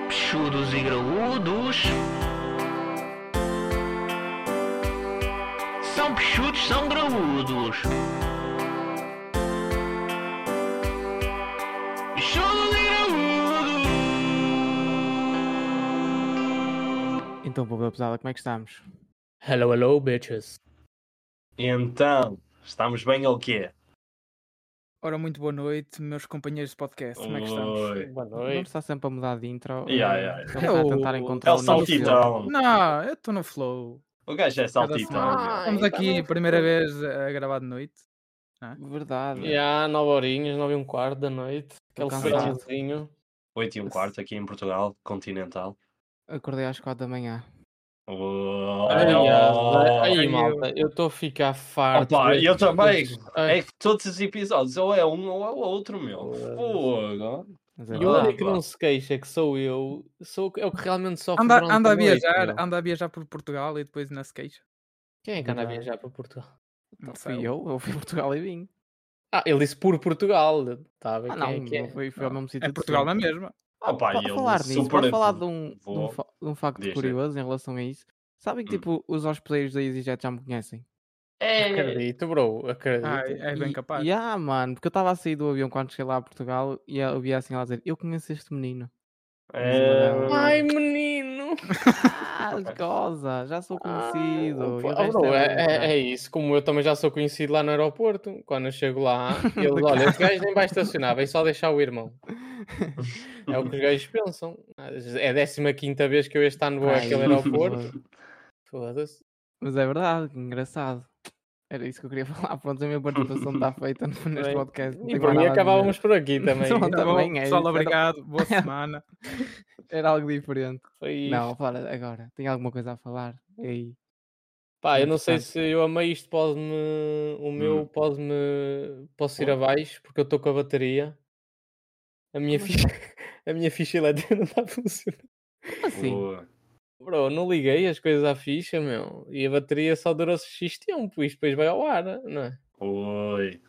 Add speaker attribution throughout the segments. Speaker 1: cabeçudos e graúdos. São peixudos, são graúdos. Peixudos e graúdos.
Speaker 2: Então, povo da pesada, como é que estamos?
Speaker 3: Hello, hello, bitches.
Speaker 4: Então, estamos bem ou quê?
Speaker 2: Ora, muito boa noite, meus companheiros de podcast, como é que estamos?
Speaker 4: Oi.
Speaker 3: Boa
Speaker 2: Vamos estar sempre a mudar de intro.
Speaker 4: Ya,
Speaker 2: eh,
Speaker 4: ya, ya.
Speaker 2: estamos a tentar
Speaker 3: É o-
Speaker 2: encontrar
Speaker 4: É o
Speaker 2: um novo flow.
Speaker 4: saltitão.
Speaker 2: Não, eu estou no flow.
Speaker 4: O gajo é
Speaker 2: Cada
Speaker 4: saltitão.
Speaker 2: semana.
Speaker 4: meu.
Speaker 2: Estamos aqui, primeira vez a gravar de noite. Verdade.
Speaker 3: E há 9 horinhas, 9 e um quarto da noite.
Speaker 2: Tô
Speaker 3: Aquele
Speaker 2: cansado.
Speaker 3: feriadozinho.
Speaker 4: Oito e um quarto aqui em Portugal, continental.
Speaker 2: Acordei às quatro da manhã.
Speaker 4: Oh.
Speaker 3: Ai, ah, Aí,
Speaker 2: Ai, eu-
Speaker 3: malta, eu estou a ficar farto.
Speaker 4: Opa,
Speaker 3: de-
Speaker 4: eu também.
Speaker 3: Ai,
Speaker 4: É que todos os episódios, ou é um ou é o outro, meu. Fogo.
Speaker 2: Mas é
Speaker 3: E o
Speaker 2: verdade.
Speaker 3: único que não se queixa é que sou eu, sou o que- é o que realmente sofre.
Speaker 2: Anda,
Speaker 3: durante
Speaker 2: anda a
Speaker 3: noite,
Speaker 2: viajar,
Speaker 3: meu.
Speaker 2: anda a viajar por Portugal e depois na skate.
Speaker 3: Quem é que anda a
Speaker 2: Verdade.
Speaker 3: viajar para Portugal?
Speaker 2: Não
Speaker 3: sei
Speaker 2: Então, fui eu, eu fui a Portugal e vim.
Speaker 3: Ah, ele disse por Portugal. Tá, a ver
Speaker 2: Ah,
Speaker 3: quem é
Speaker 2: não,
Speaker 3: que é?
Speaker 2: não fui, fui ao mesmo sítio. É de Portugal na sempre. mesma.
Speaker 4: Opa,
Speaker 2: Para
Speaker 4: ele
Speaker 2: falar disso,
Speaker 4: super-
Speaker 2: para falar de um, de um,
Speaker 4: vou-
Speaker 2: fa- de um facto
Speaker 4: Diz, diz.
Speaker 2: curioso em relação a isso. Sabem que
Speaker 4: Hum.
Speaker 2: tipo, os hospedeiros da EasyJet já me conhecem?
Speaker 4: É.
Speaker 3: Acredito, bro, acredito.
Speaker 2: Ah, é bem
Speaker 3: E-
Speaker 2: capaz. E ah, mano, porque eu estava a sair do avião quando cheguei lá a Portugal e eu vi assim lá dizer, eu conheço este menino.
Speaker 4: é...
Speaker 3: Ai, menino!
Speaker 2: Ah, goza, já sou conhecido.
Speaker 3: Ah,
Speaker 2: e o
Speaker 3: pô,
Speaker 2: resto
Speaker 3: bro, é,
Speaker 2: brincar."
Speaker 3: é- é isso, como eu também já sou conhecido lá no aeroporto, quando eu chego lá, eles, olha, esse gajo nem vai estacionar, vai só deixar o irmão. É o que os gajos pensam. É a 15 vez que eu este ano vou
Speaker 2: Ai,
Speaker 3: àquele aeroporto. Foda-se.
Speaker 2: Mas é verdade, que engraçado. Era isso que eu queria falar. Pronto, a minha participação está feita no- neste
Speaker 3: Bem,
Speaker 2: podcast. não
Speaker 3: E
Speaker 2: tenho
Speaker 3: por
Speaker 2: mais
Speaker 3: mim
Speaker 2: nada a dizer.
Speaker 3: acabávamos por aqui também.
Speaker 2: Só
Speaker 3: Então,
Speaker 2: também é pessoal, isso, era-
Speaker 3: obrigado.
Speaker 2: Boa semana. Era algo diferente.
Speaker 3: Foi isto.
Speaker 2: Não, fala agora. Tem alguma coisa a falar? E aí?
Speaker 3: Pá, eu não sei se eu amei isto, pode-me. O
Speaker 2: Hum.
Speaker 3: meu pode-me. Posso ir abaixo, porque eu estou com a bateria. A minha, ficha,
Speaker 2: assim?
Speaker 3: a minha ficha elétrica não está a funcionar.
Speaker 2: Como assim?
Speaker 3: Bro, eu não liguei as coisas à ficha, meu. E a bateria só durou-se X tempo. Isto depois vai ao ar, não é?
Speaker 4: Oi.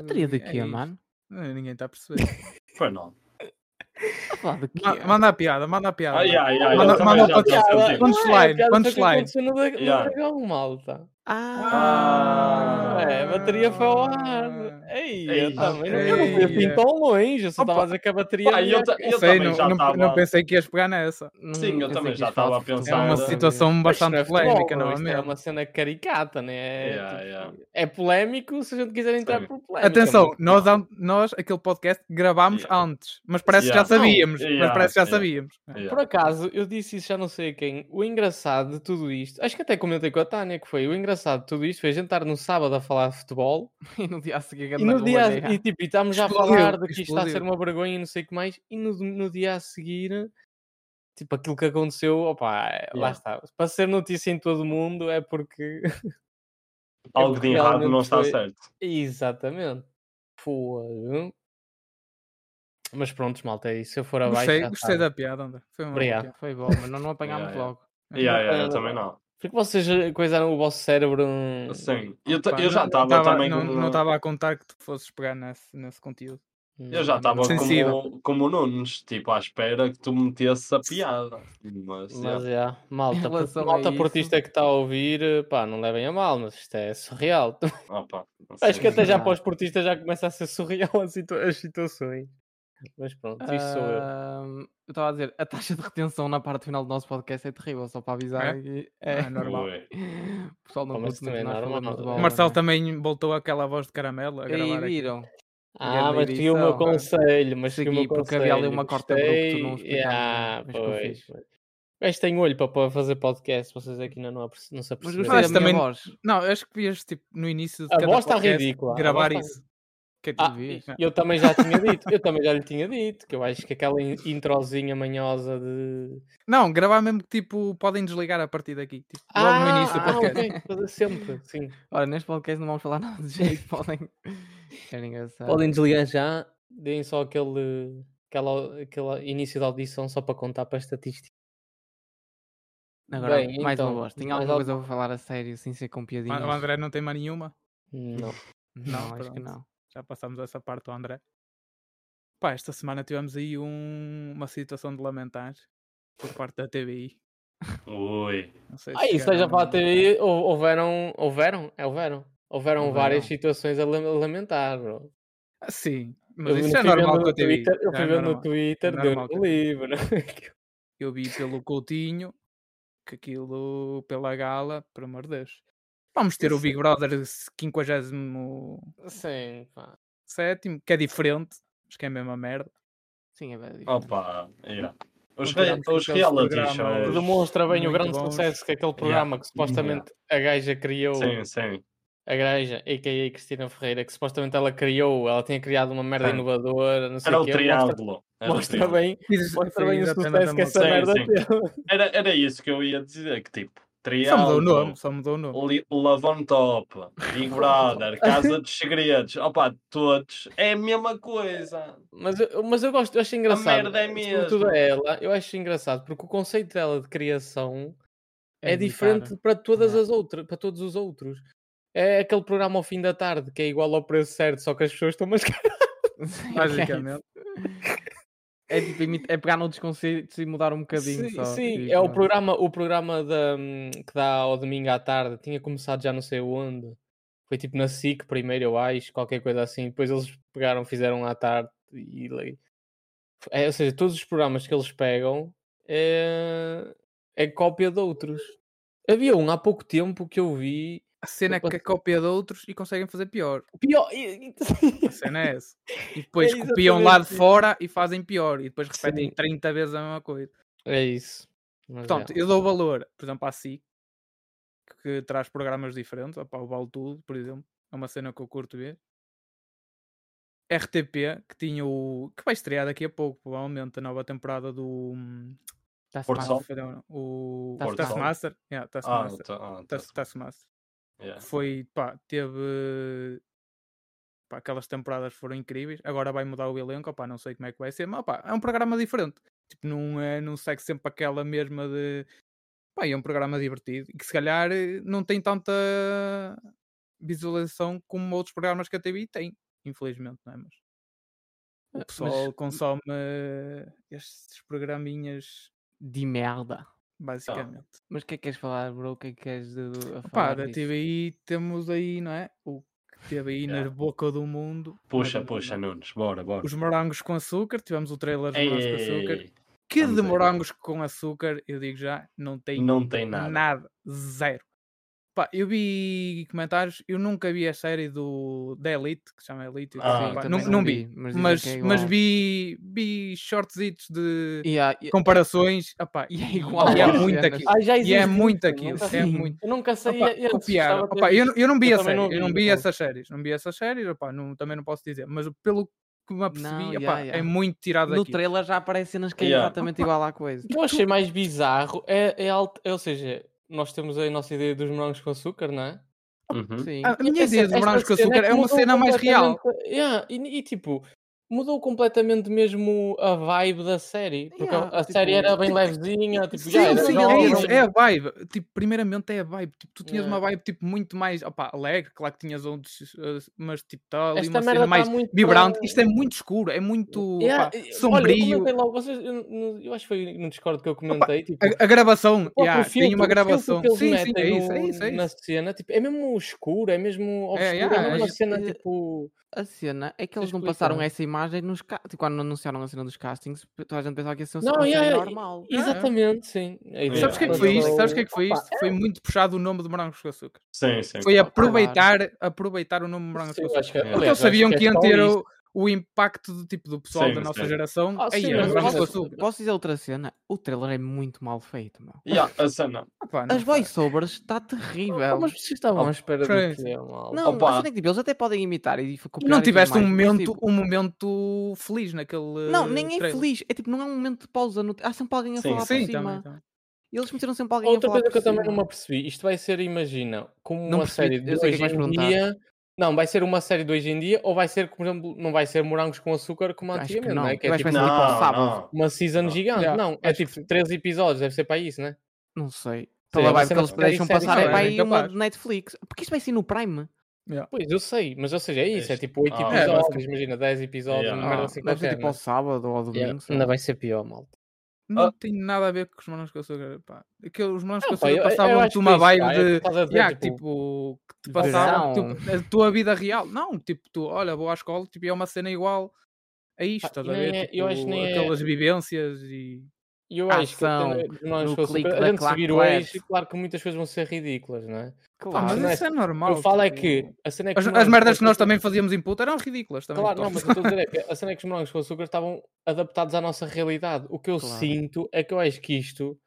Speaker 2: Bateria Ah, de quê,
Speaker 5: é
Speaker 2: mano? Ah,
Speaker 5: Não, Ninguém
Speaker 2: tá
Speaker 5: está a perceber.
Speaker 4: Foi não.
Speaker 2: Está a falar de quê?
Speaker 5: Ma- manda a piada, manda a piada.
Speaker 4: Ai, ai, ai.
Speaker 5: Manda-
Speaker 4: eu também já
Speaker 5: manda para
Speaker 4: estou
Speaker 3: Piada-
Speaker 4: sentindo.
Speaker 3: Ah, é a
Speaker 5: Punchline,
Speaker 3: piada foi o que
Speaker 5: punchline.
Speaker 3: aconteceu no, da- no
Speaker 4: Yeah.
Speaker 3: dragão, malta.
Speaker 4: Ah.
Speaker 3: É, a bateria foi ao ar.
Speaker 2: ah.
Speaker 3: Ei, eu
Speaker 4: Ei,
Speaker 3: também não eu não fui assim
Speaker 5: ei.
Speaker 3: tão longe. Eu só
Speaker 4: Opa.
Speaker 3: estava a dizer que a bateria.
Speaker 4: Pá, eu, ta- eu
Speaker 5: Sei,
Speaker 4: também
Speaker 5: não,
Speaker 4: já
Speaker 5: não,
Speaker 4: estava.
Speaker 5: não pensei que ias pegar nessa.
Speaker 2: Não
Speaker 4: Sim, eu
Speaker 2: pensei
Speaker 4: também
Speaker 2: que
Speaker 4: já
Speaker 2: ias falar
Speaker 4: estava
Speaker 2: de
Speaker 4: a
Speaker 2: futebol.
Speaker 4: pensar, né?
Speaker 5: É uma
Speaker 4: Nada a
Speaker 5: situação bastante polémica,
Speaker 3: não isto é
Speaker 5: novamente.
Speaker 3: uma cena caricata, né? É,
Speaker 4: Yeah,
Speaker 3: tipo,
Speaker 4: yeah.
Speaker 3: é polémico se a gente quiser entrar
Speaker 4: Sim.
Speaker 3: por polémica.
Speaker 5: Atenção,
Speaker 3: mas-
Speaker 5: nós, an- nós, aquele podcast, gravámos
Speaker 4: Yeah.
Speaker 5: antes, mas parece que
Speaker 4: Yeah.
Speaker 5: já sabíamos.
Speaker 4: Yeah,
Speaker 5: Mas parece que já
Speaker 4: yeah.
Speaker 5: sabíamos.
Speaker 4: Yeah.
Speaker 3: Por acaso, eu disse isso já não sei a quem. O engraçado de tudo isto, acho que até comentei com a Tânia que foi. O engraçado de tudo isto foi a gente estar no sábado a falar de futebol
Speaker 2: E no dia a seguir,
Speaker 3: e no dia a- e, tipo, e estamos já a falar
Speaker 5: Explodiu,
Speaker 3: de que isto está a ser
Speaker 5: explodiu.
Speaker 3: uma vergonha e não sei o que mais. E no, no dia a seguir, tipo, aquilo que aconteceu, opa, lá
Speaker 4: Yeah.
Speaker 3: está. Para ser notícia em todo o mundo é porque.
Speaker 4: Algo de
Speaker 3: porque
Speaker 4: errado não
Speaker 3: realmente
Speaker 4: está
Speaker 3: foi-
Speaker 4: certo.
Speaker 3: Exatamente. Fogo. Mas pronto, malta, e se eu for abaixo.
Speaker 5: Gostei,
Speaker 3: Então já
Speaker 5: gostei
Speaker 3: sabem.
Speaker 5: da piada, André. Foi uma boa
Speaker 3: Obrigado.
Speaker 5: piada.
Speaker 2: Foi bom, mas não, não apanhámos
Speaker 4: Yeah, yeah.
Speaker 2: logo.
Speaker 4: Yeah, yeah, eu
Speaker 3: Ah,
Speaker 4: também não.
Speaker 3: Porque vocês eh, coisaram o vosso cérebro. hum,
Speaker 4: Sim, eu, ta-
Speaker 5: Pá,
Speaker 4: eu já
Speaker 5: não-
Speaker 4: estava
Speaker 5: não tava-
Speaker 4: também.
Speaker 5: Não
Speaker 4: como-
Speaker 5: não estava a contar que tu fosses pegar nesse, nesse conteúdo.
Speaker 3: um,
Speaker 4: eu já estava
Speaker 5: Sensível.
Speaker 4: como, como o Nunes, tipo, à espera que tu metesse a piada. Mas,
Speaker 3: Mas
Speaker 4: yeah.
Speaker 3: é, malta, por-
Speaker 2: relação a
Speaker 3: malta
Speaker 2: isso-
Speaker 3: portista que está a ouvir, eh, pá, não levem a mal, mas isto é surreal.
Speaker 4: opa, não sei.
Speaker 3: Acho que até já
Speaker 2: verdade.
Speaker 3: para os portistas já começa a ser surreal as, situa- as situações. Mas pronto, isso sou
Speaker 5: eh,
Speaker 3: eu.
Speaker 2: Ahm, eu estava a dizer, a taxa de retenção na parte final do nosso podcast é terrível, só para avisar.
Speaker 5: É?
Speaker 2: aqui.
Speaker 5: É normal.
Speaker 4: Ui.
Speaker 2: O pessoal não
Speaker 3: Pá, mas
Speaker 2: curte muito
Speaker 3: também é
Speaker 2: nós
Speaker 3: normal.
Speaker 2: falamos de
Speaker 3: O
Speaker 2: bola,
Speaker 5: O Marcelo
Speaker 2: né?
Speaker 5: também voltou àquela voz de caramelo a
Speaker 2: E aí
Speaker 5: gravar aqui.
Speaker 2: viram?
Speaker 3: Ah,
Speaker 2: grande
Speaker 3: mas segui o meu
Speaker 2: edição.
Speaker 3: conselho, mas segui o meu
Speaker 2: Segui,
Speaker 3: conselho.
Speaker 2: porque havia ali uma corta bruta que tu não
Speaker 3: gostei.
Speaker 2: explicaste,
Speaker 3: Ah,
Speaker 2: mas que eu
Speaker 3: pois.
Speaker 2: fiz.
Speaker 3: O gajo tem olho para- para fazer podcast, vocês aqui não, não, aperce- não se
Speaker 2: Mas
Speaker 3: aperceberam.
Speaker 2: gostei da
Speaker 5: Mas
Speaker 2: minha
Speaker 5: também-
Speaker 2: voz.
Speaker 5: Não, eu acho que vias tipo no início de
Speaker 3: A
Speaker 5: cada
Speaker 3: voz está
Speaker 5: podcast
Speaker 3: ridícula, a
Speaker 5: gravar
Speaker 3: voz tá
Speaker 5: isso. Que é
Speaker 3: Ah,
Speaker 5: tipo,
Speaker 2: Devias.
Speaker 3: e- eu também já tinha dito, eu também já lhe tinha dito, que eu acho que aquela in- introzinha manhosa de.
Speaker 5: Não, gravar mesmo que tipo, podem desligar a partir daqui. Tipo, logo no início do
Speaker 3: ah,
Speaker 5: podcast.
Speaker 3: ok, fazer sempre, sim.
Speaker 2: Ora, neste podcast não vamos falar nada de jeito, podem.
Speaker 5: É
Speaker 2: Era engraçado.
Speaker 3: Podem desligar já, Ah. deem só aquele, aquela, aquele início da audição só para contar para a estatística.
Speaker 2: Agora,
Speaker 3: Bem,
Speaker 2: mais
Speaker 3: então,
Speaker 2: uma voz. Tem
Speaker 3: mais
Speaker 2: alguma
Speaker 3: al-
Speaker 2: coisa a falar a sério, sem ser com
Speaker 5: O
Speaker 2: piadinhas?
Speaker 5: An- Ah, O André não tem mais nenhuma.
Speaker 3: Não.
Speaker 2: Não,
Speaker 5: Não,
Speaker 2: acho que
Speaker 5: pronto.
Speaker 2: não.
Speaker 5: Já passamos essa parte do André. Pá, esta semana tivemos aí um- uma situação de lamentar por parte da TVI.
Speaker 4: Ui.
Speaker 5: Não sei
Speaker 3: Ah, isso já
Speaker 5: chegaram
Speaker 3: para a
Speaker 5: a-
Speaker 3: TV, hou- houveram, houveram, é, houveram. Houveram várias
Speaker 2: Houveram.
Speaker 3: situações a lame- lamentar, bro.
Speaker 5: Ah, Sim, mas
Speaker 3: Eu
Speaker 5: isso é
Speaker 3: fui ver
Speaker 5: normal
Speaker 3: no
Speaker 5: com a TVI.
Speaker 3: Twitter- Eu
Speaker 5: já
Speaker 3: fui
Speaker 5: é
Speaker 3: ver no
Speaker 5: normal.
Speaker 3: Twitter,
Speaker 5: É
Speaker 3: deu
Speaker 5: normal
Speaker 3: no livro.
Speaker 5: Eu vi pelo Coutinho que aquilo pela gala, pelo amor de Deus. Vamos ter o Big Brother 57,
Speaker 3: Sim, pá.
Speaker 5: que é diferente, mas que é a mesma merda.
Speaker 2: Sim, é verdade.
Speaker 4: Opa, yeah. Os,
Speaker 5: Não
Speaker 4: re-
Speaker 5: tivemos
Speaker 4: os
Speaker 5: aqueles
Speaker 4: reality
Speaker 5: programas
Speaker 3: Que
Speaker 4: shows.
Speaker 3: demonstra bem o
Speaker 5: Muito
Speaker 3: grande
Speaker 5: bons.
Speaker 3: sucesso que aquele programa que supostamente a gaja criou,
Speaker 4: Sim, sim.
Speaker 3: a gaja, a.k.a. Cristina Ferreira, que supostamente ela criou, ela tinha criado uma merda
Speaker 4: Sim.
Speaker 3: inovadora, não sei
Speaker 4: Era
Speaker 3: o
Speaker 4: o
Speaker 3: quê. é Mostra,
Speaker 4: triângulo. Era, o
Speaker 3: mostra
Speaker 4: triângulo.
Speaker 3: bem,
Speaker 5: Dizes-
Speaker 3: mostra
Speaker 5: sim,
Speaker 3: bem o
Speaker 5: exatamente
Speaker 3: sucesso que
Speaker 5: a
Speaker 3: essa
Speaker 5: mesma
Speaker 4: Sim,
Speaker 3: merda
Speaker 4: sim.
Speaker 3: teve.
Speaker 4: Era, era isso que eu ia dizer, que tipo,
Speaker 3: é.
Speaker 5: coisa. Só mudou o é um nome,
Speaker 4: triângulo,
Speaker 5: só mudou o nome.
Speaker 4: Li- Love on Top, Big Brother, Casa dos Segredos, opa, todos, é a mesma coisa.
Speaker 3: Mas eu, mas eu gosto, eu acho engraçado.
Speaker 4: merda é
Speaker 3: Sobretudo
Speaker 4: mesmo.
Speaker 3: a ela, eu acho engraçado porque o conceito dela de criação é,
Speaker 2: É imitar.
Speaker 3: diferente para todas
Speaker 2: Yeah.
Speaker 3: as outras, para todos os outros. É aquele programa ao fim da tarde que é igual ao preço certo, só que as pessoas estão mais caras.
Speaker 2: Sim,
Speaker 5: Basicamente.
Speaker 2: É, tipo, imi- é pegar noutros conceitos e mudar um bocadinho
Speaker 3: sim,
Speaker 2: só.
Speaker 3: sim,
Speaker 2: e
Speaker 3: é o
Speaker 2: pronto.
Speaker 3: programa, o programa da, hum, que dá ao domingo à tarde, tinha começado já não sei onde. Foi tipo na SIC primeiro, eu acho, qualquer coisa assim. Depois eles pegaram, fizeram à tarde e li- é, ou seja, todos os programas que eles pegam é, é cópia de outros. Havia um há pouco tempo que eu vi.
Speaker 5: A cena é que é cópia de outros e conseguem fazer pior.
Speaker 3: Pior! e- e-
Speaker 5: A cena é essa. E depois
Speaker 3: É
Speaker 5: copiam lá
Speaker 3: exatamente
Speaker 5: de
Speaker 3: isso.
Speaker 5: fora e fazem pior. E depois repetem
Speaker 3: Sim.
Speaker 5: 30 vezes a mesma coisa.
Speaker 3: É isso. Mas,
Speaker 5: Portanto,
Speaker 3: é.
Speaker 5: eu dou valor, por exemplo, à SIC, que traz programas diferentes. Opá, o Vale Tudo, por exemplo, é uma cena que eu curto ver. RTP, que tinha o. que vai estrear daqui a pouco, provavelmente, a nova temporada do. hum,
Speaker 2: Tá-se
Speaker 4: Porto
Speaker 2: mal.
Speaker 4: Sol.
Speaker 5: fodeu, O.
Speaker 2: Porto Sol.
Speaker 5: o Taskmaster. Yeah,
Speaker 4: Ah,
Speaker 5: Taskmaster.
Speaker 4: tá, ah, tá,
Speaker 5: Tas- Taskmaster.
Speaker 4: yeah.
Speaker 5: Foi, pá, teve. Pá, aquelas temporadas foram incríveis. Agora vai mudar o elenco, opá, não sei como é que vai ser, mas opá, é um programa diferente. Tipo, não, é, não segue sempre aquela mesma de. Pá, e é um programa divertido e que se calhar eh, não tem tanta visualização como outros programas que a TV tem, infelizmente, não é? Mas o pessoal consome eh, estes programinhas,
Speaker 2: De merda.
Speaker 5: basicamente.
Speaker 2: Mas o que é que queres falar, bro? O que é que queres de, de- a
Speaker 5: Pá,
Speaker 2: falar
Speaker 5: da
Speaker 2: disso?
Speaker 5: TVI temos aí, não é? O que teve aí na
Speaker 4: Yeah.
Speaker 5: boca do mundo.
Speaker 4: Puxa,
Speaker 5: Mas,
Speaker 4: puxa, Nunes, bora, bora.
Speaker 5: um Os morangos com açúcar, tivemos o trailer dos morangos com açúcar.
Speaker 4: Ei,
Speaker 5: Que
Speaker 4: vamos
Speaker 5: de
Speaker 4: aí.
Speaker 5: morangos com açúcar, eu digo já, não tem
Speaker 4: não tem
Speaker 5: nada.
Speaker 4: nada.
Speaker 5: Zero. Pá, eu vi comentários, eu nunca vi a série do, da Elite, que se chama Elite. eu
Speaker 4: Ah,
Speaker 5: sei
Speaker 2: Sim,
Speaker 5: lá,
Speaker 2: também
Speaker 5: nu- não, vi.
Speaker 2: mas, dizem
Speaker 5: Mas,
Speaker 2: que é
Speaker 5: mas
Speaker 2: igual.
Speaker 5: vi, vi shortzitos de
Speaker 2: E há- e-
Speaker 5: comparações. Opá, e
Speaker 2: e é igual.
Speaker 5: e é
Speaker 2: às
Speaker 5: muito
Speaker 2: cenas.
Speaker 5: aquilo.
Speaker 3: Ah, já
Speaker 5: E é
Speaker 3: existe
Speaker 5: muito
Speaker 3: isso,
Speaker 5: aquilo.
Speaker 3: nunca
Speaker 5: É
Speaker 2: vi.
Speaker 5: muito.
Speaker 3: Eu nunca sabia.
Speaker 5: Opa,
Speaker 3: antes,
Speaker 5: copiaram.
Speaker 3: gostava de ter
Speaker 5: Opa, eu, não-
Speaker 3: visto.
Speaker 5: eu não vi
Speaker 3: Eu
Speaker 5: a
Speaker 3: também
Speaker 5: série,
Speaker 3: não
Speaker 5: eu
Speaker 3: vi,
Speaker 5: não vi
Speaker 3: então.
Speaker 5: essas séries, não vi essas séries, opa, não, também não posso dizer, mas pelo que me apercebi,
Speaker 2: Não,
Speaker 5: opa,
Speaker 2: ya, ya.
Speaker 5: é muito tirado
Speaker 2: No
Speaker 5: daqui.
Speaker 2: trailer já aparecem cenas que é
Speaker 4: Yeah.
Speaker 2: exatamente igual à coisa.
Speaker 3: O
Speaker 5: Hum.
Speaker 3: que eu achei mais bizarro é, é, alt- é, ou seja, nós temos a nossa ideia dos morangos com açúcar, não é?
Speaker 4: Uhum.
Speaker 2: Sim.
Speaker 5: Ah, A a minha
Speaker 3: Essa-
Speaker 5: ideia de
Speaker 3: é esta
Speaker 5: morangos com
Speaker 3: cena
Speaker 5: açúcar
Speaker 3: que
Speaker 5: é uma
Speaker 3: mudou
Speaker 5: cena mais real.
Speaker 3: completamente- Yeah, e, e, tipo, mudou completamente mesmo a vibe da série. Porque a-
Speaker 2: Yeah,
Speaker 3: a,
Speaker 2: tipo,
Speaker 3: série era bem levezinha, tipo,
Speaker 5: Sim,
Speaker 3: já era
Speaker 5: sim, é
Speaker 3: jovem.
Speaker 5: isso, é a vibe. Tipo, primeiramente é a vibe. Tipo, tu tinhas
Speaker 3: Yeah.
Speaker 5: uma vibe tipo, muito mais opa, alegre, claro que tinhas outros, eh, mas tipo, tal, e
Speaker 3: Esta
Speaker 5: uma
Speaker 3: merda
Speaker 5: cena
Speaker 3: tá
Speaker 5: mais
Speaker 3: muito
Speaker 5: vibrante.
Speaker 3: para-
Speaker 5: Isto é muito escuro, é muito
Speaker 3: Yeah,
Speaker 5: opa,
Speaker 3: e- olha, é eu
Speaker 5: sombrio.
Speaker 3: comentei logo, vocês- eu, eu- eu acho que foi no Discord que eu comentei. tipo,
Speaker 5: a, a gravação,
Speaker 3: próprio
Speaker 5: yeah, tem
Speaker 3: filtro- o
Speaker 5: uma
Speaker 3: filtro
Speaker 5: gravação.
Speaker 3: que eles
Speaker 5: Sim, sim, é
Speaker 3: metem
Speaker 5: isso, é
Speaker 3: no-
Speaker 5: isso, é
Speaker 3: na
Speaker 5: isso.
Speaker 3: cena, tipo, é mesmo escuro, é mesmo obscuro,
Speaker 5: É,
Speaker 3: é,
Speaker 5: yeah,
Speaker 3: mesmo uma
Speaker 2: isto-
Speaker 3: cena
Speaker 2: eh,
Speaker 3: tipo.
Speaker 2: A cena é que
Speaker 3: Tens
Speaker 2: eles não
Speaker 3: que
Speaker 2: passaram
Speaker 3: explicar.
Speaker 2: essa imagem nos ca- tipo, quando anunciaram a cena dos castings, p- toda a gente pensava que ia ser
Speaker 3: Não,
Speaker 2: uma
Speaker 3: yeah,
Speaker 2: cena
Speaker 3: yeah,
Speaker 2: normal.
Speaker 3: e- Exatamente, sim. A ideia
Speaker 5: Sabes o que é que
Speaker 3: de
Speaker 5: foi
Speaker 3: fazer
Speaker 5: isto?
Speaker 3: o-
Speaker 5: Sabes o que é que foi
Speaker 3: Opa,
Speaker 5: isto? Foi muito puxado o nome de morangos com açúcar.
Speaker 4: Sim, sim.
Speaker 5: Foi
Speaker 2: claro.
Speaker 5: aproveitar, aproveitar o nome de morangos
Speaker 3: sim,
Speaker 5: com
Speaker 3: eu
Speaker 5: açúcar.
Speaker 3: acho que-
Speaker 4: Porque
Speaker 5: Porque
Speaker 3: aliás,
Speaker 5: eles
Speaker 3: eu acho
Speaker 5: sabiam que
Speaker 3: é
Speaker 5: iam
Speaker 3: só
Speaker 5: ter
Speaker 3: isso.
Speaker 5: o, o impacto do tipo do pessoal
Speaker 4: Sim,
Speaker 5: da nossa
Speaker 4: sim.
Speaker 5: geração.
Speaker 2: Oh,
Speaker 3: Ah,
Speaker 5: Aí,
Speaker 3: sim,
Speaker 5: é
Speaker 3: mas
Speaker 5: morangos com
Speaker 3: posso-
Speaker 5: açúcar.
Speaker 2: Posso dizer outra cena? O trailer é muito mal feito, meu.
Speaker 4: Yeah, a cena.
Speaker 5: Ah, pá, não
Speaker 2: As
Speaker 5: sei.
Speaker 2: voiceovers está terrível.
Speaker 3: Ah, Mas vocês estavam à
Speaker 4: Oh,
Speaker 3: espera do
Speaker 5: crazy.
Speaker 3: que é, mal.
Speaker 2: Não,
Speaker 4: Opa.
Speaker 2: a cena é que, tipo, eles até podem imitar e f- copiar
Speaker 5: Não
Speaker 2: e tudo
Speaker 5: tiveste um
Speaker 2: mais, mas,
Speaker 5: momento,
Speaker 2: tipo,
Speaker 5: um momento feliz naquele.
Speaker 2: Não, nem é
Speaker 5: trailer.
Speaker 2: feliz. É tipo, não é um momento de pausa. No... Há sempre alguém a
Speaker 4: Sim,
Speaker 2: falar por
Speaker 5: Sim,
Speaker 2: cima.
Speaker 5: também. também.
Speaker 2: E eles meteram sempre alguém
Speaker 3: Outra
Speaker 2: a falar
Speaker 3: coisa que eu
Speaker 2: por
Speaker 3: também não me
Speaker 2: cima.
Speaker 3: apercebi, isto vai ser, imagina, como
Speaker 2: Não
Speaker 3: uma
Speaker 2: percebi,
Speaker 3: série de
Speaker 2: eu sei o que é
Speaker 3: hoje
Speaker 2: que vais
Speaker 3: em
Speaker 2: perguntar.
Speaker 3: dia. Não, vai ser uma série de hoje em dia, ou vai ser, por exemplo, não vai ser morangos com açúcar como
Speaker 2: Acho que
Speaker 3: antigamente,
Speaker 2: não.
Speaker 3: é? Que
Speaker 2: Eu
Speaker 3: é
Speaker 2: acho que
Speaker 3: tipo
Speaker 2: vai ser tipo ao sábado.
Speaker 4: Não,
Speaker 3: uma season
Speaker 4: Não.
Speaker 3: gigante.
Speaker 5: Já,
Speaker 3: não, é
Speaker 5: acho que Então
Speaker 3: tipo 13 episódios, deve ser para isso, né?
Speaker 2: Não sei.
Speaker 3: Sim,
Speaker 2: Pela
Speaker 3: vai
Speaker 2: vibe
Speaker 3: ser
Speaker 2: que
Speaker 3: uma
Speaker 2: eles
Speaker 3: série
Speaker 2: deixam
Speaker 3: série
Speaker 2: passar é
Speaker 5: série,
Speaker 2: para
Speaker 5: é
Speaker 2: aí uma
Speaker 5: capaz.
Speaker 2: de Netflix. Porque isto vai ser no Prime.
Speaker 3: Pois, eu sei, mas ou seja, é isso, é
Speaker 4: Este-
Speaker 3: tipo 8
Speaker 4: Ah,
Speaker 5: é,
Speaker 3: episódios, imagina 10 episódios,
Speaker 4: Yeah.
Speaker 3: uma merda
Speaker 2: Ah,
Speaker 3: assim
Speaker 2: deve ser
Speaker 3: qualquer,
Speaker 2: tipo
Speaker 3: não é?
Speaker 2: ao sábado ou ao domingo.
Speaker 3: Yeah,
Speaker 2: sei lá.
Speaker 3: Ainda vai ser pior, malta.
Speaker 5: Não
Speaker 4: Ah.
Speaker 5: tem nada a ver com os manos que eu sou. Pá. Aqueles, os manos que eu
Speaker 3: Não,
Speaker 5: sou
Speaker 3: pá, eu- eu acho
Speaker 5: passavam-te
Speaker 3: que
Speaker 5: uma
Speaker 3: é isso, pá,
Speaker 5: vibe
Speaker 3: é
Speaker 5: de.
Speaker 3: por causa de,
Speaker 5: Yeah,
Speaker 3: tipo,
Speaker 5: tipo, que te
Speaker 3: visão.
Speaker 5: passava tipo, a tua vida real. Não, tipo, tu, olha, vou à escola, tipo, é uma cena igual a isto,
Speaker 3: Pá,
Speaker 5: estás
Speaker 3: e
Speaker 5: a
Speaker 3: nem
Speaker 5: ver?
Speaker 3: é- eu acho que
Speaker 5: Tipo,
Speaker 3: nem é-
Speaker 5: aquelas vivências e.
Speaker 3: E eu acho que é
Speaker 2: Ação,
Speaker 3: até os manos
Speaker 2: no
Speaker 3: que eu sou-
Speaker 2: clique
Speaker 3: a
Speaker 2: da
Speaker 3: gente seguir
Speaker 2: claque
Speaker 3: hoje, claro que muitas coisas vão ser ridículas, não é?
Speaker 5: Pá,
Speaker 2: Claro,
Speaker 5: mas
Speaker 3: não é-
Speaker 5: isso é
Speaker 3: O
Speaker 5: normal.
Speaker 3: que eu falo é
Speaker 5: tipo,
Speaker 3: que a cena é que.
Speaker 5: As,
Speaker 3: os
Speaker 5: as
Speaker 3: morangos
Speaker 5: merdas que
Speaker 3: com
Speaker 5: nós
Speaker 3: açúcar-
Speaker 5: também fazíamos em puta eram ridículas também.
Speaker 3: Claro, não,
Speaker 5: pá.
Speaker 3: mas eu estou a dizer é que a cena é que os morangos com açúcar estavam adaptados à nossa realidade. O que eu
Speaker 2: Claro.
Speaker 3: sinto é que eu acho que isto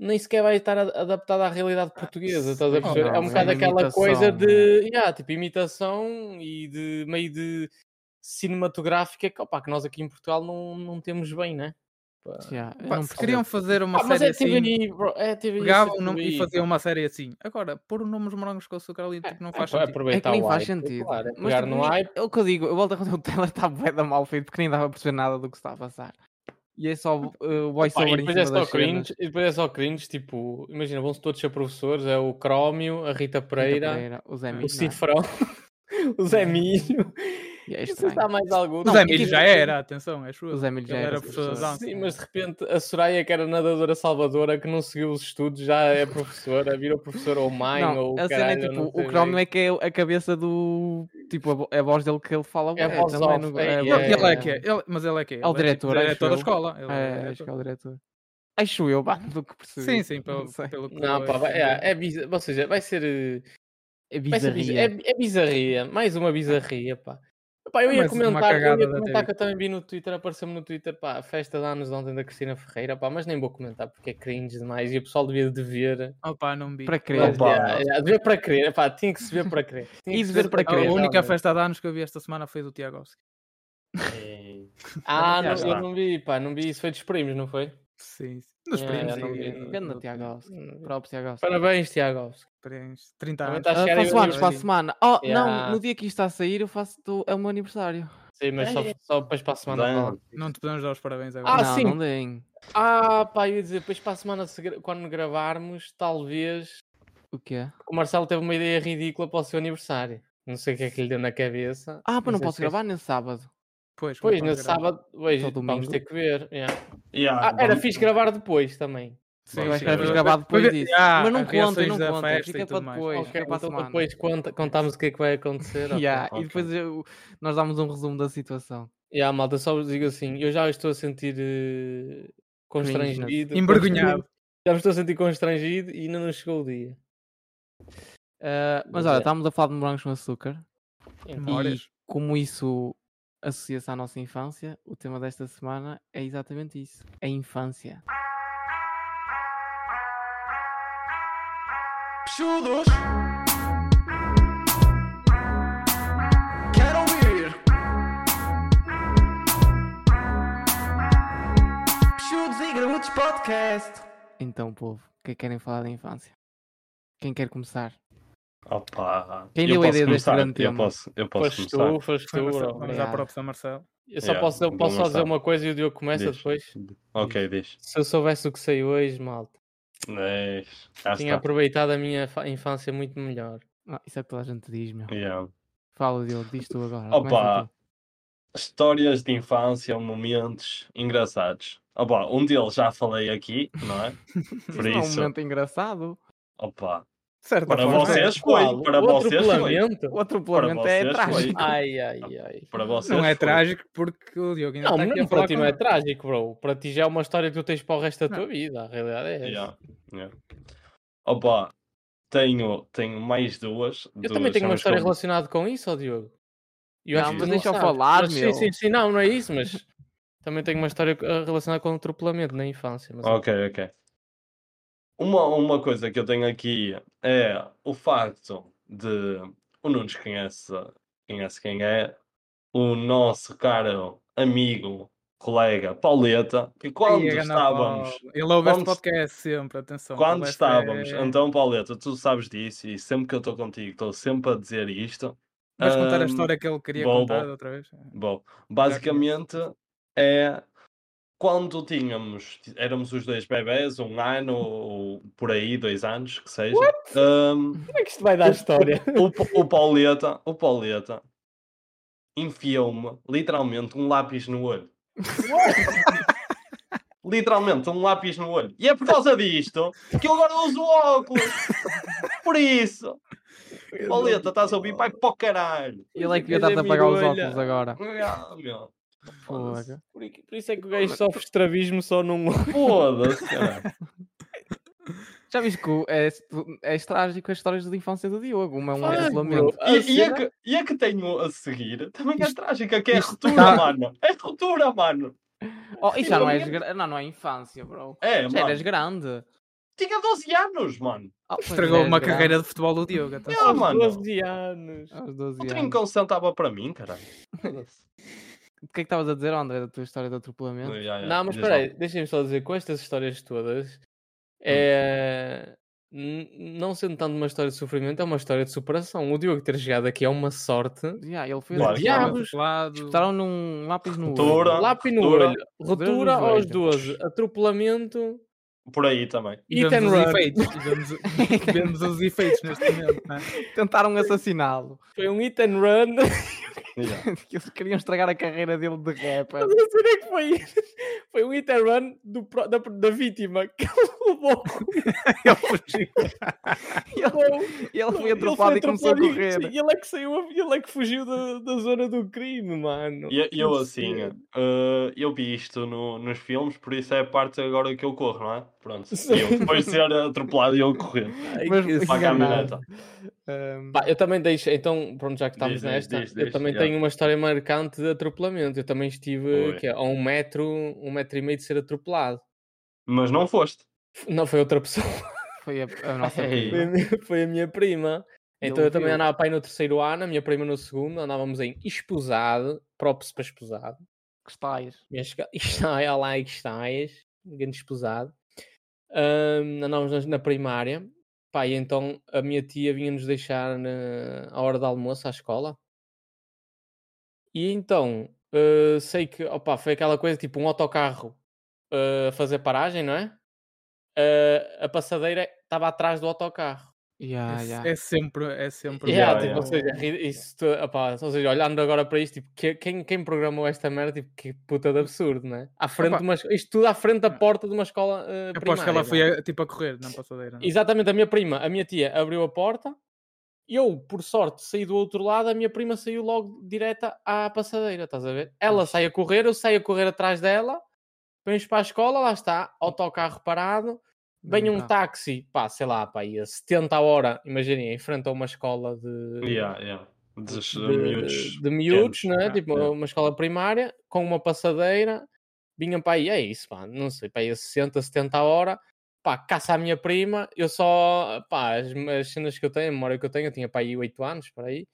Speaker 3: nem sequer vai estar a- adaptado à realidade portuguesa, estás a
Speaker 2: Ah, sim, Oh,
Speaker 3: perceber? é
Speaker 5: não,
Speaker 3: um
Speaker 5: é
Speaker 3: bocado
Speaker 5: uma
Speaker 3: aquela
Speaker 2: imitação,
Speaker 3: coisa
Speaker 2: não é?
Speaker 3: de, yeah, tipo, imitação e de meio de cinematográfica que, opá, que nós aqui em Portugal não, não temos bem, né? Pá.
Speaker 2: yeah, eu
Speaker 5: Pá,
Speaker 2: não
Speaker 5: se
Speaker 2: percebo.
Speaker 5: queriam fazer uma
Speaker 3: Ah, mas
Speaker 5: série
Speaker 3: é
Speaker 5: assim.
Speaker 3: TVI, bro, é TVI.
Speaker 5: Pegavam
Speaker 3: ser
Speaker 5: o nome e
Speaker 3: TVI,
Speaker 5: faziam
Speaker 2: um
Speaker 5: uma série assim. Agora, pôr o nome dos morangos com açúcar ali tipo, não
Speaker 3: pá,
Speaker 5: faz
Speaker 3: é
Speaker 5: sentido.
Speaker 2: É
Speaker 3: aproveitar
Speaker 2: que nem
Speaker 3: o
Speaker 2: faz
Speaker 3: hype,
Speaker 2: sentido.
Speaker 3: Claro, é
Speaker 2: Mas,
Speaker 3: pegar
Speaker 2: tipo,
Speaker 3: no
Speaker 2: nem-
Speaker 3: hype.
Speaker 2: É o que eu digo, eu volto a o tela está bué da mal feito porque nem dava a perceber nada do que se está a passar. E é só uh,
Speaker 3: Pá, e
Speaker 2: voice-over em
Speaker 3: depois é
Speaker 2: cima
Speaker 3: só
Speaker 2: das cenas.
Speaker 3: cringe, e depois é só cringe, tipo, imagina, vão-se todos ser professores, é o Crómio, a Rita Pereira,
Speaker 2: Rita Pereira, o Zé Milho,
Speaker 3: o
Speaker 2: não é?
Speaker 3: Cifrão, o Zé Milho,
Speaker 2: E é
Speaker 3: não sei
Speaker 2: estranho.
Speaker 3: se há mais algum.
Speaker 5: O
Speaker 3: Não,
Speaker 5: Zé
Speaker 3: e
Speaker 5: Milho
Speaker 3: tipo,
Speaker 5: já era, atenção, é
Speaker 2: O
Speaker 5: chuva.
Speaker 2: Zé Milho já
Speaker 5: Ele
Speaker 2: era
Speaker 5: era professor de dança.
Speaker 3: Sim, mas de repente a Soraya, que era nadadora salvadora, que não seguiu os estudos, já é professora, virou professora ou mãe,
Speaker 2: Não,
Speaker 3: ou
Speaker 2: a cena é
Speaker 3: caralho, eu
Speaker 2: tipo,
Speaker 3: não sei
Speaker 2: o Chrome
Speaker 3: bem.
Speaker 2: é que é a cabeça do. Tipo, a vo- é a voz dele que ele fala.
Speaker 3: É a
Speaker 2: bué,
Speaker 3: voz
Speaker 2: também
Speaker 3: off,
Speaker 2: no-
Speaker 3: é,
Speaker 2: bué,
Speaker 5: Ele,
Speaker 3: é,
Speaker 5: ele é que é, ele- mas ele é que é.
Speaker 2: É o
Speaker 5: ele
Speaker 2: diretor,
Speaker 5: É, tipo,
Speaker 2: acho
Speaker 5: diretor da
Speaker 2: eu.
Speaker 5: escola. ele é
Speaker 2: É, acho que
Speaker 5: diretor.
Speaker 2: é o diretor. Acho eu, pá, do que percebi.
Speaker 5: Sim, sim, pelo,
Speaker 2: Não sei.
Speaker 5: pelo que
Speaker 3: Não,
Speaker 5: eu
Speaker 3: pá, vai-
Speaker 5: entendi.
Speaker 3: é, é bizar- ou seja, vai ser. eh,
Speaker 2: É
Speaker 3: Vai ser bizar-
Speaker 2: bizarria.
Speaker 3: é, é bizarria, mais uma bizarria, pá. Pá, eu
Speaker 5: É
Speaker 3: ia
Speaker 5: mais uma
Speaker 3: comentar, eu
Speaker 5: cagada
Speaker 3: ia
Speaker 5: da
Speaker 3: comentar
Speaker 5: TV.
Speaker 3: que eu também vi no Twitter, apareceu-me no Twitter, pá, a festa de anos de ontem da Cristina Ferreira, pá, mas nem vou comentar porque é cringe demais e o pessoal devia de ver.
Speaker 5: Opa, não vi.
Speaker 2: Para crer.
Speaker 4: Opa.
Speaker 3: Yeah, yeah, de ver para crer, pá, tinha que se ver para crer. Tinha
Speaker 2: E
Speaker 3: que
Speaker 2: de
Speaker 3: se
Speaker 2: ver para
Speaker 5: A
Speaker 2: crer,
Speaker 5: única
Speaker 3: realmente.
Speaker 5: festa de anos que eu vi esta semana foi do Tiago Alves.
Speaker 4: E-
Speaker 3: Ah,
Speaker 4: Já
Speaker 3: não, eu
Speaker 4: está.
Speaker 3: não vi, pá, não vi, isso foi dos primos, não foi?
Speaker 5: Sim, sim. Nos
Speaker 3: É,
Speaker 5: primos.
Speaker 3: eu não vi,
Speaker 5: e-
Speaker 3: não vi.
Speaker 2: Ganda Tiago Alves. Próprio Tiago Alves.
Speaker 3: Parabéns, Tiago Alves.
Speaker 5: primos. 30
Speaker 3: Também
Speaker 5: anos.
Speaker 3: tá a
Speaker 2: Ah,
Speaker 3: chegar aí
Speaker 2: faço
Speaker 3: o
Speaker 2: anos, faço
Speaker 5: aniversário.
Speaker 2: semana. Oh,
Speaker 3: Yeah.
Speaker 2: não, no dia que isto está a sair, eu faço. do- É o meu aniversário.
Speaker 3: Sim, mas só, só depois para a semana.
Speaker 4: Bem,
Speaker 3: falamos.
Speaker 5: Não te podemos dar os parabéns
Speaker 3: Ah,
Speaker 5: agora.
Speaker 2: não,
Speaker 3: sim.
Speaker 2: não deem.
Speaker 3: Ah, pá, eu ia dizer, depois para a semana, se gra- quando gravarmos, talvez
Speaker 2: O quê?
Speaker 3: o Marcelo teve uma ideia ridícula para o seu aniversário. Não sei o que é que lhe deu na cabeça.
Speaker 2: Ah, pá, não
Speaker 3: sei
Speaker 2: posso
Speaker 3: se é-
Speaker 2: gravar nesse sábado.
Speaker 5: Pois,
Speaker 3: Pois,
Speaker 5: não
Speaker 3: no
Speaker 5: podes gravar.
Speaker 3: sábado, pois,
Speaker 2: Só
Speaker 3: vamos
Speaker 2: domingo.
Speaker 3: ter que ver. yeah.
Speaker 4: Yeah,
Speaker 3: Ah, era
Speaker 4: vamos-
Speaker 3: fixe gravar depois também.
Speaker 5: Sim,
Speaker 2: eu acho
Speaker 5: sim,
Speaker 2: que era fixe
Speaker 5: eu-
Speaker 2: gravar
Speaker 5: para
Speaker 2: depois
Speaker 5: ver-
Speaker 2: disso.
Speaker 5: Ah,
Speaker 2: Mas não
Speaker 5: as
Speaker 2: contem,
Speaker 5: reações
Speaker 2: não
Speaker 5: da
Speaker 2: contem.
Speaker 5: festa e
Speaker 2: Fica para
Speaker 5: tudo mais.
Speaker 2: depois.
Speaker 3: Ok,
Speaker 2: Fica para a
Speaker 3: então
Speaker 2: semana.
Speaker 3: depois conta, contamos o que é que vai acontecer. ok.
Speaker 2: Yeah,
Speaker 4: ok.
Speaker 2: E depois eu- nós damos um resumo da situação.
Speaker 3: Yeah, malta, só vos digo assim, eu já estou a sentir eh,
Speaker 2: Cringe-ness.
Speaker 3: constrangido.
Speaker 5: Envergonhado.
Speaker 3: Já me estou a sentir constrangido e ainda não chegou o dia.
Speaker 2: Ah, mas
Speaker 3: Mas
Speaker 2: olha,
Speaker 3: é.
Speaker 2: estávamos a falar de morangos com açúcar.
Speaker 5: Memórias.
Speaker 2: E como isso associa-se à nossa infância, o tema desta semana é exatamente isso. A infância.
Speaker 1: Chudos. Quero ouvir. Chudos e graúdos podcast.
Speaker 2: Então, povo, o que é que querem falar da infância? Quem quer começar?
Speaker 4: Opa.
Speaker 2: Quem
Speaker 4: Eu
Speaker 2: deu a
Speaker 4: posso
Speaker 2: ideia deste
Speaker 4: começar,
Speaker 2: grande
Speaker 4: Eu
Speaker 2: tema?
Speaker 4: posso, eu
Speaker 3: Faz
Speaker 4: posso começar.
Speaker 3: tu, faz tu.
Speaker 5: Foi Marcelo,
Speaker 3: bro.
Speaker 5: Vamos à
Speaker 2: Obrigado.
Speaker 5: própria Marcelo.
Speaker 3: Eu só
Speaker 4: Yeah,
Speaker 3: posso, eu
Speaker 4: bom
Speaker 3: posso só dizer
Speaker 4: Marcelo.
Speaker 3: uma coisa e o Diogo começa
Speaker 4: Diz.
Speaker 3: depois.
Speaker 4: Ok, diz.
Speaker 3: Se eu soubesse o que sei hoje, malta,
Speaker 4: Mas, já
Speaker 3: tinha
Speaker 4: está.
Speaker 3: aproveitado a minha fa- infância muito melhor.
Speaker 2: Ah, isso é o que toda a gente diz, meu.
Speaker 4: Yeah.
Speaker 2: Fala, Diogo, diz tu agora. é
Speaker 4: Opa.
Speaker 2: começa tu.
Speaker 4: Histórias de infância, momentos engraçados. Opa, um deles já falei aqui, não é? Por
Speaker 2: Não é um
Speaker 4: isso,
Speaker 2: momento engraçado.
Speaker 4: opa.
Speaker 5: De certa
Speaker 4: Para
Speaker 5: forma, é.
Speaker 4: vocês foi,
Speaker 3: Qual?
Speaker 4: para
Speaker 3: O
Speaker 4: vocês foi.
Speaker 3: atropelamento?
Speaker 2: O atropelamento
Speaker 4: vocês
Speaker 2: é
Speaker 4: foi.
Speaker 2: trágico.
Speaker 3: Ai, ai, ai.
Speaker 4: Para vocês
Speaker 5: Não é
Speaker 4: foi.
Speaker 5: trágico porque o Diogo ainda
Speaker 3: Não,
Speaker 5: está aqui
Speaker 3: não,
Speaker 5: a falar
Speaker 3: para ti
Speaker 5: com
Speaker 3: não é
Speaker 4: né?
Speaker 5: nós.
Speaker 3: trágico, bro. Para ti já é uma história que tu tens para o resto da tua vida. A realidade é essa.
Speaker 4: Yeah, yeah. Opa, tenho, tenho mais duas.
Speaker 3: Eu também tenho uma história
Speaker 4: relacionada.
Speaker 3: relacionada com isso, ó Diogo. E Eu
Speaker 2: Não,
Speaker 3: que
Speaker 2: mas
Speaker 3: tu
Speaker 2: deixa eu
Speaker 3: sabes.
Speaker 2: falar,
Speaker 3: Mas
Speaker 2: meu.
Speaker 3: Sim, sim, sim, não, não é isso, mas também tenho uma história eh, relacionada com o atropelamento na infância. Mas
Speaker 4: Ok, ok. Uma, uma coisa que eu tenho aqui é o facto de o Nunes conhece, conhece quem é, o nosso caro amigo, colega Pauleta, que quando
Speaker 5: Aí a ganhar
Speaker 4: estávamos,
Speaker 5: bola. Ele ouve este
Speaker 4: quando-
Speaker 5: podcast sempre, atenção.
Speaker 4: quando
Speaker 5: ele é-
Speaker 4: estávamos, então Pauleta, tu sabes disso e sempre que eu estou contigo, estou sempre a dizer isto.
Speaker 5: Vais contar a
Speaker 4: Ahm,
Speaker 5: história que ele queria
Speaker 4: bom,
Speaker 5: contar
Speaker 4: bom.
Speaker 5: outra vez?
Speaker 4: Bom, basicamente é quando tínhamos, éramos os dois bebés, um ano ou por aí, dois anos, que seja, ahm,
Speaker 3: Como é que isto vai dar história?
Speaker 4: o, Pa- o Pauleta, o Pauleta enfiou-me literalmente um lápis no olho. literalmente um lápis no olho. E é por causa disto que eu agora uso óculos. Por isso, Pauleta, estás a ouvir? Vai para o caralho.
Speaker 2: Ele é que devia
Speaker 3: Ele é
Speaker 2: estar a pagar os
Speaker 3: mirolha.
Speaker 2: óculos agora.
Speaker 4: Ah, meu,
Speaker 2: Foda-se.
Speaker 3: Por, i- por isso é que o gajo sofre estrabismo só num olho.
Speaker 4: Foda-se, cara.
Speaker 2: Já viste que o- é, é trágico as histórias de infância do Diogo. Uma é um
Speaker 4: Ai,
Speaker 2: isolamento.
Speaker 3: Ah,
Speaker 4: E, e a
Speaker 3: será?
Speaker 4: que, e a que tenho a seguir também é trágica, que é a
Speaker 2: isto
Speaker 4: ruptura,
Speaker 2: tá-
Speaker 4: mano. É ruptura, mano.
Speaker 2: Oh, isso já não é, gra- não, não é infância, bro.
Speaker 4: É,
Speaker 2: Já eras
Speaker 4: mano.
Speaker 2: grande.
Speaker 4: Tinha 12 anos, mano.
Speaker 2: Oh, pois já
Speaker 5: Estragou
Speaker 3: é,
Speaker 2: eras
Speaker 5: uma
Speaker 2: grande.
Speaker 5: carreira de futebol do Diogo. atenção.
Speaker 4: Ah, mano.
Speaker 3: 12 anos.
Speaker 2: Aos
Speaker 4: O
Speaker 2: 12 anos.
Speaker 4: Trincão sentava para mim, caralho.
Speaker 2: O que é que estavas a dizer, André, da tua história de atropelamento?
Speaker 4: Ya, ya,
Speaker 3: Não, mas
Speaker 4: diz lá.
Speaker 3: espera aí, deixem-me só dizer, com estas histórias todas, é...
Speaker 2: Hum.
Speaker 3: n- não sendo tanto uma história de sofrimento, é uma história de superação. O Diogo ter chegado aqui é uma sorte.
Speaker 2: Já, ele foi
Speaker 4: Claro,
Speaker 2: atropelado.
Speaker 3: claro.
Speaker 5: Lado-
Speaker 3: um
Speaker 2: Espetaram num lápis no
Speaker 4: Doutora.
Speaker 2: olho.
Speaker 3: Lápis no
Speaker 4: Ruptura.
Speaker 3: olho, ruptura
Speaker 2: Ah, Deus
Speaker 3: aos
Speaker 2: veja.
Speaker 3: 12, atropelamento,
Speaker 4: Por aí também.
Speaker 5: E
Speaker 3: hit and
Speaker 5: vemos os
Speaker 3: run.
Speaker 5: efeitos. e Vemos, e vemos os efeitos neste momento. Né?
Speaker 2: Tentaram assassiná-lo.
Speaker 3: Foi um hit and run.
Speaker 4: Ya.
Speaker 2: Eles queriam estragar a carreira dele de rapper.
Speaker 3: Não sei nem que foi isso. Foi um hit and run do pró- da, da vítima que ele levou. É
Speaker 5: Ele fugiu.
Speaker 3: Ele,
Speaker 2: Ele foi
Speaker 3: ele
Speaker 2: atropelado e começou a
Speaker 3: atropelado e-
Speaker 2: correr.
Speaker 3: E ele é que saiu, a- ele é que fugiu da, da zona do crime, mano.
Speaker 4: E e eu
Speaker 3: Que
Speaker 4: assim,
Speaker 3: cedo.
Speaker 4: eh, eu vi isto no- nos filmes, por isso é a parte agora que eu corro, não é? Pronto. E eu depois de ser atropelado e eu correr
Speaker 2: é
Speaker 3: Ai,
Speaker 2: Mas-
Speaker 3: que
Speaker 4: para a caminhoneta.
Speaker 2: Enganado. Ahm,
Speaker 3: Pá, eu também deixo, então, pronto, já que estamos
Speaker 4: Diz, diz,
Speaker 3: nesta,
Speaker 4: diz,
Speaker 3: eu
Speaker 4: diz,
Speaker 3: também
Speaker 4: já.
Speaker 3: tenho uma história marcante de atropelamento. Eu também estive
Speaker 4: Ui.
Speaker 3: que é, a um metro, um metro e meio de ser atropelado.
Speaker 4: Mas não foste.
Speaker 3: F- Não, foi outra pessoa,
Speaker 2: foi a, a nossa
Speaker 4: Ei.
Speaker 3: foi a
Speaker 2: prima.
Speaker 3: minha, foi a minha prima.
Speaker 2: Ele
Speaker 3: Então eu também
Speaker 2: viu.
Speaker 3: andava para aí no terceiro ano, a minha prima no segundo, andávamos em esposado, próprio para esposado.
Speaker 2: Que estais.
Speaker 3: Minha chega- Estai, olá aí que estás, grande esposado. Ahm, andávamos na, na primária, pá, e então a minha tia vinha-nos deixar na à hora do almoço à escola. E então, eh, sei que, opa, foi aquela coisa, tipo um autocarro eh, a fazer paragem, não é? Eh, a passadeira estava atrás do autocarro.
Speaker 2: Ya,
Speaker 5: É-
Speaker 2: ya.
Speaker 5: É sempre. É sempre
Speaker 3: Ah, Yeah,
Speaker 4: Yeah,
Speaker 3: tipo,
Speaker 4: yeah.
Speaker 3: Ou, seja, ri- isso, tu- opá, ou seja, olhando agora para isto, tipo, que- quem, quem programou esta merda, tipo, que puta de absurdo, né? À frente
Speaker 5: Opa.
Speaker 3: de uma, esco- isto tudo à frente da porta de uma escola eh,
Speaker 5: Aposto
Speaker 3: primária.
Speaker 5: que É ela
Speaker 3: né?
Speaker 5: foi a- tipo a correr na passadeira. não é?
Speaker 3: Exatamente, a minha prima, a minha tia abriu a porta, eu, por sorte, saí do outro lado, a minha prima saiu logo direta à passadeira, estás a ver? Ela sai a correr, eu saio a correr atrás dela, vens para a escola, lá está, autocarro parado, vem
Speaker 2: Mesmo
Speaker 3: um
Speaker 2: carro.
Speaker 3: táxi, pá, sei lá, pá, ia 70 a hora, imaginem, em frente a uma escola de
Speaker 4: Yeah, yeah. Dos
Speaker 3: de,
Speaker 4: miúdos.
Speaker 3: de miúdos,
Speaker 4: pequenos,
Speaker 3: né?
Speaker 4: né?
Speaker 3: tipo
Speaker 4: É.
Speaker 3: uma escola primária, com uma passadeira, vinham para aí, é isso, pá, não sei, para aí a 60, 70 a hora, pá, caça a minha prima, eu só, pá, as, as cenas que eu tenho, a memória que eu tenho, eu tinha para aí 8 anos, para aí,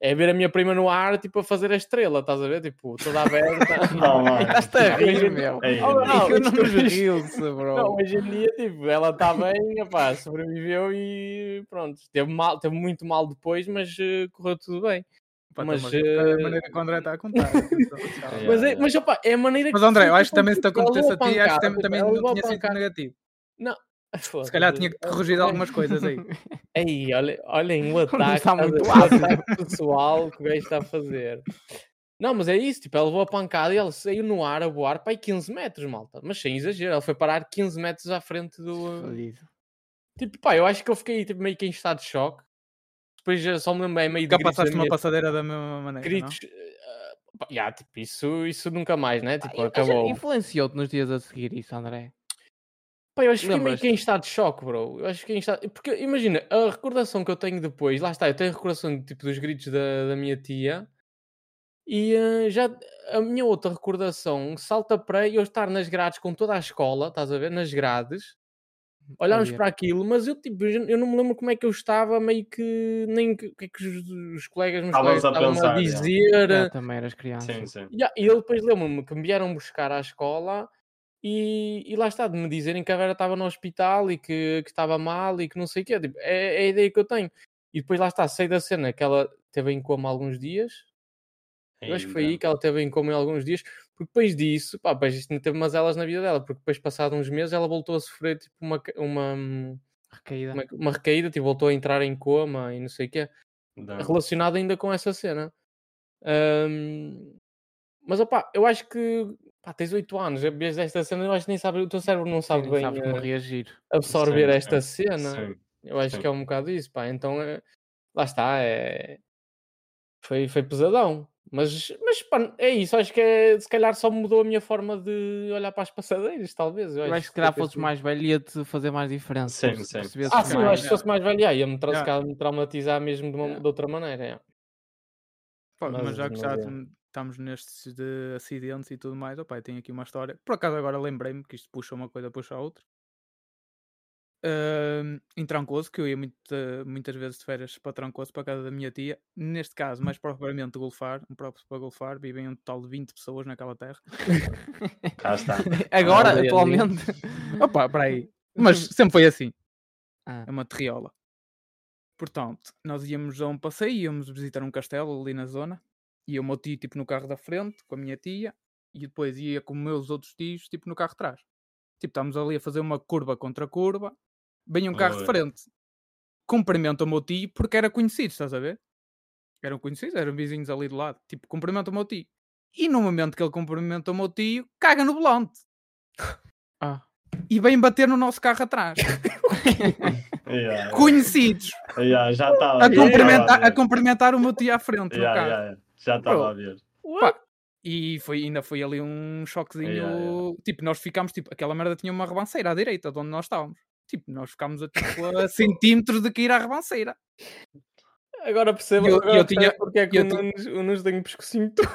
Speaker 3: é ver a minha prima no ar, tipo, a fazer a estrela, estás a ver, tipo, toda aberta.
Speaker 4: Não, mano.
Speaker 2: Estás-te a rir, meu.
Speaker 4: Ei,
Speaker 3: Oh,
Speaker 4: ei.
Speaker 3: não,
Speaker 2: Não, não
Speaker 3: isto
Speaker 2: me
Speaker 3: é isto.
Speaker 2: riu-se, bro.
Speaker 3: Não, hoje em dia, tipo, ela está bem, epá, sobreviveu e pronto, teve, mal, teve muito mal depois, mas eh, correu tudo bem.
Speaker 5: Pá,
Speaker 3: mas,
Speaker 5: mas, de qualquer
Speaker 3: eh,
Speaker 5: maneira que o André está a contar. é? atenção, tchau.
Speaker 4: Yeah.
Speaker 3: Mas, é, mas opa, é a maneira
Speaker 5: Mas
Speaker 3: que
Speaker 5: André,
Speaker 3: foi,
Speaker 5: eu acho que
Speaker 3: tipo,
Speaker 5: também se te
Speaker 3: tipo, ela
Speaker 5: acontecesse a
Speaker 3: levou
Speaker 5: ti, acho que
Speaker 3: pancada,
Speaker 5: tam-
Speaker 3: tipo,
Speaker 5: também
Speaker 3: ela
Speaker 5: não
Speaker 3: levou a
Speaker 5: tinha sido
Speaker 3: pancada.
Speaker 5: negativo.
Speaker 3: Foda-se.
Speaker 5: Se calhar tinha que corrigir algumas coisas aí.
Speaker 3: Ei, olhem, olhem o ataque,
Speaker 2: está
Speaker 3: estás a
Speaker 2: muito
Speaker 3: ver?
Speaker 2: ácido.
Speaker 3: o ataque pessoal que o gajo está a fazer. Não, mas é isso, tipo, ela levou a pancada e ela saiu no ar a voar para aí 15 metros, malta. Mas sem exagero, ela foi parar 15 metros à frente do. uh,
Speaker 2: Fodido.
Speaker 3: Tipo, pá, eu acho que eu fiquei tipo, meio que em estado de choque. Depois já só me lembrei meio de
Speaker 5: Nunca
Speaker 3: gritos, da
Speaker 5: passaste uma
Speaker 3: minha-
Speaker 5: passadeira da mesma maneira.
Speaker 3: gritos. eh, pá, já, tipo, isso, isso nunca mais, né? Tipo,
Speaker 2: Ah, já
Speaker 3: acabou.
Speaker 2: Influenciou-te nos dias a seguir isso, André.
Speaker 3: Pá, eu acho que fiquei meio
Speaker 2: Lembras-te?
Speaker 3: que em estado de choque, bro. Eu acho que fiquei em estado. Porque imagina, a recordação que eu tenho depois, lá está, eu tenho a recordação tipo, dos gritos da, da minha tia. E eh, já a minha outra recordação salta para eu estar nas grades com toda a escola, estás a ver? Nas grades, olharmos
Speaker 4: é
Speaker 2: Olha,
Speaker 3: para aquilo, mas eu tipo, eu eu não me lembro como é que eu estava, meio que nem que- o que é que os, os colegas, meus
Speaker 4: Estavas
Speaker 3: colegas
Speaker 4: a
Speaker 3: estavam
Speaker 4: pensar, já. É.
Speaker 3: a dizer.
Speaker 2: já também eras criança.
Speaker 4: Sim, sim.
Speaker 3: Ya, e eu depois lembro-me que me vieram buscar à escola e, e lá está, de me dizerem que a Vera estava no hospital e que, que estava mal e que não sei o quê. Tipo, é, é a ideia que eu tenho. E depois lá está, sei da cena que ela teve em coma alguns dias. Eu acho que foi
Speaker 4: Ainda.
Speaker 3: aí que ela teve em coma em alguns dias, porque depois disso, pá, depois isto ainda teve umas elas na vida dela, porque depois, passado uns meses, ela voltou a sofrer tipo uma, ca- uma, hum,
Speaker 2: Recaída.
Speaker 3: uma, uma recaída, tipo, voltou a entrar em coma e não sei o quê,
Speaker 4: Não.
Speaker 3: relacionada ainda com essa cena. Hum, mas opá, eu acho que pá, tens 8 anos, vês esta cena, eu acho que nem sabe, o teu cérebro não sabe
Speaker 2: Sim,
Speaker 3: bem
Speaker 2: sabe como
Speaker 3: eh,
Speaker 2: reagir.
Speaker 3: absorver
Speaker 4: Sim,
Speaker 3: esta cena.
Speaker 4: Sim.
Speaker 3: Eu acho
Speaker 4: Sim.
Speaker 3: que é um bocado isso, pá. Então, é- lá está, é... Foi, foi pesadão. Mas, mas pá, é isso. Acho que é- se calhar só mudou a minha forma de olhar para as passadeiras, talvez.
Speaker 2: Eu acho que se
Speaker 3: que
Speaker 2: calhar
Speaker 3: foi
Speaker 2: fosses
Speaker 3: isso.
Speaker 2: mais velho ia-te fazer mais diferença.
Speaker 4: Sim,
Speaker 2: perce-
Speaker 4: sim.
Speaker 2: percebesses
Speaker 3: Ah, sim, eu
Speaker 2: mais.
Speaker 3: acho que se fosse mais velho, yeah, ia-me tra- se
Speaker 5: Yeah.
Speaker 3: calhar me traumatizar mesmo de, uma-
Speaker 2: Yeah.
Speaker 3: de outra maneira. yeah.
Speaker 5: Pá,
Speaker 3: Mas
Speaker 5: mas já que já
Speaker 3: não é.
Speaker 5: tam- estamos nestes de acidentes e tudo mais, opá, eu tenho aqui uma história. Por acaso agora lembrei-me que isto puxa uma coisa, puxa a outra. Ahm, em Trancoso, que eu ia muita- muitas vezes de férias para Trancoso, para casa da minha tia. Neste caso, mais propriamente de Golfar, um próprio para Golfar, vivem um total de 20 pessoas naquela terra.
Speaker 4: Cá está.
Speaker 2: Agora,
Speaker 3: Olha ali.
Speaker 2: atualmente.
Speaker 5: Opa, para aí. Mas sempre foi assim.
Speaker 2: Ah.
Speaker 5: É uma terriola. Portanto, nós íamos a um passeio, íamos visitar um castelo ali na zona. Ia o meu tio, tipo, no carro da frente, com a minha tia. E depois ia com meus outros tios, tipo, no carro de trás. Tipo, estávamos ali a fazer uma curva contra curva. Vem um carro de
Speaker 4: Boa.
Speaker 5: frente. Cumprimenta o meu tio, porque era conhecido, estás a ver? Eram conhecidos, eram vizinhos ali do lado. Tipo, cumprimenta o meu tio. E no momento que ele cumprimenta o meu tio, caga no volante.
Speaker 2: Ah.
Speaker 5: E vem bater no nosso carro atrás.
Speaker 4: Yeah,
Speaker 5: Conhecidos.
Speaker 4: yeah, já estava
Speaker 5: a,
Speaker 4: já
Speaker 5: cumprimentar,
Speaker 4: estava
Speaker 5: a cumprimentar o meu tio à frente
Speaker 4: Yeah,
Speaker 5: no carro.
Speaker 4: yeah, yeah. Já estava a ver.
Speaker 5: E foi, ainda foi ali um choquezinho.
Speaker 4: Yeah, yeah.
Speaker 5: Tipo, nós ficámos, tipo, aquela merda tinha uma rebanceira à direita de onde nós estávamos. Tipo, nós ficámos a, tipo, a centímetros de cair à rebanceira.
Speaker 3: Agora percebo,
Speaker 5: E eu-
Speaker 3: agora
Speaker 5: eu tinha-
Speaker 3: percebo porque é que
Speaker 5: eu
Speaker 3: o
Speaker 5: ti-
Speaker 3: Nunes, o Nunes tem um pescocinho todo.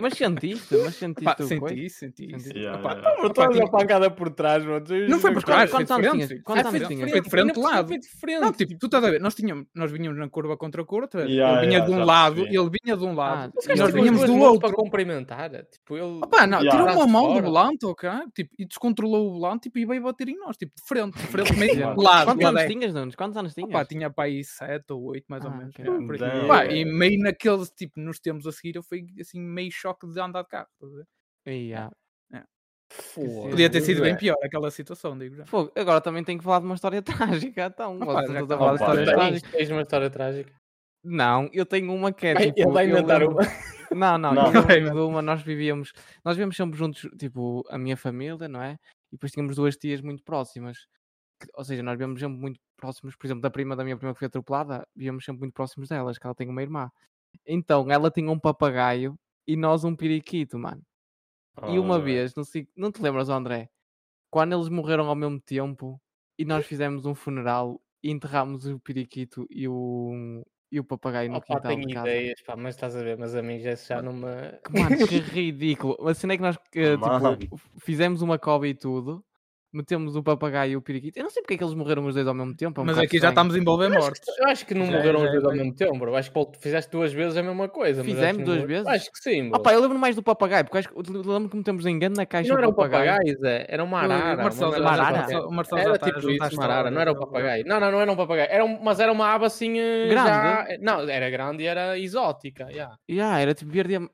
Speaker 2: Mas sentiste, mas
Speaker 5: Pá,
Speaker 2: sentiste o coice?
Speaker 5: senti, senti.
Speaker 2: Senti.
Speaker 5: senti. então,
Speaker 4: Yeah,
Speaker 5: Opá,
Speaker 4: yeah.
Speaker 5: opá,
Speaker 3: Eu estou a
Speaker 5: tinha-
Speaker 3: olhar para a cara por trás, mano.
Speaker 5: tipo, Não foi por trás, foi
Speaker 2: Quantos anos
Speaker 5: diferente.
Speaker 2: tinhas?
Speaker 5: foi
Speaker 2: Quantos anos
Speaker 5: diferente,
Speaker 2: tinhas?
Speaker 5: Foi de frente de lado.
Speaker 3: Foi de frente.
Speaker 5: Não, tipo, tu estás a ver, nós, tínhamos, nós vinhamos na curva contra a curva, tá a ver?
Speaker 4: Yeah,
Speaker 5: ele vinha
Speaker 4: yeah,
Speaker 5: de um
Speaker 4: já
Speaker 5: lado,
Speaker 4: percebi.
Speaker 5: ele vinha de um lado,
Speaker 2: Ah,
Speaker 5: e
Speaker 2: gajo
Speaker 5: nós
Speaker 2: tirou
Speaker 5: vinhamos
Speaker 2: as
Speaker 5: do
Speaker 3: é para
Speaker 5: outro.
Speaker 3: cumprimentar. Tipo, ele...
Speaker 5: Opá, não,
Speaker 4: Yeah.
Speaker 5: tirou uma
Speaker 3: Braço
Speaker 5: mão do
Speaker 3: fora.
Speaker 5: volante, ok? Tipo, e descontrolou o volante tipo, e veio bater em nós, tipo, de frente, de frente, meio de
Speaker 4: Yeah.
Speaker 5: lado.
Speaker 2: Quantos
Speaker 5: lado
Speaker 2: anos
Speaker 5: é.
Speaker 2: tinhas, Nunes? Quantos anos tinhas?
Speaker 5: Opá, tinha para aí 7 ou 8, mais ou
Speaker 2: Ah,
Speaker 5: menos.
Speaker 2: ok.
Speaker 5: já, por aí.
Speaker 4: Damn.
Speaker 5: Opá, e meio naqueles, tipo, nos tempos a seguir, eu fui assim, meio choque de andar de carro. estás a ver?
Speaker 2: Ih, ah.
Speaker 3: Foda-se,
Speaker 5: Podia ter sido bem
Speaker 3: é.
Speaker 5: pior aquela situação, digo já.
Speaker 2: Fogo, agora também tenho que falar de uma história trágica, então.
Speaker 5: Opa,
Speaker 2: Vocês estão
Speaker 5: já
Speaker 2: a
Speaker 5: que
Speaker 2: falar
Speaker 4: estamos a
Speaker 2: de histórias
Speaker 4: falar
Speaker 5: né?
Speaker 4: de
Speaker 2: trágicas.
Speaker 3: Tens- Tens uma história trágica.
Speaker 2: Não, eu tenho uma que é
Speaker 3: Ai,
Speaker 2: tipo.
Speaker 3: ele vai
Speaker 2: eu
Speaker 3: inventar
Speaker 2: lembro-
Speaker 3: uma.
Speaker 2: Não, não,
Speaker 4: Não.
Speaker 2: eu lembro de uma, nós vivíamos, nós vivíamos sempre juntos, tipo, a minha família, não é? E depois tínhamos duas tias muito próximas. que- Ou seja, nós vivíamos sempre muito próximos, por exemplo, da prima da minha prima que foi atropelada, vivíamos sempre muito próximos delas, que ela tem uma irmã. Então, ela tinha um papagaio e nós um periquito, mano. E uma
Speaker 4: Oh,
Speaker 2: vez, não, sei, não te lembras, André? Quando eles morreram ao mesmo tempo e nós fizemos um funeral e enterramos o periquito e o, e o papagaio no
Speaker 3: Opa,
Speaker 5: um
Speaker 2: quintal
Speaker 3: tenho
Speaker 2: de casa.
Speaker 3: ideias, pá, mas estás a ver, mas a mim já, já não me.
Speaker 2: Que, Mano, que ridículo. A cena é que nós eh, tipo,
Speaker 4: Mano.
Speaker 2: f- fizemos uma cova e tudo, metemos o papagaio e o periquito. Eu não sei porque é que eles morreram os dois ao mesmo tempo. é um
Speaker 5: Mas
Speaker 2: bocado
Speaker 5: aqui já
Speaker 2: estranho.
Speaker 3: tá
Speaker 5: estamos a envolver mortes.
Speaker 3: Eu acho que não
Speaker 5: Já-
Speaker 3: morreram
Speaker 5: já
Speaker 3: os dois
Speaker 5: é
Speaker 3: ao
Speaker 5: bem-
Speaker 3: mesmo tempo, bro. Acho que pô, fizeste duas vezes a mesma coisa. mas acho
Speaker 2: Fizemos
Speaker 3: que não
Speaker 2: duas
Speaker 3: morreram.
Speaker 2: vezes?
Speaker 3: Acho que sim,
Speaker 2: Ah
Speaker 3: bro.
Speaker 2: pá, eu lembro mais do papagaio, porque acho que eu lembro que metemos engano na caixa
Speaker 3: não
Speaker 2: do
Speaker 3: era o
Speaker 2: papagaio.
Speaker 3: papagaio, Zé, era uma
Speaker 5: Ui,
Speaker 3: arara.
Speaker 5: o Marcelo
Speaker 3: uma
Speaker 5: já-
Speaker 2: uma
Speaker 3: merda
Speaker 2: arara.
Speaker 3: qualquer.
Speaker 5: o Marcelo já
Speaker 3: Era
Speaker 5: está a
Speaker 3: tipo
Speaker 5: juntar
Speaker 3: isso, uma arara,
Speaker 5: histórias,
Speaker 3: não era o
Speaker 5: ele-
Speaker 3: papagaio. Não, não, não era um papagaio. Era um- mas era uma aba assim. eh,
Speaker 2: Grande?
Speaker 3: já- Não, era grande e era exótica. yeah.
Speaker 2: Yeah, era tipo verde e am-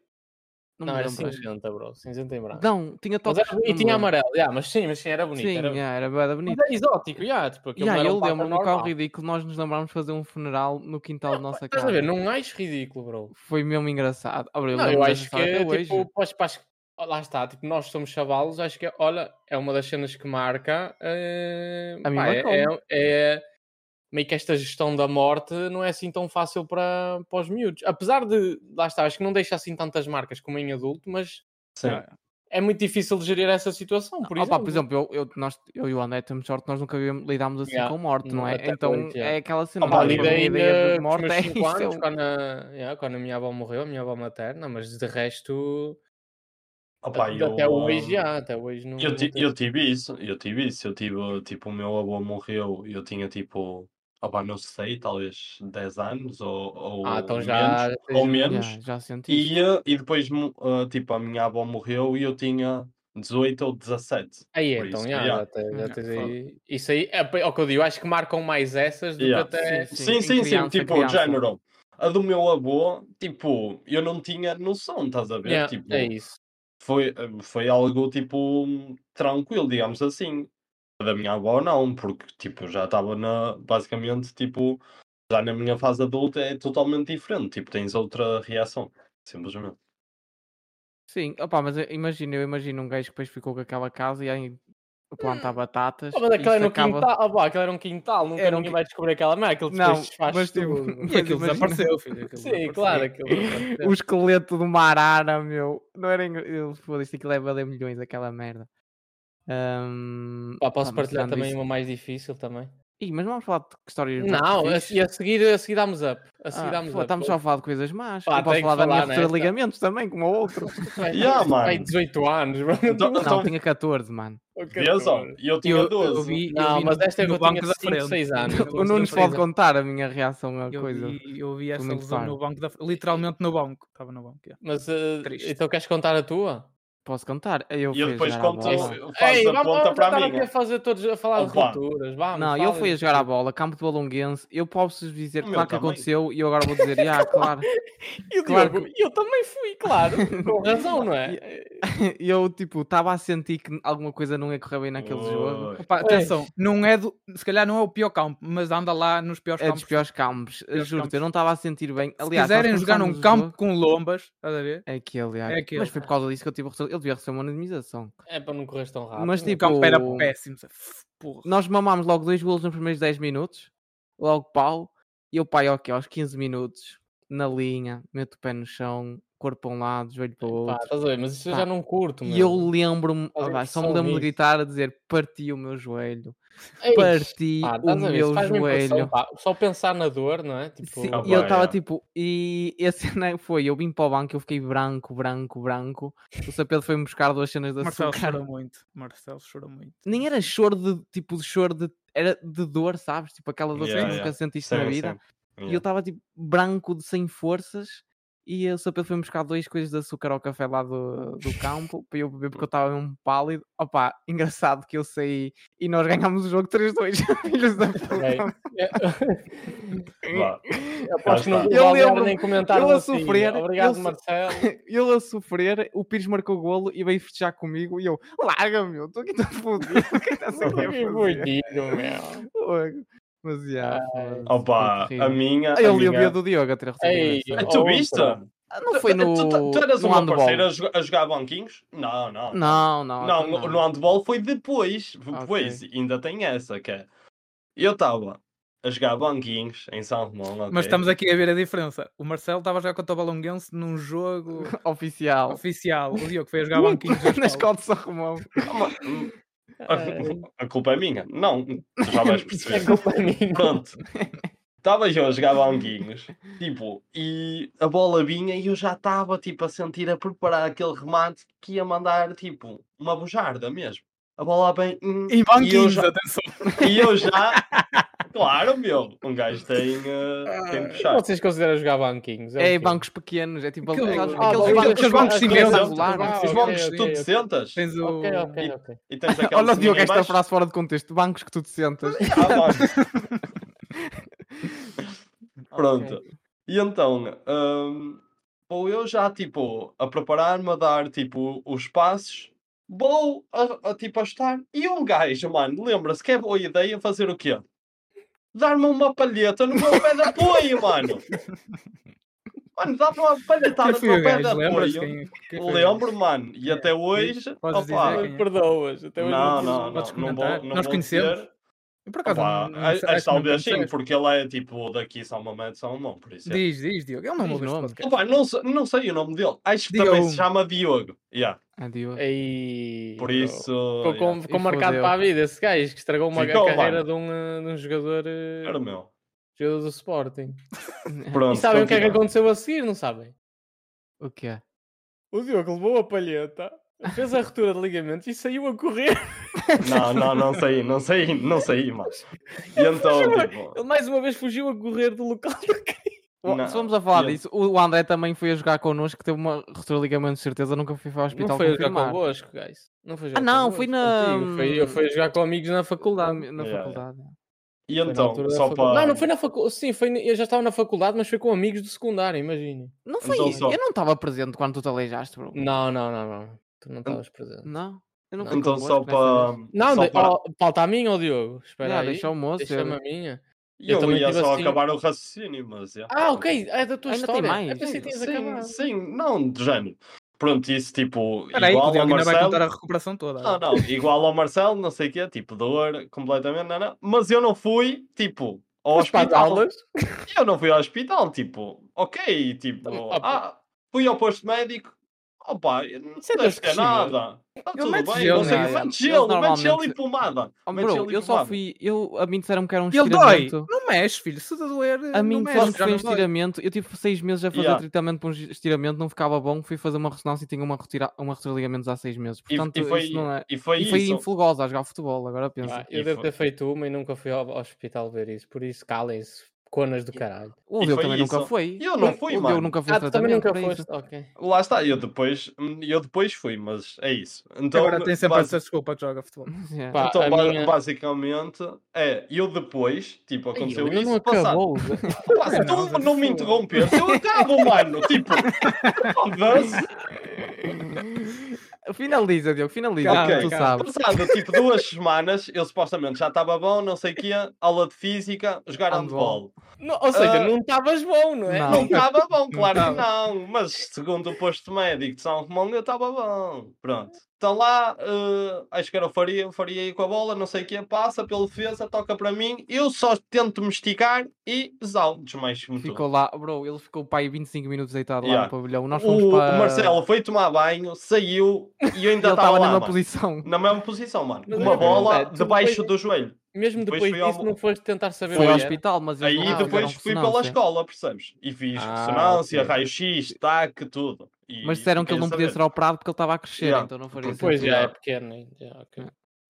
Speaker 2: Não,
Speaker 3: Não,
Speaker 2: me
Speaker 3: era
Speaker 2: lembro. acho.
Speaker 3: cinzenta, bro. Cinzenta em branco.
Speaker 2: Não, tinha
Speaker 3: Mas
Speaker 2: toques.
Speaker 3: era-
Speaker 2: não
Speaker 3: e
Speaker 2: me lembro.
Speaker 3: tinha amarelo, yeah, mas sim, mas sim, era bonito.
Speaker 2: Sim,
Speaker 3: era...
Speaker 2: yeah, era bué da
Speaker 3: Mas
Speaker 2: bonito.
Speaker 3: era exótico, yeah, tipo, aquilo
Speaker 2: Yeah,
Speaker 3: não era
Speaker 2: eu
Speaker 3: um pata
Speaker 2: lembro-me no carro
Speaker 3: normal.
Speaker 2: ridículo, nós nos lembrámos de fazer um funeral no quintal da nossa
Speaker 3: Estás a ver?
Speaker 2: casa.
Speaker 3: Não acho ridículo, bro.
Speaker 2: Foi mesmo engraçado. Ah, bro,
Speaker 3: Não, eu
Speaker 2: lembro-me
Speaker 3: acho
Speaker 2: dessa
Speaker 3: que
Speaker 2: história
Speaker 3: é
Speaker 2: até hoje.
Speaker 3: tipo, pás, pás, lá está, tipo, nós somos chavalos, acho que, é- olha, é uma das cenas que marca. eh,
Speaker 2: A mim
Speaker 3: pá, é,
Speaker 2: marcou-me.
Speaker 3: é- é meio que esta gestão da morte não é assim tão fácil para, para os miúdos. Apesar de, lá está, acho que não deixa assim tantas marcas como em adulto, mas
Speaker 4: Sim.
Speaker 3: é muito difícil gerir essa situação, por
Speaker 2: Ah
Speaker 3: exemplo.
Speaker 2: pá, por exemplo, eu, eu- nós, eu e o André temos sorte, nós nunca vivemos- lidámos assim
Speaker 3: Yeah,
Speaker 2: com morte, não
Speaker 3: não,
Speaker 2: é?
Speaker 3: até
Speaker 2: Então
Speaker 3: hoje, yeah.
Speaker 2: é aquela cena.
Speaker 3: Ah, pá,
Speaker 2: nós, a minha
Speaker 3: lidei
Speaker 2: ideia de
Speaker 3: na- com os
Speaker 2: morte
Speaker 3: meus
Speaker 2: é
Speaker 3: cinco
Speaker 2: isso. é
Speaker 3: anos,
Speaker 2: o-
Speaker 3: quando, a, yeah, quando a minha avó morreu, a minha avó materna, mas de resto,
Speaker 4: Opa, eu,
Speaker 3: até hoje,
Speaker 4: ah,
Speaker 3: já, até hoje não.
Speaker 4: Eu,
Speaker 3: não
Speaker 4: ti-
Speaker 3: tenho.
Speaker 4: eu tive isso, eu tive isso, eu tive, tipo, o meu avô morreu, eu tinha tipo, opa, não sei, talvez 10 anos ou, ou
Speaker 3: Ah, então já.
Speaker 4: menos,
Speaker 3: tens
Speaker 4: ou
Speaker 3: um-
Speaker 2: Já,
Speaker 4: menos,
Speaker 2: já senti.
Speaker 4: e, eh, e depois, mo- ah, tipo, a minha avó morreu e eu tinha 18 ou 17,
Speaker 3: Aí
Speaker 4: por
Speaker 3: então,
Speaker 4: isso,
Speaker 3: já,
Speaker 4: yeah.
Speaker 3: já, te- já
Speaker 5: Yeah,
Speaker 3: tens
Speaker 5: foda.
Speaker 3: aí. Isso aí é, pa- é o que eu digo, acho que marcam mais essas do
Speaker 4: Yeah.
Speaker 3: que até.
Speaker 2: Sim,
Speaker 4: Sim,
Speaker 2: em
Speaker 4: sim, sim,
Speaker 2: criança,
Speaker 4: tipo,
Speaker 2: criança.
Speaker 4: género, A do meu avô, tipo, eu não tinha noção, estás a ver?
Speaker 3: Yeah,
Speaker 4: tipo,
Speaker 3: é isso.
Speaker 4: foi, foi algo tipo tranquilo, digamos assim. A Da minha avó não, porque tipo, eu já estava na basicamente tipo, já na minha fase adulta é totalmente diferente, tipo, tens outra reação, simplesmente.
Speaker 2: Sim, opá, mas eu imagino, eu imagino um gajo que depois ficou com aquela casa e aí plantar batatas.
Speaker 3: Ah, mas
Speaker 2: e
Speaker 3: aquela era um
Speaker 2: isto acaba-
Speaker 3: quintal, ah, pá, aquela era um quintal, nunca
Speaker 2: Era um
Speaker 3: ninguém
Speaker 2: qui-
Speaker 3: vai descobrir aquela merda, aquilo
Speaker 2: Não,
Speaker 3: depois desfaz
Speaker 2: mas tipo-
Speaker 3: tudo.
Speaker 5: E aquilo
Speaker 2: Mas imagina-
Speaker 5: desapareceu, filho. aquilo
Speaker 3: Sim,
Speaker 5: desapareceu.
Speaker 3: claro, aquilo.
Speaker 2: O esqueleto de uma arara, meu. Não era. engra- Eu foda-se, aquilo é valer milhões, aquela merda. Ahm,
Speaker 3: Pá, posso
Speaker 2: mas
Speaker 3: partilhar
Speaker 2: tirando
Speaker 3: também
Speaker 2: isso-
Speaker 3: uma mais difícil também?
Speaker 2: Ih, mas vamos falar de histórias mais
Speaker 3: Não, a,
Speaker 2: fixe.
Speaker 3: e a seguir, a seguir damos up. A seguir
Speaker 2: Ah,
Speaker 3: damos
Speaker 2: pô,
Speaker 3: up.
Speaker 2: estamos só a falar de coisas más.
Speaker 3: Pá,
Speaker 2: eu posso
Speaker 3: tenho que
Speaker 2: falar da minha
Speaker 3: falar
Speaker 2: ruptura de
Speaker 3: nesta.
Speaker 2: ligamentos também, como a outra.
Speaker 3: Vai-
Speaker 4: Yeah,
Speaker 3: vai
Speaker 4: mano.
Speaker 3: 18 anos, bro.
Speaker 4: Então-
Speaker 2: Não,
Speaker 4: então-
Speaker 2: tinha 14, mano.
Speaker 4: Vês, ó, eu tinha
Speaker 2: Eu- eu
Speaker 4: 12.
Speaker 2: vi- eu
Speaker 3: Não,
Speaker 2: vi
Speaker 3: mas
Speaker 2: no-
Speaker 3: esta é que
Speaker 5: no
Speaker 3: eu
Speaker 5: banco
Speaker 3: tinha
Speaker 5: da
Speaker 3: 5, 6
Speaker 5: frente.
Speaker 3: anos.
Speaker 5: Eu-
Speaker 2: O Nunes
Speaker 5: surpresa.
Speaker 2: pode contar a minha reação à
Speaker 5: Eu
Speaker 2: coisa.
Speaker 5: vi, eu vi essa
Speaker 2: muito
Speaker 5: lesão
Speaker 2: tarde.
Speaker 5: no banco, da, literalmente no banco. Estava no banco. yeah.
Speaker 3: Mas eh,
Speaker 5: Triste.
Speaker 3: então queres contar a tua?
Speaker 2: Posso contar? Eu
Speaker 4: E eu
Speaker 2: fui
Speaker 4: depois
Speaker 2: a jogar à
Speaker 4: conto,
Speaker 2: bola.
Speaker 4: eu faço a ponta para
Speaker 3: estar
Speaker 4: a
Speaker 3: aqui a
Speaker 4: minha.
Speaker 3: fazer todos a falar de
Speaker 4: Opa.
Speaker 3: rupturas. Vamos,
Speaker 2: Não, eu
Speaker 3: falem.
Speaker 2: fui a jogar à bola, campo do Alonguense. Eu posso dizer,
Speaker 4: O meu
Speaker 2: claro que
Speaker 4: também.
Speaker 2: aconteceu, e eu agora vou dizer, ah, claro.
Speaker 3: E o
Speaker 2: Claro
Speaker 3: Diogo, eu também fui, claro. Com razão, não é?
Speaker 2: E eu, tipo, estava a sentir que alguma coisa não ia correr bem naquele jogo.
Speaker 4: Oi.
Speaker 5: Pá,
Speaker 3: Oi.
Speaker 5: atenção, não é do, se calhar não é o pior campo, mas anda lá nos piores
Speaker 2: É dos
Speaker 5: campos.
Speaker 2: piores campos,
Speaker 5: Piores
Speaker 2: juro-te, eu
Speaker 5: campos.
Speaker 2: não estava a sentir bem.
Speaker 5: Se
Speaker 2: Aliás, nós
Speaker 5: quiserem jogar
Speaker 2: começámos
Speaker 5: num
Speaker 2: o
Speaker 5: campo
Speaker 2: jogo-
Speaker 5: com lombas, estás a ver?
Speaker 2: É aquele, é.
Speaker 5: É aquele.
Speaker 2: Mas foi por causa disso que eu tive a retorno. Ele devia receber uma anonimização.
Speaker 3: É para não correr tão rápido.
Speaker 2: Mas,
Speaker 5: O
Speaker 2: tipo,
Speaker 5: campo era
Speaker 2: Tipo-
Speaker 5: péssimo. sabe? F- Porra.
Speaker 2: Nós mamámos logo dois golos nos primeiros 10 minutos, logo pau, e o pai, ok, aos 15 minutos, na linha, meto o pé no chão, corpo para um lado, joelho para o
Speaker 3: Pá,
Speaker 2: outro.
Speaker 3: estás a ver? Mas isso eu
Speaker 2: Pá,
Speaker 3: já não curto,
Speaker 2: E eu
Speaker 3: meu.
Speaker 2: lembro-me,
Speaker 3: Fazem
Speaker 2: ah, vai, só me
Speaker 3: pressão
Speaker 2: lembro de
Speaker 3: nisso.
Speaker 2: gritar a dizer: parti o meu joelho,
Speaker 3: Ei,
Speaker 2: parti
Speaker 3: É pá,
Speaker 2: o
Speaker 3: estás a ver? Isso
Speaker 2: meu
Speaker 3: faz-me impressão,
Speaker 2: joelho.
Speaker 3: pá. Só pensar na dor, não é? Tipo,
Speaker 2: Sim,
Speaker 4: Ah,
Speaker 2: e eu
Speaker 4: pá,
Speaker 2: estava
Speaker 4: é.
Speaker 2: tipo, e esse né, foi, eu vim para o banco, eu fiquei branco, branco, branco. O Sapelo foi-me buscar duas cenas de
Speaker 5: Marcelo
Speaker 2: açúcar.
Speaker 5: chorou muito. Marcelo chorou muito.
Speaker 2: Nem era choro de tipo de choro de. Era de dor, sabes? Tipo aquela dor
Speaker 4: Yeah,
Speaker 2: que tu
Speaker 4: yeah.
Speaker 2: nunca sentiste
Speaker 4: Sim,
Speaker 2: na vida.
Speaker 4: sim.
Speaker 2: E eu estava tipo branco, de sem forças. E o Sapelo foi-me buscar duas coisas de açúcar ao café lá do, do campo para eu beber porque eu
Speaker 4: Hum.
Speaker 2: estava mesmo pálido. Opa, engraçado que eu saí e nós ganhámos o jogo 3-2. Filhos da
Speaker 3: ok. É,
Speaker 2: puta.
Speaker 4: Vá.
Speaker 3: Aposto que não
Speaker 4: está.
Speaker 2: Eu
Speaker 3: eu lembro
Speaker 2: lembro-me-
Speaker 3: nem comentar
Speaker 2: eu a
Speaker 3: assim.
Speaker 2: sofrer,
Speaker 3: Obrigado,
Speaker 2: eu so-
Speaker 3: Marcelo.
Speaker 2: Ele a sofrer, o Pires marcou o golo e veio festejar comigo. E eu, larga, meu, estou aqui tão fodido. O que é que estás aqui a
Speaker 3: Que
Speaker 2: fazer?
Speaker 3: bonito, meu.
Speaker 2: Fogo. Mas
Speaker 4: Ah,
Speaker 2: já.
Speaker 3: Ai.
Speaker 4: Opa, a minha. a
Speaker 2: Eu lembro
Speaker 4: minha-
Speaker 2: do Diogo a ter
Speaker 3: Ei,
Speaker 2: recebido. essa.
Speaker 4: Ah, tá tu
Speaker 3: outra.
Speaker 4: viste?
Speaker 2: Ah, Não foi no.
Speaker 4: Tu, tu, tu eras
Speaker 2: no
Speaker 4: uma
Speaker 2: handball.
Speaker 4: parceira a jo- a jogar banquinhos? Não, não.
Speaker 2: Não, não.
Speaker 4: Não,
Speaker 2: então
Speaker 4: no- no handball foi depois. Depois, ainda tem essa, que é. Eu estava a jogar banquinhos em São Romão. ok?
Speaker 5: Mas estamos aqui a ver a diferença. O Marcelo estava a jogar contra o Balonguense num jogo
Speaker 2: Oficial.
Speaker 5: oficial. O Diogo foi a jogar banquinhos
Speaker 2: na escola de São Romão.
Speaker 4: Ah, mas, hum,
Speaker 3: Ai.
Speaker 4: a, a culpa é minha? Não, tu já vais perceber.
Speaker 3: É culpa minha.
Speaker 4: Pronto. Estava eu a jogar banquinhos, tipo, e a bola vinha e eu já estava, tipo, a sentir, a preparar aquele remate que ia mandar, tipo, uma bujarda mesmo. A bola bem... hum,
Speaker 5: E
Speaker 4: eu
Speaker 5: banquinhos,
Speaker 4: já,
Speaker 5: atenção.
Speaker 4: e eu já... Claro, meu, um gajo tem, eh, tem
Speaker 2: Ah,
Speaker 4: que
Speaker 3: O que
Speaker 4: puxar.
Speaker 3: vocês consideram jogar banquinhos? o
Speaker 2: É,
Speaker 3: quê?
Speaker 2: bancos pequenos, é tipo
Speaker 5: Aquele-
Speaker 2: sabes,
Speaker 5: Ah,
Speaker 2: aqueles
Speaker 5: aqueles
Speaker 2: bancos,
Speaker 5: bancos chineses,
Speaker 2: regular.
Speaker 3: Ah,
Speaker 4: Os
Speaker 3: ok,
Speaker 4: bancos que
Speaker 3: ok,
Speaker 4: tu te
Speaker 3: ok.
Speaker 4: sentas
Speaker 5: Tens o...
Speaker 3: Ok, ok, ok.
Speaker 4: e tens aquela
Speaker 2: Olha, Diogo,
Speaker 4: sininha em
Speaker 2: esta
Speaker 4: baixo.
Speaker 2: frase fora de contexto, bancos que tu te sentas.
Speaker 4: Ah, vá. Pronto. E então, hum, vou eu já, tipo, a preparar-me, a dar, tipo, os passos, vou, a, a, tipo, a estar. E um gajo, mano, lembra-se que é boa ideia fazer o quê? Dar-me uma palheta no meu pé de apoio, mano! Mano, dá-me uma palhetada no
Speaker 5: Quem foi o
Speaker 4: meu pé Tá, de
Speaker 5: gajo? Lembras-te
Speaker 4: apoio.
Speaker 5: quem- quem foi o gajo?
Speaker 4: Lembro, mano, e
Speaker 5: É,
Speaker 4: até hoje,
Speaker 5: diz, podes dizer
Speaker 4: opá,
Speaker 5: quem é?
Speaker 3: Me perdoas. Até hoje
Speaker 4: não,
Speaker 3: me
Speaker 4: não, não,
Speaker 3: perdoas.
Speaker 5: podes
Speaker 4: não
Speaker 5: comentar?
Speaker 4: vou, não
Speaker 5: Nós
Speaker 4: vou
Speaker 5: conhecemos?
Speaker 4: dizer.
Speaker 5: Eu, Por acaso,
Speaker 4: Opá,
Speaker 5: não- não
Speaker 4: acho acho
Speaker 5: sei, acho que
Speaker 4: talvez
Speaker 5: não
Speaker 4: sim,
Speaker 5: disseste.
Speaker 4: é assim, porque ele é tipo daqui São Mamé de São Mamão, por isso. é.
Speaker 5: Diz, diz, Diogo. Ele não
Speaker 2: Diz
Speaker 5: ouve este
Speaker 2: nome.
Speaker 5: podcast.
Speaker 4: Opa, não, se- não sei o nome dele. Acho que também
Speaker 5: Diogo.
Speaker 4: se chama Diogo. Yeah,
Speaker 2: Ah, Diogo.
Speaker 3: Ei,
Speaker 4: por
Speaker 3: bro.
Speaker 4: isso.
Speaker 3: Ficou, com-
Speaker 4: yeah.
Speaker 3: ficou
Speaker 2: E
Speaker 3: marcado
Speaker 2: fodeu.
Speaker 3: para a vida esse gajo que estragou uma
Speaker 4: Ficou,
Speaker 3: carreira de um, eh, de um jogador, eh,
Speaker 4: Era meu.
Speaker 3: jogador do Sporting.
Speaker 4: Pronto,
Speaker 3: E sabem o que é que
Speaker 4: continua.
Speaker 3: aconteceu a seguir, não sabem?
Speaker 2: O quê?
Speaker 3: O Diogo levou a palheta, fez a ruptura de ligamentos e saiu a correr.
Speaker 4: Não, não, não sei, não sei, não sei, mano. E então, tipo.
Speaker 3: Ele mais uma vez fugiu a correr do local do crime.
Speaker 2: Bom,
Speaker 4: não,
Speaker 2: Se vamos a falar
Speaker 4: e ele-
Speaker 2: disso, o André também foi a jogar connosco, que teve uma ruptura de ligamento de certeza, nunca fui para o hospital
Speaker 3: Não foi a jogar
Speaker 2: confirmar.
Speaker 3: convosco, guys. Não foi
Speaker 2: Ah, não, fui na-
Speaker 3: Foi, eu fui a jogar com amigos na faculdade.
Speaker 2: Na, na
Speaker 4: Yeah, yeah.
Speaker 2: faculdade.
Speaker 4: E
Speaker 3: Foi na
Speaker 4: então,
Speaker 3: altura da
Speaker 4: só
Speaker 3: faculdade.
Speaker 4: para.
Speaker 3: Não, não foi na faculdade. Sim, foi... na- eu já estava na faculdade, mas foi com amigos do secundário, imagina.
Speaker 2: Não foi
Speaker 4: Então
Speaker 2: isso.
Speaker 4: só-
Speaker 2: Eu não estava presente quando tu te aleijaste, bro.
Speaker 3: Não, não, não, não. Tu não estavas presente.
Speaker 2: Não. Eu não fui
Speaker 4: Então,
Speaker 2: convosco
Speaker 4: só
Speaker 2: nessa
Speaker 4: para.
Speaker 2: vez.
Speaker 3: Não,
Speaker 4: só
Speaker 3: de...
Speaker 4: para-
Speaker 3: oh, falta a minha ou Diogo? Espera
Speaker 2: Já,
Speaker 3: aí.
Speaker 2: deixa o moço. eu-
Speaker 3: Deixa-me a minha. eu
Speaker 4: Eu,
Speaker 3: também
Speaker 4: ia
Speaker 3: tive
Speaker 4: só
Speaker 3: assim-
Speaker 4: acabar o raciocínio, mas. já.
Speaker 3: Ah, ok. É da tua
Speaker 2: Ainda tem
Speaker 3: história.
Speaker 2: mais.
Speaker 3: Eu pensei que tinhas
Speaker 4: Sim,
Speaker 3: acabado.
Speaker 4: sim, não, de género. Pronto, isso tipo.
Speaker 5: Espera aí, que o
Speaker 4: igual ao
Speaker 5: Diogo ainda vai
Speaker 4: Marcelo.
Speaker 5: contar a recuperação toda.
Speaker 4: Não, não, igual ao Marcelo, não sei o quê, tipo, dor completamente, não, não. Mas eu não fui, tipo, ao
Speaker 3: Mas para as
Speaker 4: hospital.
Speaker 3: aulas.
Speaker 4: Eu não fui ao hospital, tipo, ok, tipo,
Speaker 3: Opa.
Speaker 4: ah, fui ao posto médico, opa, não
Speaker 3: Isso é
Speaker 4: deve
Speaker 3: doce
Speaker 4: ter
Speaker 3: de chinelo.
Speaker 4: nada. Está
Speaker 5: Ele
Speaker 4: tudo
Speaker 5: mete
Speaker 4: bem,
Speaker 5: gelo,
Speaker 4: não sei,
Speaker 2: não é?
Speaker 4: o quê,
Speaker 2: Eles
Speaker 4: mete gelo, mete
Speaker 2: normalmente-
Speaker 4: gelo e pomada.
Speaker 2: Oh,
Speaker 4: mete gelo
Speaker 2: bro,
Speaker 4: e
Speaker 2: eu só
Speaker 4: pomada.
Speaker 2: fui. Eu, a mim disseram que era um
Speaker 5: Ele dói!
Speaker 2: estiramento.
Speaker 5: Não mexe, filho. Se te doer,
Speaker 2: A
Speaker 5: não
Speaker 2: mim
Speaker 5: mexe.
Speaker 2: quando
Speaker 5: já
Speaker 2: foi um
Speaker 5: não dói.
Speaker 2: estiramento, eu tive seis meses a fazer
Speaker 4: Yeah.
Speaker 2: tratamento para um estiramento, não ficava bom, fui fazer uma ressonância e tinha uma retira, uma retirada de ligamentos há seis
Speaker 4: E,
Speaker 2: meses.
Speaker 4: e
Speaker 2: Portanto,
Speaker 4: foi,
Speaker 2: isso não é.
Speaker 4: e foi
Speaker 2: E foi em
Speaker 4: isso.
Speaker 2: Fulgosa a jogar futebol, agora pensa.
Speaker 3: Ah, eu
Speaker 4: E
Speaker 3: devo
Speaker 4: foi-
Speaker 3: ter feito uma e nunca fui ao ao hospital ver isso. Por isso, calem-se. Conas do
Speaker 4: E-
Speaker 3: caralho.
Speaker 2: o
Speaker 4: e
Speaker 2: Diogo
Speaker 4: foi
Speaker 2: também nunca
Speaker 4: isso.
Speaker 2: foi.
Speaker 4: Eu não fui,
Speaker 2: o
Speaker 4: mano.
Speaker 2: Diogo nunca é foi
Speaker 3: Ah, tu também nunca
Speaker 2: para isso.
Speaker 3: foste. Ok.
Speaker 4: Lá está, eu depois, eu depois fui, mas é isso. Então,
Speaker 5: Agora tem sempre
Speaker 4: basi-
Speaker 5: essa desculpa que joga futebol.
Speaker 2: Yeah.
Speaker 3: Pá,
Speaker 4: então
Speaker 3: a
Speaker 4: ba-
Speaker 3: minha-
Speaker 4: basicamente, é, eu depois, tipo,
Speaker 3: Ei,
Speaker 4: aconteceu
Speaker 3: ele
Speaker 4: isso,
Speaker 3: não
Speaker 4: passado,
Speaker 3: acabou.
Speaker 4: Pá,
Speaker 2: É,
Speaker 4: se tu
Speaker 5: Não,
Speaker 4: não me
Speaker 5: foda.
Speaker 4: interromperes, eu acabo, mano. Tipo, foda-se.
Speaker 2: Finaliza, Diogo, finaliza.
Speaker 5: Calma,
Speaker 2: tu
Speaker 5: calma.
Speaker 2: sabes.
Speaker 4: Passado tipo duas semanas, eu supostamente já estava bom, não sei o quê, aula de física, jogar
Speaker 2: Handball.
Speaker 4: handball.
Speaker 3: Não, ou seja,
Speaker 4: Ah.
Speaker 3: não estavas bom, não é?
Speaker 2: Ah. Não.
Speaker 4: Não estava bom, claro que não, mas segundo o posto médico de São Romão, eu estava bom. Pronto. Então lá, eh, acho que era o Faria, o Faria aí com a bola, não sei o quê, passa pelo defesa, toca para mim, eu só tento me esticar e zau, desmancho-me tudo.
Speaker 2: Ficou lá, bro, ele ficou para aí 25 minutos deitado lá
Speaker 4: Yeah.
Speaker 2: no pavilhão. Nós fomos
Speaker 4: O,
Speaker 2: para.
Speaker 4: o Marcelo foi tomar banho, saiu e eu
Speaker 2: ele
Speaker 4: ainda
Speaker 2: estava
Speaker 4: estava lá,
Speaker 2: na mesma
Speaker 4: mano.
Speaker 2: posição.
Speaker 4: na mesma posição, mano.
Speaker 3: Mas
Speaker 4: Uma
Speaker 3: olha,
Speaker 4: bola
Speaker 3: é, tu
Speaker 4: debaixo
Speaker 3: depois-
Speaker 4: do joelho.
Speaker 3: Mesmo
Speaker 4: Depois
Speaker 3: depois
Speaker 4: fui ao
Speaker 3: disso,
Speaker 4: mo-
Speaker 3: não foste tentar saber
Speaker 2: Foi
Speaker 3: o
Speaker 2: ao
Speaker 3: que é. era?
Speaker 2: hospital, mas eles
Speaker 4: Aí
Speaker 2: não
Speaker 4: depois
Speaker 2: fizeram
Speaker 4: fui pela
Speaker 2: ressonância.
Speaker 4: escola, percebes? E fiz
Speaker 3: Ah,
Speaker 4: ressonância,
Speaker 3: ok.
Speaker 4: raio-x, tac, tudo. E
Speaker 2: Mas disseram que
Speaker 4: fiquei
Speaker 2: ele não
Speaker 4: a
Speaker 2: podia ser
Speaker 4: saber.
Speaker 2: operado porque ele estava a crescer,
Speaker 4: Yeah.
Speaker 2: então não faria
Speaker 4: Porque
Speaker 3: Pois
Speaker 2: sentido.
Speaker 3: já é
Speaker 4: Yeah.
Speaker 3: pequeno. hein? Já, ok.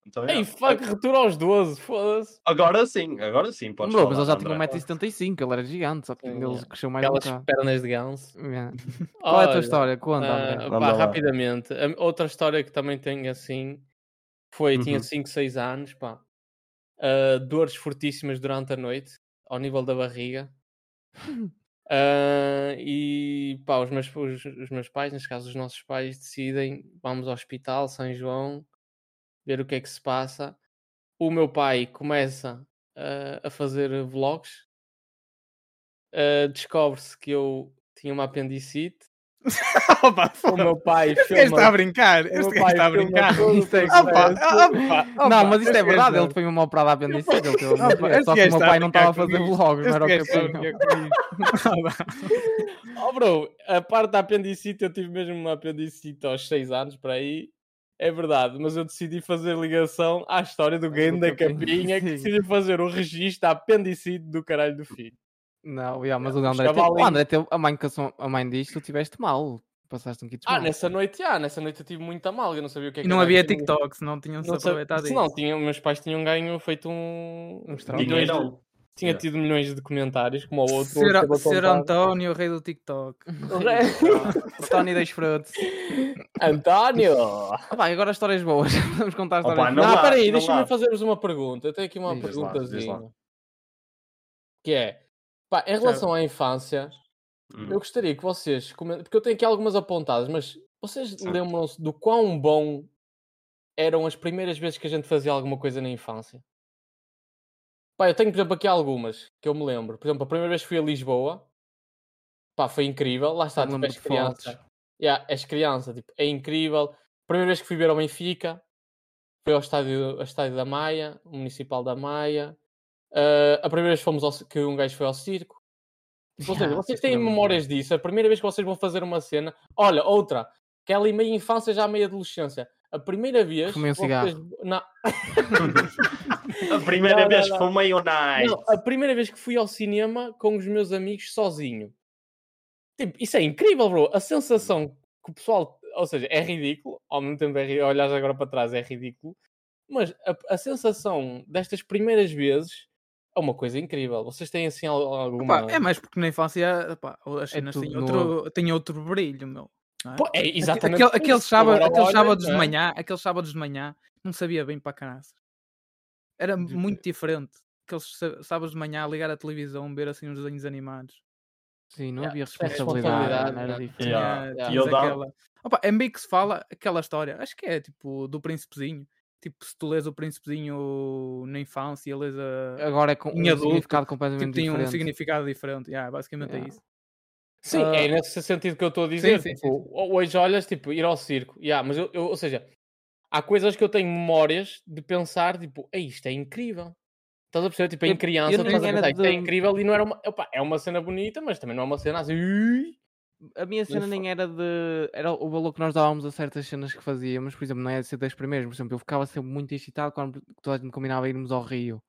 Speaker 4: Então,
Speaker 3: Ei,
Speaker 4: é.
Speaker 3: fuck, retura aos 12, foda-se.
Speaker 4: Agora sim, agora sim, podes
Speaker 2: Bro, mas
Speaker 4: falar,
Speaker 2: ele já tinha
Speaker 4: André.
Speaker 2: 1,75m, ele era gigante, só que
Speaker 3: Sim,
Speaker 2: ele
Speaker 3: yeah.
Speaker 2: cresceu mais
Speaker 3: Aquelas
Speaker 2: um bocado.
Speaker 3: pernas de ganso.
Speaker 2: Yeah. Qual é a tua
Speaker 3: Olha,
Speaker 2: história? Conta,
Speaker 3: ah,
Speaker 2: André.
Speaker 3: pá,
Speaker 4: Anda né? lá.
Speaker 3: rapidamente. A- outra história que também tenho assim foi: tinha
Speaker 4: Uhum.
Speaker 3: 5, 6 anos, pá. Ah, dores fortíssimas durante a noite, ao nível da barriga. Ah, e pá, os meus, os, os meus pais, neste caso os nossos pais, decidem: vamos ao hospital, São João, ver o que é que se passa. O meu pai começa ah, a fazer vlogs. Ah, Descobre-se que eu tinha uma apendicite.
Speaker 5: Opa,
Speaker 3: O meu pai
Speaker 5: Este gajo está
Speaker 3: filma.
Speaker 5: a brincar.
Speaker 3: o meu
Speaker 5: Este gajo
Speaker 3: pai
Speaker 5: está a
Speaker 3: filma
Speaker 5: brincar.
Speaker 3: todo o
Speaker 2: Isto é que
Speaker 3: processo.
Speaker 5: Ah, pá, ah, pá,
Speaker 2: não, mas isto
Speaker 5: este
Speaker 2: é
Speaker 5: gajo
Speaker 2: verdade, ele
Speaker 5: não.
Speaker 2: foi mesmo operado à apendicite, ele teve
Speaker 5: Opa,
Speaker 2: apendicite,
Speaker 5: este
Speaker 2: só que
Speaker 5: gajo
Speaker 2: o meu
Speaker 5: está a
Speaker 2: pai não estava a
Speaker 5: brincar
Speaker 2: fazer
Speaker 5: comigo.
Speaker 2: vlog, não
Speaker 5: Este
Speaker 2: era o que
Speaker 5: gajo
Speaker 2: eu
Speaker 5: é está a
Speaker 2: tinha.
Speaker 5: brincar comigo. Ah, pá.
Speaker 3: Oh, bro, a parte da apendicite, eu tive mesmo uma apendicite aos 6 anos, para aí. É verdade, mas eu decidi fazer ligação à história do game da
Speaker 2: do Capinha,
Speaker 3: capinha que
Speaker 2: sim.
Speaker 3: decidiu fazer o registro da apendicite do caralho do filho.
Speaker 2: Não, yeah, mas o
Speaker 3: Yeah, o
Speaker 2: André, teve, o
Speaker 3: chavalinho.
Speaker 2: André teve a mãe, que sou- a mãe diz tu tiveste mal, passaste um kit
Speaker 3: Ah,
Speaker 2: mal.
Speaker 3: nessa noite, ah, nessa noite eu tive muita mal, eu não sabia o que é
Speaker 5: E
Speaker 3: que
Speaker 5: não
Speaker 3: era
Speaker 5: havia
Speaker 3: aquilo.
Speaker 5: TikTok, senão tinham-se
Speaker 3: Não sabia,
Speaker 5: aproveitado
Speaker 3: senão,
Speaker 5: disso.
Speaker 3: tinha, meus pais tinham ganho, feito um...
Speaker 2: Um estrago.
Speaker 3: milhões de-
Speaker 4: Dinheirão.
Speaker 3: tinha
Speaker 4: Yeah.
Speaker 3: tido milhões de comentários, como o outro.
Speaker 5: Ser,
Speaker 3: acabou de
Speaker 5: ser
Speaker 3: contar.
Speaker 5: António, o rei do TikTok.
Speaker 2: Tony das frutas.
Speaker 3: António!
Speaker 2: Ah, pá, agora histórias boas, vamos contar
Speaker 4: Opa,
Speaker 2: histórias boas.
Speaker 4: Não
Speaker 3: Não,
Speaker 4: há,
Speaker 3: peraí,
Speaker 4: não
Speaker 3: deixa-me
Speaker 4: há.
Speaker 3: fazer-vos uma pergunta. Eu tenho aqui uma
Speaker 2: Diz lá,
Speaker 4: diz lá.
Speaker 3: perguntazinha. Que é, pá, em
Speaker 5: Certo.
Speaker 3: relação à infância,
Speaker 4: Hum.
Speaker 3: eu gostaria que vocês, comen- porque eu tenho aqui algumas apontadas, mas vocês
Speaker 4: Certo.
Speaker 3: lembram-se do quão bom eram as primeiras vezes que a gente fazia alguma coisa na infância? Pá, eu tenho, por exemplo, aqui algumas que eu me lembro. Por exemplo, a primeira vez que fui a Lisboa, pá, foi incrível. Lá está,
Speaker 2: Eu me
Speaker 3: tipo,
Speaker 2: lembro
Speaker 3: és
Speaker 2: de fotos.
Speaker 3: criança. Yeah, és criança, tipo, é incrível. Primeira vez que fui ver ao Benfica, foi ao estádio, ao estádio da Maia, o Municipal da Maia. Ah, a primeira vez que fomos ao ci- que um gajo foi ao circo. Ou seja,
Speaker 2: Yeah, Ah,
Speaker 3: vocês
Speaker 2: isso é
Speaker 3: têm
Speaker 2: lembro-me
Speaker 3: memórias disso. A primeira vez que vocês vão fazer uma cena. Olha, outra, que é ali meia infância, já meia adolescência. A primeira vez.
Speaker 2: Fumei um
Speaker 3: que vocês- Não,
Speaker 4: A primeira
Speaker 3: Não,
Speaker 4: vez
Speaker 3: não,
Speaker 4: que
Speaker 3: não.
Speaker 4: fumei o night.
Speaker 3: não, a primeira vez que fui ao cinema com os meus amigos sozinho. Tipo, isso é incrível, bro. A sensação
Speaker 5: Uhum.
Speaker 3: que o pessoal. Ou seja, é ridículo. Ao mesmo tempo, é ri- olhares agora para trás, é ridículo. Mas a, a sensação destas primeiras vezes é uma coisa incrível. Vocês têm assim al- alguma.
Speaker 5: Pá, é mais porque na infância opá,
Speaker 3: É
Speaker 5: as cenas
Speaker 2: tudo
Speaker 5: têm, assim, outro, têm outro brilho, meu.
Speaker 3: Pô, é exatamente.
Speaker 5: Aquele, aqueles
Speaker 3: isso. Tu
Speaker 5: sábado-
Speaker 3: agora
Speaker 5: aqueles
Speaker 3: olhas,
Speaker 5: sábados
Speaker 3: não
Speaker 4: né?
Speaker 5: de
Speaker 3: é?
Speaker 5: manhã, aqueles sábados de manhã, não sabia bem para caraças. Era
Speaker 2: De-
Speaker 5: muito diferente. aqueles sá- sábados de manhã a ligar a televisão, ver assim uns desenhos animados.
Speaker 2: Sim, não
Speaker 3: Yeah,
Speaker 2: havia
Speaker 3: isso é
Speaker 2: responsabilidade,
Speaker 3: responsabilidade,
Speaker 2: não era
Speaker 3: não.
Speaker 2: diferente.
Speaker 4: Yeah.
Speaker 5: Tinha-
Speaker 3: yeah.
Speaker 5: tinhas
Speaker 4: E eu dava-
Speaker 5: aquela- Opa, é meio que se fala aquela história, acho que é tipo do príncipezinho. Tipo, se tu lês o príncipezinho na infância e lês a.
Speaker 2: Agora é com um
Speaker 5: Em adulto,
Speaker 2: significado completamente
Speaker 5: Tipo, tem um
Speaker 2: diferente.
Speaker 5: significado diferente. Yeah, basicamente
Speaker 2: Yeah.
Speaker 5: é isso.
Speaker 3: Sim,
Speaker 5: Ah.
Speaker 3: é nesse sentido que eu estou a dizer.
Speaker 5: sim, sim,
Speaker 3: tipo, ho- Hoje olhas, tipo, ir ao circo. Yeah, mas eu, eu- ou seja, há coisas que eu tenho memórias de pensar, tipo, "Ei, isto é incrível. Estás a perceber? Tipo,
Speaker 2: Eu-
Speaker 3: em
Speaker 2: eu
Speaker 3: criança,
Speaker 2: nem
Speaker 3: estás a
Speaker 2: era
Speaker 3: pensar, isto é
Speaker 2: de-
Speaker 3: incrível e não era uma. Opa, é uma cena bonita, mas também não é uma cena assim. "Ui".
Speaker 2: A minha cena
Speaker 3: fa-
Speaker 2: nem era de. Era o valor que nós dávamos a certas cenas que fazíamos, por exemplo, não é de ser das primeiras, por exemplo, eu ficava sempre muito excitado quando toda a gente combinava irmos ao Rio.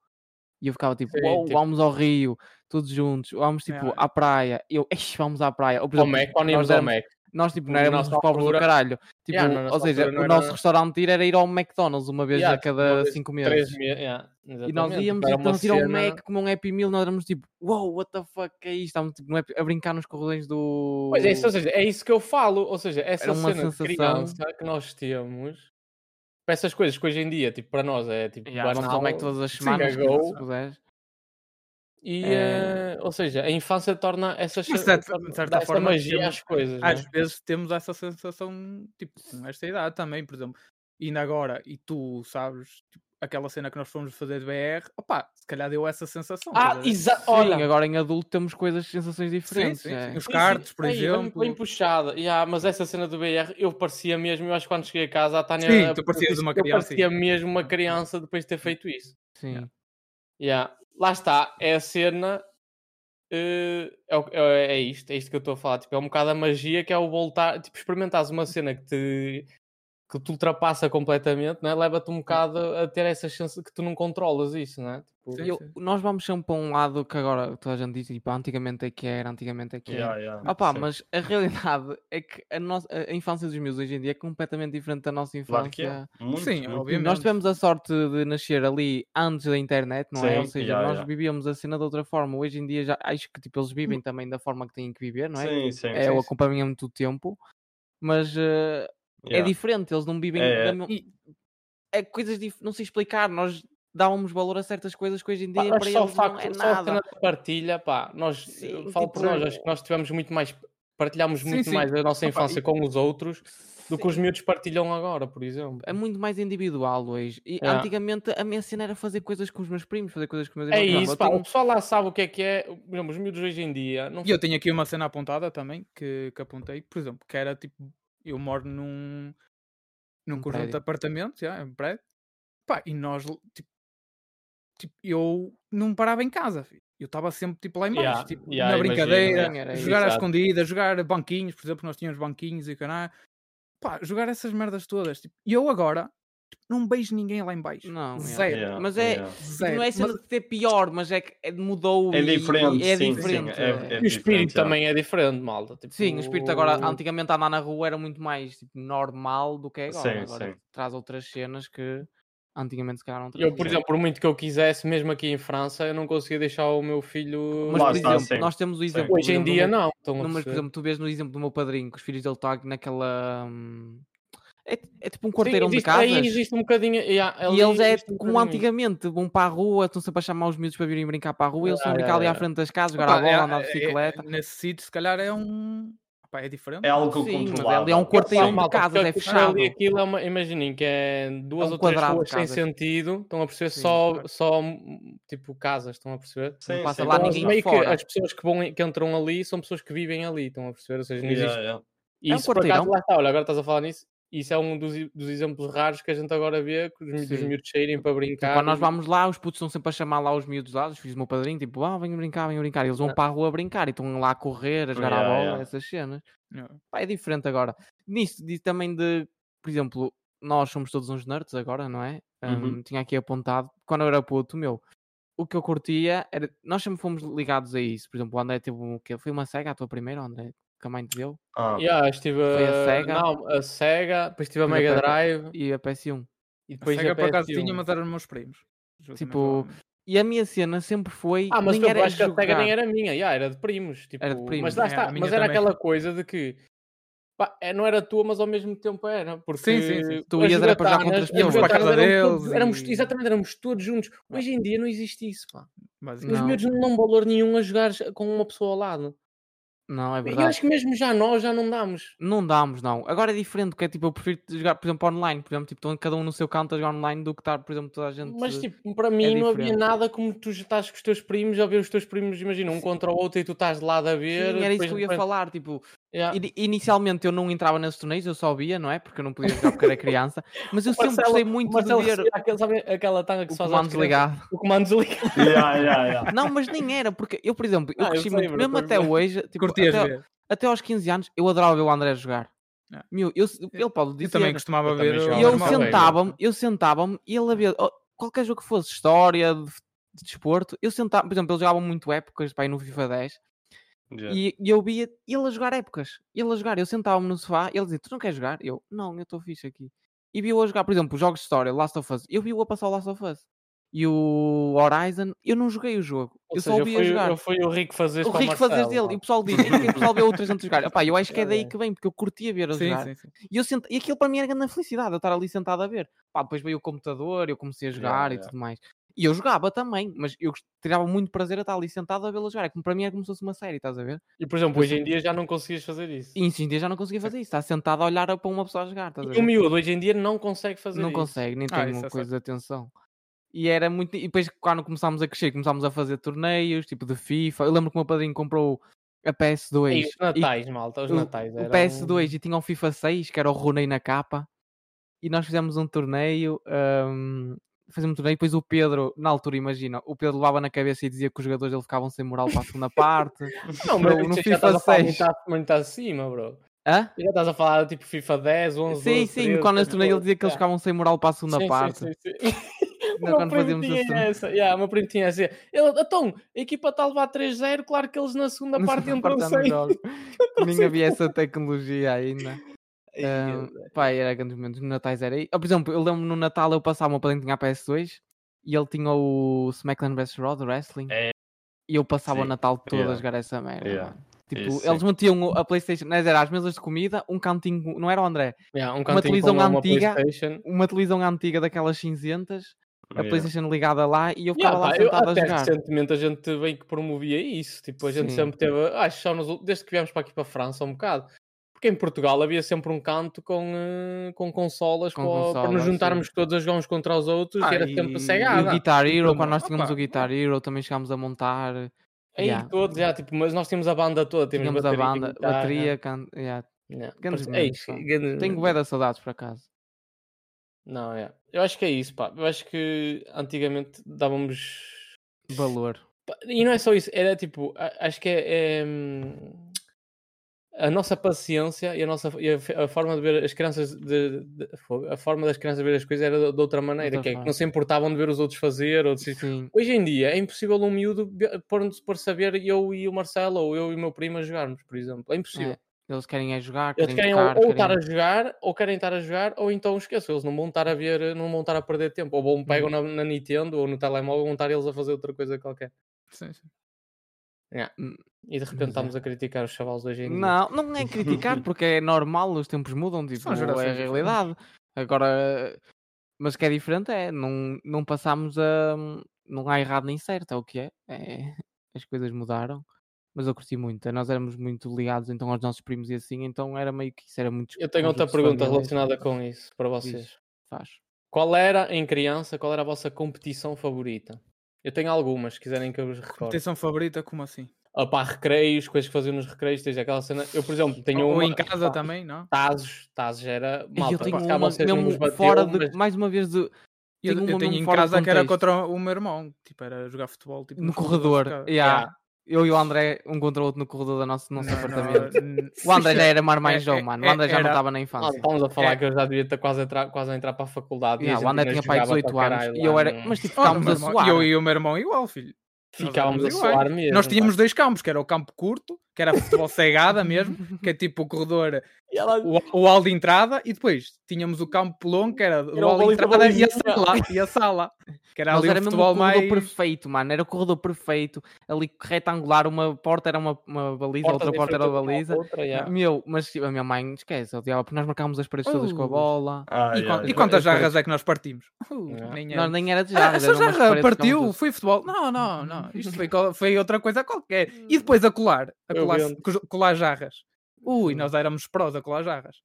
Speaker 2: E eu ficava tipo,
Speaker 3: Sim,
Speaker 2: "Uou,
Speaker 3: tipo-
Speaker 2: vamos ao Rio, todos juntos, vamos tipo
Speaker 5: Yeah.
Speaker 2: à praia. Eu, "Eish, vamos à praia. Ou, por
Speaker 3: Ao
Speaker 2: exemplo,
Speaker 3: Mac, é, quando
Speaker 2: nós
Speaker 3: íamos ao
Speaker 2: éramos-
Speaker 3: Mac.
Speaker 2: Nós tipo, não
Speaker 3: Na
Speaker 2: éramos
Speaker 3: nossa
Speaker 2: os pobres do
Speaker 3: altura-
Speaker 2: caralho. Tipo,
Speaker 3: Yeah, na nossa
Speaker 2: ou seja,
Speaker 3: altura não
Speaker 2: o
Speaker 3: era-
Speaker 2: nosso restaurante ir era ir ao McDonald's uma vez
Speaker 3: Yeah,
Speaker 2: a
Speaker 3: tipo, uma
Speaker 2: cada
Speaker 3: vez,
Speaker 2: cinco
Speaker 3: Três
Speaker 2: meses.
Speaker 3: meses. yeah,
Speaker 2: E nós
Speaker 3: exatamente. tipo,
Speaker 2: íamos
Speaker 3: Era
Speaker 2: então
Speaker 3: uma
Speaker 2: tirar um
Speaker 3: cena-
Speaker 2: Mac como um Happy Meal, nós éramos tipo, wow, what the fuck é isto? Estávamos tipo, no Happy- a brincar nos corredores do.
Speaker 3: Pois é, isso, ou seja, é isso que eu falo. Ou seja, essa
Speaker 2: Era uma
Speaker 3: cena
Speaker 2: sensação.
Speaker 3: de criança que nós temos, para essas coisas que hoje em dia, tipo, para nós é tipo
Speaker 2: Yeah, vamos ao
Speaker 3: banal,
Speaker 2: Mac todas as
Speaker 3: Sim,
Speaker 2: semanas, se
Speaker 3: cagou.
Speaker 2: puderes.
Speaker 3: E,
Speaker 2: É.
Speaker 3: eh, ou seja, a infância torna essas
Speaker 5: Mas, é
Speaker 3: cenas-
Speaker 5: de certa- de certa
Speaker 3: dá essa
Speaker 5: forma,
Speaker 3: magia
Speaker 5: temos-
Speaker 3: às coisas.
Speaker 5: Às
Speaker 3: né?
Speaker 5: vezes temos essa sensação, tipo, com esta idade também, por exemplo. Ainda agora, e tu sabes, tipo, aquela cena que nós fomos fazer de BR, opá, se calhar deu essa sensação.
Speaker 3: Ah,
Speaker 5: estás a ver?
Speaker 3: exa
Speaker 2: Sim,
Speaker 3: olha,
Speaker 2: agora em adulto temos coisas, sensações
Speaker 5: sim,
Speaker 2: diferentes.
Speaker 5: sim,
Speaker 2: é.
Speaker 5: sim. Os
Speaker 3: sim, sim,
Speaker 5: cartos, por
Speaker 3: aí, bem-
Speaker 5: exemplo.
Speaker 3: Bem puxada. Yeah, mas essa cena do BR, eu parecia mesmo, eu acho que quando cheguei a casa, a Tânia.
Speaker 5: Sim, tu
Speaker 3: eu
Speaker 5: parecias
Speaker 3: disse
Speaker 5: uma
Speaker 3: que
Speaker 5: criança,
Speaker 3: Eu parecia mesmo uma criança depois de ter feito isso.
Speaker 2: sim.
Speaker 5: Yeah.
Speaker 3: Yeah. Lá está, é a cena. eh, é, o- é, é isto, é isto que eu estou a falar. Tipo, é um bocado a magia que é o voltar, tipo, experimentares uma cena que te, que te ultrapassa completamente, né? leva-te um bocado a ter essa chance que tu não controlas isso, né? Tipo,
Speaker 5: Sim.
Speaker 2: E eu- nós vamos sempre para um lado que agora toda a gente diz, tipo, "Ah, antigamente é que era, antigamente é que era.
Speaker 4: Yeah, yeah.
Speaker 2: Ah pá,
Speaker 4: Sim.
Speaker 2: mas a realidade é que a, nossa, a a infância dos meus hoje em dia é completamente diferente da nossa
Speaker 4: Claro que é.
Speaker 2: infância. Tipo,
Speaker 4: Muito,
Speaker 5: Sim,
Speaker 4: muito.
Speaker 5: obviamente.
Speaker 2: Nós tivemos a sorte de nascer ali antes da internet, não é? Ou
Speaker 4: Sim,
Speaker 2: seja,
Speaker 4: yeah,
Speaker 2: nós
Speaker 4: yeah.
Speaker 2: vivíamos a cena de outra forma. Hoje em dia já acho que tipo, eles vivem também da forma que têm que viver, não é?
Speaker 4: Sim, sim,
Speaker 2: é
Speaker 4: sim,
Speaker 2: o
Speaker 4: sim.
Speaker 2: acompanhamento do tempo, mas eh, é
Speaker 4: Yeah.
Speaker 2: diferente, eles não vivem.
Speaker 4: É,
Speaker 2: da
Speaker 4: é.
Speaker 2: mel-
Speaker 5: E-
Speaker 2: É coisas dif... não sei explicar, nós dávamos valor a certas coisas que hoje em
Speaker 3: pá,
Speaker 2: dia
Speaker 3: acho
Speaker 2: para
Speaker 3: só o
Speaker 2: eles
Speaker 3: facto,
Speaker 2: não é
Speaker 3: só a cena
Speaker 2: nada.
Speaker 3: da partilha, pá, nós, eh,
Speaker 2: Sim,
Speaker 3: eu falo por nós,
Speaker 2: tipo-
Speaker 3: acho que nós tivemos muito mais, partilhámos
Speaker 5: Sim,
Speaker 3: muito
Speaker 5: sim.
Speaker 3: mais a nossa
Speaker 5: Opa,
Speaker 3: infância
Speaker 5: e-
Speaker 3: com os outros do que os
Speaker 2: Sim,
Speaker 3: miúdos partilham agora, por exemplo.
Speaker 2: É muito mais individual hoje. E
Speaker 3: Yeah.
Speaker 2: antigamente a minha cena era fazer coisas com os meus primos, fazer coisas com os meus
Speaker 3: É
Speaker 2: irmãos. Não,
Speaker 3: isso,
Speaker 2: eu
Speaker 3: pá,
Speaker 2: tenho-
Speaker 3: o pessoal lá sabe o que é que é. Por exemplo, os miúdos hoje em dia não
Speaker 5: E eu tenho aqui uma cena apontada também, que, que apontei, por exemplo, que era tipo, eu moro num, num
Speaker 2: Num
Speaker 5: conjunto de
Speaker 2: prédio.
Speaker 5: apartamentos, já, é um prédio, pá, e nós, l- tipo, tipo, eu não parava em casa, filho. eu estava sempre tipo lá em baixo,
Speaker 3: Yeah,
Speaker 5: tipo,
Speaker 3: yeah,
Speaker 5: na
Speaker 3: imagino,
Speaker 5: brincadeira,
Speaker 2: sim, era
Speaker 5: jogar à
Speaker 3: exato.
Speaker 5: escondida, jogar banquinhos, por exemplo, nós tínhamos banquinhos e o caralho, pá, jogar essas merdas todas, tipo, e eu agora, tipo, não beijo ninguém lá em baixo,
Speaker 2: Não, yeah.
Speaker 5: zero,
Speaker 4: Yeah,
Speaker 2: Mas é-
Speaker 4: yeah.
Speaker 5: zero,
Speaker 2: Não é
Speaker 5: mas-
Speaker 2: cena de ter pior, mas é que é- mudou
Speaker 4: É
Speaker 2: e- e
Speaker 4: diferente,
Speaker 2: é
Speaker 4: sim,
Speaker 2: diferente.
Speaker 4: sim. É, é
Speaker 3: E o espírito
Speaker 4: diferente, yeah.
Speaker 3: também é diferente, malta. tipo,
Speaker 2: Sim, o espírito agora, antigamente andar na rua era muito mais tipo, normal do que é agora.
Speaker 4: Sim,
Speaker 2: agora
Speaker 4: sim.
Speaker 2: traz outras cenas que antigamente se calhar não
Speaker 3: Eu, por
Speaker 2: trazia.
Speaker 3: exemplo, por muito que eu quisesse, mesmo aqui em França, eu não conseguia deixar o meu filho.
Speaker 2: Mas,
Speaker 4: Lá
Speaker 2: por
Speaker 3: lá.
Speaker 4: está,
Speaker 2: exemplo,
Speaker 4: sim.
Speaker 2: nós temos o exemplo. por
Speaker 3: Hoje em
Speaker 2: exemplo, do
Speaker 3: dia,
Speaker 2: meu-
Speaker 3: não. estão a
Speaker 2: Não, mas, por
Speaker 3: perceber?
Speaker 2: exemplo, tu vês no exemplo do meu padrinho que os filhos dele estão naquela. hum, É, é tipo um
Speaker 3: Sim,
Speaker 2: quarteirão de
Speaker 3: existe-
Speaker 2: casas.
Speaker 3: Aí existe um bocadinho. yeah, ali
Speaker 2: E eles é
Speaker 3: existe um
Speaker 2: como
Speaker 3: bocadinho isso.
Speaker 2: antigamente, vão para a rua, estão sempre a chamar os miúdos para virem brincar para a rua, eles
Speaker 3: Ah,
Speaker 2: vão brincar
Speaker 3: é,
Speaker 2: ali à
Speaker 3: é.
Speaker 2: frente das casas, jogar
Speaker 5: Opa,
Speaker 2: a bola,
Speaker 5: é-
Speaker 2: andar de
Speaker 5: é- é-
Speaker 2: bicicleta.
Speaker 5: nesse sítio, se calhar é um, pá, é diferente.
Speaker 4: É algo
Speaker 2: Sim, mas
Speaker 4: controlado.
Speaker 2: ali é um quarteirão de
Speaker 3: Malta,
Speaker 2: casas,
Speaker 3: porque
Speaker 2: é
Speaker 3: aquilo ali,
Speaker 2: fechado.
Speaker 3: aquilo é uma, imaginem que é duas
Speaker 2: É um
Speaker 3: ou três
Speaker 2: quadrado de
Speaker 3: ruas sem
Speaker 2: casas.
Speaker 3: sentido, estão a perceber
Speaker 5: Sim,
Speaker 3: só,
Speaker 5: claro.
Speaker 3: só hum, tipo casas, estão a perceber?
Speaker 4: Sim,
Speaker 2: passa
Speaker 4: sim,
Speaker 2: lá
Speaker 4: sim.
Speaker 3: Então,
Speaker 2: ninguém
Speaker 3: meio que
Speaker 2: fora.
Speaker 3: as pessoas que, vão, que entram ali são pessoas que vivem ali, estão a perceber? Ou seja, não
Speaker 4: Yeah,
Speaker 3: existe.
Speaker 4: yeah.
Speaker 2: É
Speaker 3: E
Speaker 2: um
Speaker 3: isso, por acaso,
Speaker 2: quarteirão.
Speaker 3: lá está, olha, agora estás a falar nisso. Isso é um dos, i- dos exemplos raros que a gente agora vê, que os miúdos, os
Speaker 2: Sim.
Speaker 3: miúdos saírem para brincar.
Speaker 2: Então, quando nós
Speaker 3: e-
Speaker 2: vamos lá, os putos estão sempre a chamar lá os miúdos lá, os filhos do meu padrinho, tipo, ah, venham brincar, venham brincar. E eles vão
Speaker 3: Ah.
Speaker 2: para a rua brincar e estão lá a correr, a jogar à
Speaker 4: Yeah,
Speaker 2: bola,
Speaker 4: yeah.
Speaker 2: essas cenas.
Speaker 5: Yeah.
Speaker 2: Pá, é diferente agora. Nisto, diz também de, por exemplo, nós somos todos uns nerds agora, não é?
Speaker 4: Uhum.
Speaker 2: Hum, tinha aqui apontado, quando eu era puto, meu, o que eu curtia era. Nós sempre fomos ligados a isso. Por exemplo, o André teve um. que Foi uma cega a tua primeira, André? Que a mãe te deu?
Speaker 4: Ah,
Speaker 3: Yeah, estive
Speaker 2: Foi a
Speaker 3: a
Speaker 2: Sega.
Speaker 3: Não, a Sega, depois tive a
Speaker 2: Depois a
Speaker 3: Mega
Speaker 2: Pe-
Speaker 3: Drive
Speaker 2: E a PS1.
Speaker 3: e
Speaker 5: A
Speaker 3: depois a
Speaker 5: Sega, por acaso
Speaker 3: PS1.
Speaker 5: tinha, mas eram meus primos. Justamente,
Speaker 2: Tipo,
Speaker 5: provavelmente.
Speaker 2: E a minha cena sempre foi.
Speaker 3: Ah, mas
Speaker 2: nem
Speaker 3: foi-
Speaker 2: era
Speaker 3: acho que a
Speaker 2: jogar.
Speaker 3: SEGA nem era minha, yeah, era de primos. Tipo,
Speaker 2: Era de primos,
Speaker 3: Mas lá
Speaker 5: yeah, é, a
Speaker 3: está,
Speaker 5: minha
Speaker 3: mas era
Speaker 5: também.
Speaker 3: aquela coisa de que Pá, é, não era tua, mas ao mesmo tempo era. Porque
Speaker 5: Sim, sim, sim.
Speaker 2: Tu
Speaker 3: as
Speaker 2: ias era para jogar contra
Speaker 3: jogatanas-
Speaker 2: as pessoas.
Speaker 3: as
Speaker 5: Íamos para a
Speaker 3: jogatanas
Speaker 5: casa
Speaker 3: eram
Speaker 5: deles
Speaker 3: todos- éramos-
Speaker 5: e-
Speaker 3: Exatamente, éramos todos juntos. Hoje em dia não existe isso, pá. Os
Speaker 5: basicamente.
Speaker 2: Não.
Speaker 3: miúdos não dão valor nenhum a jogar com uma pessoa ao lado.
Speaker 2: Não, é
Speaker 3: Eu
Speaker 2: verdade.
Speaker 3: acho que mesmo já nós já não damos.
Speaker 2: Não damos, não. Agora é diferente, porque é tipo, eu prefiro jogar, por exemplo, online. Por exemplo, tipo, estão cada um no seu canto a jogar online do que estar, por exemplo, toda a gente.
Speaker 3: Mas tipo, para mim não havia
Speaker 2: é diferente.
Speaker 3: nada como tu já estás com os teus primos, a ver os teus primos, imagina, um contra o outro e tu estás de lado a ver.
Speaker 2: Sim, era isso
Speaker 3: depois
Speaker 2: que eu ia
Speaker 3: de repente-
Speaker 2: falar. Tipo,
Speaker 3: Yeah.
Speaker 2: ini- inicialmente eu não entrava nesses torneios, eu só via, não é? Porque eu não podia jogar porque era criança. Mas eu sempre
Speaker 3: Marcelo-
Speaker 2: gostei
Speaker 3: O
Speaker 2: muito de
Speaker 3: Marcelo
Speaker 2: ver
Speaker 3: recebia aquele- sabe aquela tanga que
Speaker 2: o
Speaker 3: só dá às
Speaker 2: comando
Speaker 3: crianças?
Speaker 2: desligado.
Speaker 3: O comando desligado.
Speaker 4: Yeah, yeah, yeah.
Speaker 2: Não, mas nem era, porque eu, por exemplo, eu
Speaker 3: Ah, eu
Speaker 2: cresci
Speaker 3: sei,
Speaker 2: muito,
Speaker 3: bro,
Speaker 2: mesmo
Speaker 3: pois
Speaker 2: até
Speaker 3: bem.
Speaker 2: hoje, tipo,
Speaker 5: Curtias
Speaker 2: até,
Speaker 5: ver.
Speaker 2: até aos 15 anos, eu adorava ver o André jogar.
Speaker 5: Ah.
Speaker 2: Meu, eu, ele pode dizer.
Speaker 5: Eu também costumava
Speaker 3: É. Eu
Speaker 5: ver.
Speaker 3: também
Speaker 5: o-
Speaker 3: jogava
Speaker 2: E eu
Speaker 3: Normal,
Speaker 5: normal.
Speaker 3: velho.
Speaker 2: sentava-me, eu sentava-me e ele havia oh, qualquer jogo que fosse, história, de, f- de desporto, eu sentava, por exemplo, ele jogava muito épocas pá, aí no FIFA 10
Speaker 4: Yeah.
Speaker 2: e, e eu via ele a jogar épocas, ele a jogar, eu sentava-me no sofá, ele dizia, tu não queres jogar? Eu, não, eu estou fixe aqui. E vi-o a jogar, por exemplo, jogos de história, Last of Us, eu vi-o a passar o Last of Us e o Horizon, eu não joguei o jogo,
Speaker 3: Ou
Speaker 2: eu
Speaker 3: seja,
Speaker 2: só ouvi a
Speaker 3: foi-
Speaker 2: jogar.
Speaker 3: Eu fui o rico fazer
Speaker 2: O rico fazer dele, e o pessoal diz, "Porquê que o pessoal vê outras gente jogar. Epá, eu acho que é daí que vem, porque eu curtia ver a jogar.
Speaker 5: Sim, sim, sim.
Speaker 2: E, eu sent... e aquilo para mim era grande felicidade, eu estar ali sentado a ver. Pá, depois veio o computador, eu comecei a
Speaker 4: Yeah,
Speaker 2: jogar e
Speaker 4: yeah.
Speaker 2: tudo mais. E eu jogava também, mas eu gost- tirava muito prazer a estar ali sentado a vê-la jogar. É como para mim era como se fosse uma série, estás a ver?
Speaker 3: E por exemplo, hoje em dia já não conseguias fazer isso.
Speaker 2: E isso em dia já não conseguia fazer isso. Está sentado a olhar para uma pessoa a jogar, estás a
Speaker 3: E o
Speaker 2: ver?
Speaker 3: miúdo hoje em dia não consegue fazer
Speaker 2: Não
Speaker 3: isso.
Speaker 2: consegue, nem
Speaker 5: Ah,
Speaker 2: tem
Speaker 5: isso
Speaker 2: uma
Speaker 5: é
Speaker 2: coisa de atenção. E era muito. E depois, quando começámos a crescer, começámos a fazer torneios, tipo de FIFA. Eu lembro que o meu padrinho comprou a PS2
Speaker 3: E os natais, um malta, os
Speaker 2: o-
Speaker 3: natais.
Speaker 2: o
Speaker 3: eram-
Speaker 2: PS2 e tinha o FIFA 6, que era o Rooney na capa, e nós fizemos um torneio, hum, fizemos um torneio, depois o Pedro, na altura, imagina, o Pedro levava na cabeça e dizia que os jogadores dele ficavam sem moral para a segunda parte.
Speaker 3: Não, mas
Speaker 2: no-
Speaker 3: isso
Speaker 2: no
Speaker 3: já
Speaker 2: FIFA
Speaker 3: estás a falar
Speaker 2: 6.
Speaker 3: Muito, a- muito acima, bro.
Speaker 2: Hã?
Speaker 3: Já estás a falar tipo FIFA 10, 11,
Speaker 2: Sim,
Speaker 3: 12,
Speaker 2: sim,
Speaker 3: 13,
Speaker 2: quando nesse torneio ele
Speaker 3: 14,
Speaker 2: dizia que eles
Speaker 3: já.
Speaker 2: ficavam sem moral para a segunda
Speaker 3: né? É. Sim,
Speaker 2: parte.
Speaker 3: Sim, sim, sim.
Speaker 2: Não,
Speaker 3: O meu
Speaker 2: quando
Speaker 3: primo
Speaker 2: fazíamos
Speaker 3: tinha
Speaker 2: esse-
Speaker 3: essa. Yeah, o meu primo tinha essa. Ele, então, a equipa está a levar 3-0, claro que eles na segunda
Speaker 2: Na
Speaker 3: parte
Speaker 2: segunda
Speaker 3: entram
Speaker 2: parte já não
Speaker 3: sem.
Speaker 2: joga. Nem havia essa tecnologia ainda.
Speaker 3: Ai,
Speaker 2: Ah,
Speaker 3: meu
Speaker 2: pá, era grandes momentos. No Natais era aí. Ah, por exemplo, eu lembro no Natal eu passava uma padrinho que tinha a PS2 e ele tinha o SmackDown vs. Raw do Wrestling.
Speaker 4: É.
Speaker 2: E eu passava o
Speaker 4: Sim,
Speaker 2: Natal todo
Speaker 4: yeah.
Speaker 2: a jogar essa merda.
Speaker 4: Yeah,
Speaker 2: mano. Tipo,
Speaker 4: isso
Speaker 2: eles metiam o- a Playstation, mas era as mesas de comida, um cantinho, com- não era o André,
Speaker 3: Yeah, um
Speaker 2: uma
Speaker 3: cantinho
Speaker 2: televisão
Speaker 3: com uma
Speaker 2: antiga.
Speaker 3: PlayStation.
Speaker 2: uma televisão antiga daquelas cinzentas, a
Speaker 4: Yeah.
Speaker 2: Playstation ligada lá e eu ficava
Speaker 3: Yeah,
Speaker 2: lá
Speaker 3: pá, eu-
Speaker 2: sentado a
Speaker 3: até
Speaker 2: jogar.
Speaker 3: recentemente a gente bem que promovia isso. Tipo, a gente
Speaker 2: Sim.
Speaker 3: sempre teve. Acho que só nos ul- desde que viemos para aqui para a França um bocado. Porque em Portugal havia sempre um canto com, eh, com consolas
Speaker 2: Com
Speaker 3: para, para
Speaker 2: consolas,
Speaker 3: nos
Speaker 2: sim.
Speaker 3: juntarmos todos a jogar uns contra os outros
Speaker 5: Ah,
Speaker 3: e era
Speaker 5: e-
Speaker 3: sempre
Speaker 2: E o
Speaker 3: cegada.
Speaker 2: Guitar Hero,
Speaker 5: Opa,
Speaker 2: quando nós tínhamos o
Speaker 5: opa.
Speaker 2: Guitar Hero, também chegámos a montar.
Speaker 3: Aí
Speaker 2: Yeah.
Speaker 3: todos, já, tipo, mas nós tínhamos a banda toda, tínhamos
Speaker 2: Tínhamos a
Speaker 3: bateria,
Speaker 2: banda,
Speaker 3: guitarra,
Speaker 2: bateria, can... yeah,
Speaker 3: yeah.
Speaker 2: grandes
Speaker 3: Mas- ei,
Speaker 2: momentos, pá.
Speaker 3: grandes
Speaker 2: Tenho
Speaker 3: momentos.
Speaker 2: bué de saudades, por acaso.
Speaker 3: Não, é. Eu acho que é isso, pá. Eu acho que antigamente dávamos.
Speaker 2: Valor.
Speaker 3: pá, E não é só isso, era tipo, a- acho que é. é, hum, A nossa paciência e a nossa e a, fe- a forma de ver as crianças de, de- fogo, a forma das crianças ver as coisas era de, de outra maneira,
Speaker 2: outra
Speaker 3: que é que
Speaker 2: forma.
Speaker 3: não se importavam de ver os outros fazer ou de se-
Speaker 2: Sim.
Speaker 3: Hoje em dia é impossível um miúdo be- pôr-nos por saber eu e o Marcelo ou eu e o meu primo a jogarmos, por exemplo. É impossível.
Speaker 2: É, Eles querem é jogar,
Speaker 3: Eles
Speaker 2: querem,
Speaker 3: querem ou-
Speaker 2: tocar,
Speaker 3: ou
Speaker 2: querem...
Speaker 3: estar a jogar, ou querem estar a jogar, ou então esqueçam, eles não vão estar a ver, eh, não vão estar a perder tempo, ou vão pegam
Speaker 2: Uhum.
Speaker 3: na, na Nintendo ou no telemóvel, vão estar eles a fazer outra coisa qualquer.
Speaker 5: Sim, sim.
Speaker 3: E de repente
Speaker 2: Mas é.
Speaker 3: estamos a criticar os chavales de hoje em dia.
Speaker 2: Não, não é criticar porque é normal, os tempos mudam, tipo, é a
Speaker 5: gerações diferentes.
Speaker 2: realidade. Agora, mas o que é diferente é, não, não passamos a... Não há errado nem certo, é o que é. é. As coisas mudaram, mas eu curti muito. Nós éramos muito ligados então aos nossos primos e assim, então era meio que isso, era muito...
Speaker 3: Eu tenho
Speaker 2: um
Speaker 3: outra
Speaker 2: jogo de
Speaker 3: pergunta
Speaker 2: família,
Speaker 3: relacionada com isso para vocês.
Speaker 2: Faz.
Speaker 3: Qual era, em criança, qual era a vossa competição favorita? Eu tenho algumas, se quiserem que eu vos recorde.
Speaker 5: Competição favorita, como assim?
Speaker 3: Opá, recreios, coisas que faziam nos recreios, tens aquela cena. Eu, por exemplo, tenho
Speaker 5: Ou
Speaker 3: uma...
Speaker 5: em casa
Speaker 3: Opá,
Speaker 5: também, não?
Speaker 3: Tazos, Tazos era...
Speaker 2: E
Speaker 3: Malta,
Speaker 2: eu tenho
Speaker 3: se
Speaker 2: uma,
Speaker 3: calhar vocês não vos
Speaker 2: mesmo
Speaker 3: bateu,
Speaker 2: fora de...
Speaker 3: mas-
Speaker 2: Mais uma vez, de,
Speaker 5: Eu,
Speaker 2: Tenho
Speaker 5: eu
Speaker 2: uma
Speaker 5: tenho
Speaker 2: mesmo
Speaker 5: em
Speaker 2: fora de
Speaker 5: casa que era
Speaker 2: contexto.
Speaker 5: contra o meu irmão. Tipo, era jogar futebol tipo,
Speaker 2: no
Speaker 5: nos
Speaker 2: corredor.
Speaker 5: corredores de
Speaker 2: yeah.
Speaker 3: Yeah.
Speaker 2: Eu e o André, um contra o outro no corredor do nosso, nosso
Speaker 5: casa. Não,
Speaker 2: apartamento.
Speaker 5: não, n-
Speaker 2: O André já era marmanjão,
Speaker 5: é-
Speaker 2: mano. O
Speaker 5: é-
Speaker 2: André já não
Speaker 5: era-
Speaker 2: estava na
Speaker 3: Mano,
Speaker 2: infância.
Speaker 3: estamos a falar
Speaker 5: É.
Speaker 3: que eu já devia estar quase a entrar, quase a entrar para a faculdade. e a
Speaker 2: Yeah, o
Speaker 3: gente
Speaker 2: André
Speaker 3: ainda
Speaker 2: tinha pai
Speaker 3: jogava
Speaker 2: 18
Speaker 3: para
Speaker 2: anos
Speaker 3: caralho
Speaker 2: e
Speaker 3: lá
Speaker 2: eu era.
Speaker 3: no-
Speaker 2: Mas tipo,
Speaker 5: Oh, meu
Speaker 2: estávamos a
Speaker 5: irmão-
Speaker 2: suar.
Speaker 5: Eu e o meu irmão igual, filho. Nós
Speaker 3: Ficávamos a
Speaker 5: éramos
Speaker 3: suar
Speaker 5: iguais.
Speaker 3: mesmo.
Speaker 5: Nós
Speaker 3: pá.
Speaker 5: tínhamos dois campos, que era o campo curto que era futebol cegada mesmo, que é tipo o corredor,
Speaker 3: E ela
Speaker 5: o, o hall de entrada, e depois tínhamos o campo longo, que era o
Speaker 3: Era o
Speaker 5: hall de
Speaker 3: bolinho da
Speaker 5: entrada e a,
Speaker 3: balizinha.
Speaker 5: sala, e a sala, que era
Speaker 2: Mas
Speaker 5: ali
Speaker 2: era
Speaker 5: o
Speaker 2: mesmo
Speaker 5: futebol
Speaker 2: o corredor
Speaker 5: mais...
Speaker 2: perfeito, mano. Era o corredor perfeito, ali retangular, uma porta era uma, uma baliza, outra
Speaker 3: de
Speaker 2: porta era a
Speaker 3: enfrentou com
Speaker 2: baliza.
Speaker 3: outra, yeah.
Speaker 2: Meu, mas tipo, a minha mãe esquece, odiava, porque nós marcámos as paredes todas com a
Speaker 5: Ui.
Speaker 2: bola.
Speaker 4: Ai,
Speaker 5: E, quan-
Speaker 4: ai,
Speaker 5: e quantas
Speaker 2: eu- eu-
Speaker 5: jarras é que nós partimos? Uh,
Speaker 3: Yeah.
Speaker 5: nem é-
Speaker 2: Nós nem era de
Speaker 5: Ah,
Speaker 2: jarras,
Speaker 5: essa
Speaker 2: eram umas
Speaker 5: jarra
Speaker 2: paredes que ficámos
Speaker 5: partiu,
Speaker 2: assim.
Speaker 5: foi futebol. Não, não, não. Isto foi, co- foi outra coisa qualquer.
Speaker 2: Hum.
Speaker 5: E depois a colar. A
Speaker 3: Eu
Speaker 5: colar,
Speaker 3: vendo. Uhum.
Speaker 5: co- colar jarras. Ui, nós éramos prós a colar jarras.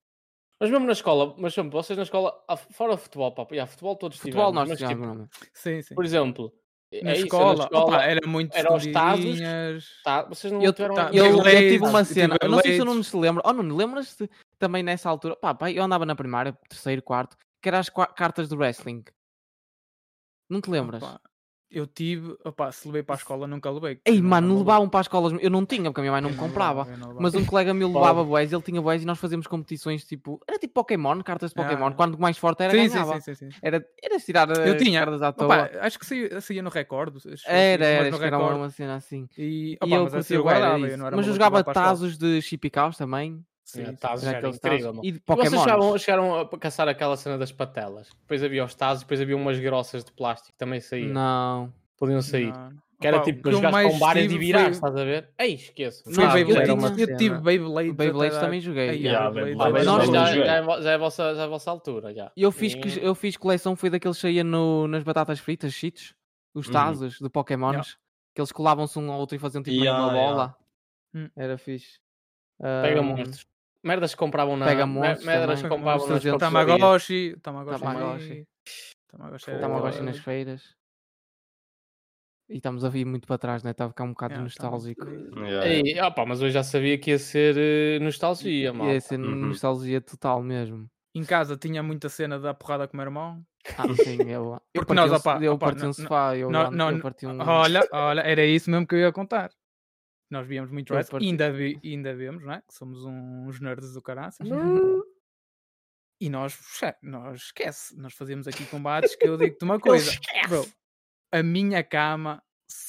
Speaker 3: Mas mesmo na escola, mas sempre, vocês na escola, ah, fora futebol, pá, yeah, futebol todos
Speaker 2: Futebol
Speaker 3: tivemos,
Speaker 2: nós
Speaker 3: mas, tipo,
Speaker 2: tivemos, não.
Speaker 5: Sim, sim.
Speaker 3: por exemplo, é
Speaker 5: Na
Speaker 3: isso, eu
Speaker 5: escola.
Speaker 3: na escola
Speaker 5: Opa, era muito
Speaker 3: era aos tazos.
Speaker 5: escondidinhas.
Speaker 3: tá, vocês não
Speaker 2: Eu,
Speaker 3: tiveram
Speaker 5: tá,
Speaker 2: eu, eu
Speaker 5: Beyblades,
Speaker 2: tive uma
Speaker 5: eu tive
Speaker 2: cena, eu não sei se tu
Speaker 5: Beyblades.
Speaker 2: não se lembra, oh Nuno, lembras-te também nessa altura, pá, pá, eu andava na primária, terceiro, quarto, que era as qua- cartas do wrestling. Não te lembras?
Speaker 5: Opa, eu tive. Opa, se levei para a escola, nunca levei.
Speaker 2: Ei,
Speaker 5: Não,
Speaker 2: mano,
Speaker 5: não
Speaker 2: levavam para as escolas, eu não tinha, porque a minha mãe não me
Speaker 5: Eu
Speaker 2: comprava.
Speaker 5: levava, eu não levava.
Speaker 2: Mas um colega meu levava boés, ele tinha boés e nós fazíamos competições tipo. Era tipo Pokémon, cartas de
Speaker 5: Ah,
Speaker 2: Pokémon.
Speaker 5: é.
Speaker 2: Quando o mais forte era,
Speaker 5: Sim,
Speaker 2: ganhava.
Speaker 5: sim, sim, sim, sim.
Speaker 2: Era, era tirar
Speaker 5: Eu
Speaker 2: as
Speaker 5: tinha.
Speaker 2: cartas à toa.
Speaker 5: Opa, acho que saía, saía no recorde. acho que
Speaker 2: era,
Speaker 5: saía
Speaker 2: era,
Speaker 5: mais
Speaker 2: acho
Speaker 5: no
Speaker 2: que era
Speaker 5: recorde.
Speaker 2: uma cena assim.
Speaker 5: E,
Speaker 2: E
Speaker 5: opa,
Speaker 2: eu
Speaker 5: mas
Speaker 2: curti
Speaker 5: assim eu
Speaker 2: bué, era
Speaker 5: guardava. eu
Speaker 2: isso.
Speaker 5: não era
Speaker 2: Mas eu
Speaker 5: maluco,
Speaker 2: jogava
Speaker 5: levava para a escola.
Speaker 2: Tazos de Chipicaus também.
Speaker 5: Sim, sim.
Speaker 3: Tazos
Speaker 2: Era
Speaker 3: era
Speaker 2: aqueles
Speaker 3: incrível,
Speaker 2: Tazos.
Speaker 3: mano.
Speaker 2: E de
Speaker 3: Vocês chegaram,
Speaker 2: Pokémon.
Speaker 3: chegaram a caçar aquela cena das patelas. Depois havia os tazos, depois havia umas grossas de plástico que também saíam.
Speaker 2: Não.
Speaker 3: Podiam sair.
Speaker 5: Não, não.
Speaker 3: Que era
Speaker 5: Opa, o
Speaker 3: tipo
Speaker 5: que
Speaker 3: para
Speaker 5: eu
Speaker 3: jogar
Speaker 5: mais
Speaker 3: com bar e
Speaker 5: tive
Speaker 3: virar,
Speaker 5: foi-
Speaker 3: estás a ver? Ei, esqueço.
Speaker 5: Foi
Speaker 2: Não, eu
Speaker 5: Beyblades.
Speaker 2: tinha-
Speaker 5: Eu,
Speaker 2: uma
Speaker 5: tive
Speaker 2: cena.
Speaker 5: Beyblades.
Speaker 2: Beyblades
Speaker 5: até dar-
Speaker 2: também joguei.
Speaker 5: Ai,
Speaker 4: Yeah,
Speaker 5: ai,
Speaker 4: Beyblades.
Speaker 3: Ah, mas
Speaker 4: Beyblades
Speaker 3: nós
Speaker 2: nós
Speaker 3: já,
Speaker 4: joguei.
Speaker 3: já, é vo- já é a vossa, já é a vossa altura. Já.
Speaker 2: Eu fiz, que-
Speaker 3: Hum.
Speaker 2: eu fiz coleção, foi daqueles que saía no, nas batatas fritas, cheats. Os
Speaker 4: Uhum.
Speaker 2: Tazos de Pokémons. Que eles colavam-se um ao outro e faziam tipo meio
Speaker 4: Ya,
Speaker 2: uma
Speaker 4: ya.
Speaker 2: bola.
Speaker 5: Hum.
Speaker 2: Era fixe. Ah,
Speaker 3: Pega
Speaker 2: Ahm,
Speaker 3: monstros. Merdas que compravam na.
Speaker 2: Pega
Speaker 3: mer-
Speaker 2: monstros
Speaker 3: Merdas que
Speaker 2: também.
Speaker 3: compravam nas
Speaker 2: Monstros dentro.
Speaker 3: papelarias.
Speaker 5: Tamagotchi. Tamagotchi.
Speaker 2: Tamagotchi.
Speaker 5: também. Tamagotchi. era-
Speaker 2: Tamagotchi assim nas
Speaker 5: era-
Speaker 2: feiras. E estamos a vir muito para trás, né? Está a ficar um bocado
Speaker 5: Yeah, tá muito
Speaker 2: nostálgico.
Speaker 5: feliz.
Speaker 4: Yeah, yeah.
Speaker 3: Ei, opa, mas eu já sabia que ia ser eh, nostalgia, Ah,
Speaker 2: E
Speaker 3: mal.
Speaker 2: essa
Speaker 4: Uhum.
Speaker 2: nostalgia total mesmo.
Speaker 5: Em casa tinha muita cena da porrada com o meu irmão.
Speaker 2: Ah, sim, eu, eu parti,
Speaker 5: Porque nós,
Speaker 2: um,
Speaker 5: opá,
Speaker 2: eu
Speaker 5: opá,
Speaker 2: parti
Speaker 5: no-
Speaker 2: um
Speaker 5: no-
Speaker 2: sofá, eu,
Speaker 5: no-
Speaker 2: eu
Speaker 5: no-
Speaker 2: parti um...
Speaker 5: Olha, olha, era isso mesmo que eu ia contar. Nós víamos muito
Speaker 2: Eu
Speaker 5: wrestling.
Speaker 2: parti-
Speaker 5: Ainda, vi, ainda vemos, não é? Que somos uns nerds do caraças.
Speaker 2: Uhum.
Speaker 5: E nós, xa- nós esquece, nós fazíamos aqui combates que eu digo-te uma coisa. Bro, a minha cama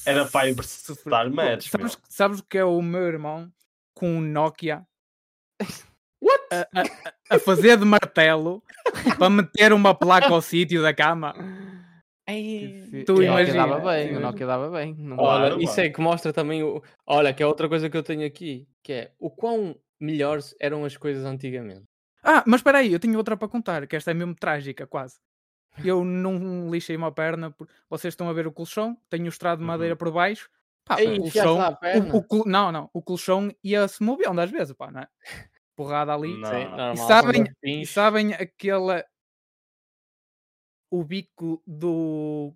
Speaker 4: Era para ir
Speaker 5: sofre-
Speaker 4: estar
Speaker 5: Bro,
Speaker 4: match,
Speaker 5: Sabes,
Speaker 4: meu.
Speaker 5: sabes o que é o meu irmão com um Nokia a, a- a fazer de martelo para meter uma placa ao sítio da cama?
Speaker 2: Se-
Speaker 5: tu
Speaker 2: o Nokia
Speaker 5: imagina,
Speaker 2: dava
Speaker 5: tu
Speaker 2: bem, o
Speaker 5: imagina.
Speaker 2: Nokia dava bem. Não
Speaker 4: Olha,
Speaker 2: dava.
Speaker 3: Olha, isso
Speaker 4: mano.
Speaker 3: é que mostra também o. Olha, que é outra coisa que eu tenho aqui, que é o quão melhores eram as coisas antigamente.
Speaker 5: Ah, mas espera aí, eu tenho outra para contar, que esta é mesmo trágica, quase. Eu não lixei uma perna, por... vocês estão a ver o colchão, tenho o estrado de
Speaker 4: Uhum.
Speaker 5: madeira por baixo. Pá,
Speaker 3: Ei,
Speaker 5: o
Speaker 3: enfiaste
Speaker 5: colchão,
Speaker 3: lá a
Speaker 2: é,
Speaker 3: perna.
Speaker 5: o, o col- não, não, o colchão ia-se movendo às vezes, pá, não é? Porrada ali,
Speaker 4: Não.
Speaker 3: Sim, normal. são
Speaker 5: sabem- E
Speaker 3: golfinhos.
Speaker 5: sabem aquela. O bico do.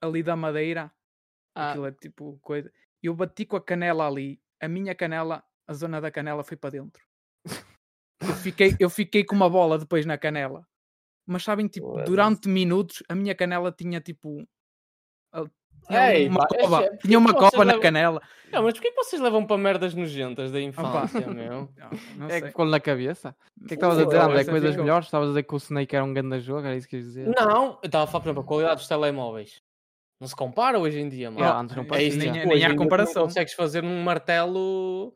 Speaker 5: ali da madeira?
Speaker 2: Ah,
Speaker 5: Aquilo é tipo coisa. Eu bati com a canela ali. A minha canela, a zona da canela foi para dentro. Eu fiquei, eu fiquei com uma bola depois na canela. Mas sabem, tipo,
Speaker 3: Foda-se.
Speaker 5: durante minutos a minha canela tinha tipo. a- Tinha
Speaker 3: Ei,
Speaker 5: uma
Speaker 3: pá, é
Speaker 5: cova,
Speaker 3: sério,
Speaker 5: tinha uma
Speaker 3: porquê que
Speaker 5: cova na
Speaker 3: vocês
Speaker 5: canela.
Speaker 3: Não, mas porquê que vocês levam para merdas nojentas da infância, meu?
Speaker 5: Não, não
Speaker 2: é que
Speaker 5: sei.
Speaker 2: ficou na cabeça. O que é que
Speaker 5: Não
Speaker 2: estavas a
Speaker 5: sei,
Speaker 2: dizer, André?
Speaker 5: essa
Speaker 2: Coisas
Speaker 5: ficou.
Speaker 2: melhores? Estavas a dizer que o Snake era um grande jogo? Era isso que quis dizer?
Speaker 3: Não, eu estava a falar, por exemplo, a qualidade dos telemóveis. Não se compara hoje em dia, mano.
Speaker 2: Yeah, antes Ah, não
Speaker 5: é
Speaker 2: parecia.
Speaker 5: isso, nem-
Speaker 3: Hoje
Speaker 5: nem há
Speaker 3: em dia Tu
Speaker 5: comparação.
Speaker 3: não consegues fazer um martelo.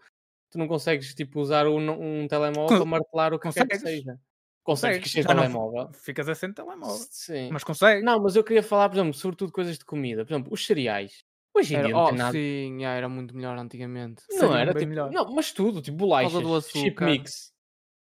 Speaker 3: Tu não consegues tipo, usar um, um telemóvel
Speaker 5: Con-
Speaker 3: para martelar o que quer que
Speaker 5: consegues.
Speaker 3: seja. Consegues
Speaker 5: Consegues,
Speaker 3: que seja
Speaker 5: já não-
Speaker 3: telemóvel.
Speaker 5: Ficas assim no telemóvel.
Speaker 3: Sim.
Speaker 5: Mas consegue.
Speaker 3: Não, mas eu queria falar, por exemplo, sobretudo coisas de comida. Por exemplo, os cereais. Hoje em
Speaker 2: Era,
Speaker 3: dia não
Speaker 2: oh,
Speaker 3: tem nada.
Speaker 2: sim, já, era muito melhor antigamente.
Speaker 3: Não
Speaker 5: Seriam
Speaker 3: era
Speaker 5: bem
Speaker 3: tipo,
Speaker 5: melhor.
Speaker 3: não, mas tudo, tipo
Speaker 2: causa do
Speaker 3: bolachas, chip
Speaker 2: açúcar.
Speaker 3: mix.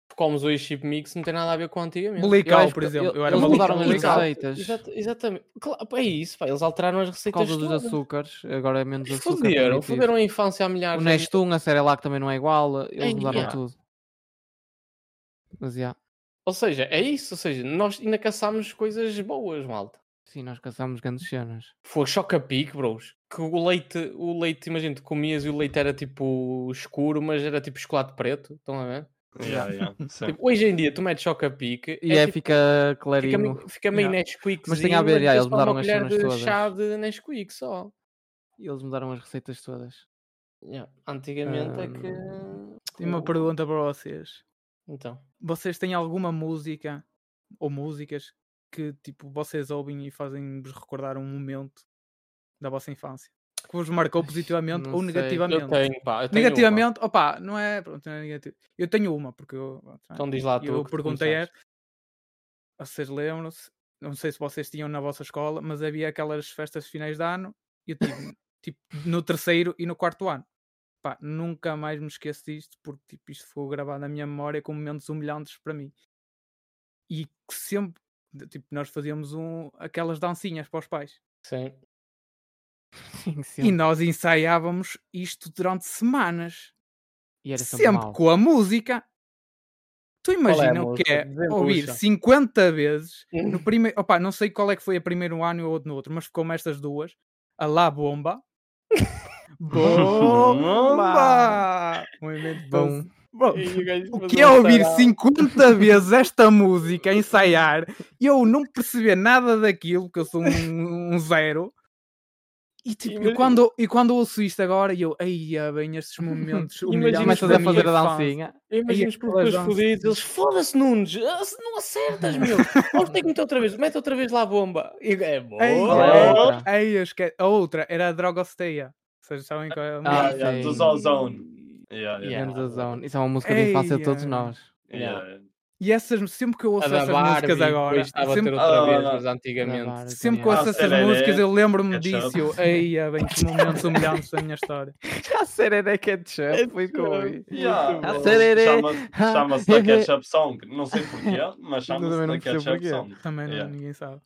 Speaker 3: Tu Comes hoje chip mix, não tem nada a ver com antigamente.
Speaker 2: Eu um
Speaker 5: Blical,
Speaker 2: acho
Speaker 5: por
Speaker 2: que
Speaker 5: exemplo.
Speaker 2: ele-
Speaker 5: Eu era
Speaker 2: eles
Speaker 5: uma
Speaker 2: mudaram as
Speaker 5: blical.
Speaker 3: Exato,
Speaker 2: receitas.
Speaker 3: exato- exatamente. Claro, pá, é isso, pá, eles alteraram as
Speaker 2: Por
Speaker 3: receitas.
Speaker 2: causa dos
Speaker 3: todas.
Speaker 2: açúcares, agora é um menos açúcar.
Speaker 3: Fuderam,
Speaker 2: permitido.
Speaker 3: fuderam a infância a milhares.
Speaker 2: O
Speaker 3: de anos.
Speaker 2: Nestum, a Cerelac também não é igual,
Speaker 3: Ei,
Speaker 2: eles mudaram
Speaker 3: yeah.
Speaker 2: tudo. Mas já,
Speaker 3: Ou seja, é isso. Ou seja, nós ainda caçámos coisas boas, malta.
Speaker 2: sim, nós caçamos grandes cenas.
Speaker 3: Foi choca-pique, bros. Que o leite, o leite, imagina, tu comias e o leite era tipo escuro, mas era tipo chocolate preto. Estão a ver?
Speaker 4: Yeah, yeah. Sim.
Speaker 3: Tipo, hoje em dia, tu metes choca-pique
Speaker 2: E é, fica
Speaker 3: tipo, fica,
Speaker 2: clarinho.
Speaker 3: meio- fica meio
Speaker 5: Yeah.
Speaker 3: Nesquik.
Speaker 2: Mas tem a ver, já, eles mudaram
Speaker 3: uma
Speaker 2: as
Speaker 3: colher
Speaker 2: cenas
Speaker 3: de
Speaker 2: todas.
Speaker 3: chá de Nesquik só.
Speaker 2: E eles mudaram as receitas todas.
Speaker 3: Yeah, Antigamente é que.
Speaker 5: Tenho uma pergunta para vocês.
Speaker 3: Então.
Speaker 5: Vocês têm alguma música ou músicas que tipo vocês ouvem e fazem-vos recordar um momento da vossa infância? que vos marcou positivamente
Speaker 2: não
Speaker 5: ou
Speaker 2: sei.
Speaker 5: negativamente?
Speaker 3: Eu tenho, pá. Eu tenho
Speaker 5: negativamente, opá, não é, pronto, não é negativo. Eu tenho uma, porque eu, pronto, é?
Speaker 3: Uma. Então diz lá tu.
Speaker 5: eu
Speaker 3: que tu
Speaker 5: perguntei é,
Speaker 3: começaste.
Speaker 5: vocês lembram-se, não sei se vocês tinham na vossa escola, mas havia aquelas festas de finais de ano, e eu tive tipo, no terceiro e no quarto ano. Pá, nunca mais me esqueço disto, porque tipo, isto ficou gravado na minha memória com momentos humilhantes para mim. E que sempre, tipo, nós fazíamos um, aquelas dancinhas para os pais.
Speaker 3: Sim.
Speaker 2: Sim,
Speaker 5: E
Speaker 2: sempre.
Speaker 5: nós ensaiávamos isto durante semanas.
Speaker 2: E era sempre,
Speaker 5: sempre
Speaker 2: mau.
Speaker 5: com a música. Tu
Speaker 3: é a
Speaker 5: imagina o que
Speaker 3: música?
Speaker 5: é
Speaker 3: Desembucha.
Speaker 5: ouvir 50 vezes no primeiro. Opa, não sei qual é que foi a primeiro ano ou no outro, mas ficou-me estas duas. A lá bomba. bomba! Movimento
Speaker 2: Bom.
Speaker 5: Um bom. Bom,
Speaker 3: E o gajo
Speaker 5: o
Speaker 3: fez
Speaker 5: que
Speaker 3: um
Speaker 5: é ouvir
Speaker 3: sarau.
Speaker 5: 50 vezes esta música, ensaiar, e eu não perceber nada daquilo, que eu sou um, um zero. E, tipo, eu
Speaker 3: Imagina-
Speaker 5: quando, e quando ouço isto agora, e eu, eia bem, estes momentos humilhantes
Speaker 2: Começas
Speaker 5: da
Speaker 2: a
Speaker 5: minha
Speaker 2: fazer a
Speaker 5: infância."
Speaker 2: dancinha.
Speaker 3: Imagina os
Speaker 5: aquelas
Speaker 3: professores
Speaker 5: danças.
Speaker 3: fodidos, eles foda-se Nunes, ah, se não acertas, meu. Vamos ter que meter outra vez, mete outra vez lá a bomba. E- É bom.
Speaker 5: Ei,
Speaker 2: Qual é a outra?
Speaker 5: Ei, eu esque- A outra era a Drogosteia. Vocês sabem qual é a
Speaker 2: Ah,
Speaker 4: Ah,
Speaker 5: música?
Speaker 4: yeah,
Speaker 2: sim.
Speaker 4: dos Ozone. Yeah, yeah,
Speaker 2: Menos a zone. Isso é uma música de infância de todos
Speaker 5: Eia.
Speaker 2: nós.
Speaker 4: yeah.
Speaker 5: E essas, sempre que eu ouço
Speaker 3: a da
Speaker 5: essas
Speaker 3: Barbie,
Speaker 5: músicas agora,
Speaker 3: depois estava a ter Ah,
Speaker 5: sempre,
Speaker 3: outra
Speaker 4: Ah,
Speaker 3: vez,
Speaker 4: ah,
Speaker 3: mas antigamente.
Speaker 2: Agora,
Speaker 5: sempre que
Speaker 2: Daniel.
Speaker 5: ouço essas
Speaker 4: Sereré,
Speaker 5: músicas, eu lembro-me
Speaker 4: Ketchup.
Speaker 5: disso. e Eu, eia bem, que momentos humilhantes da minha história.
Speaker 2: A sereré É ketchup, foi que eu ouvi.
Speaker 4: Yeah.
Speaker 3: Tá
Speaker 4: Tipo,
Speaker 2: bom. Sererê.
Speaker 4: Chama-
Speaker 2: Ah,
Speaker 4: Chama-se da Ketchup Song. Não sei porquê, mas
Speaker 2: também
Speaker 4: chama-se
Speaker 2: não
Speaker 4: da
Speaker 2: percebo
Speaker 4: Ketchup
Speaker 2: porquê.
Speaker 4: Song.
Speaker 5: Também não-
Speaker 4: Yeah.
Speaker 5: ninguém sabe.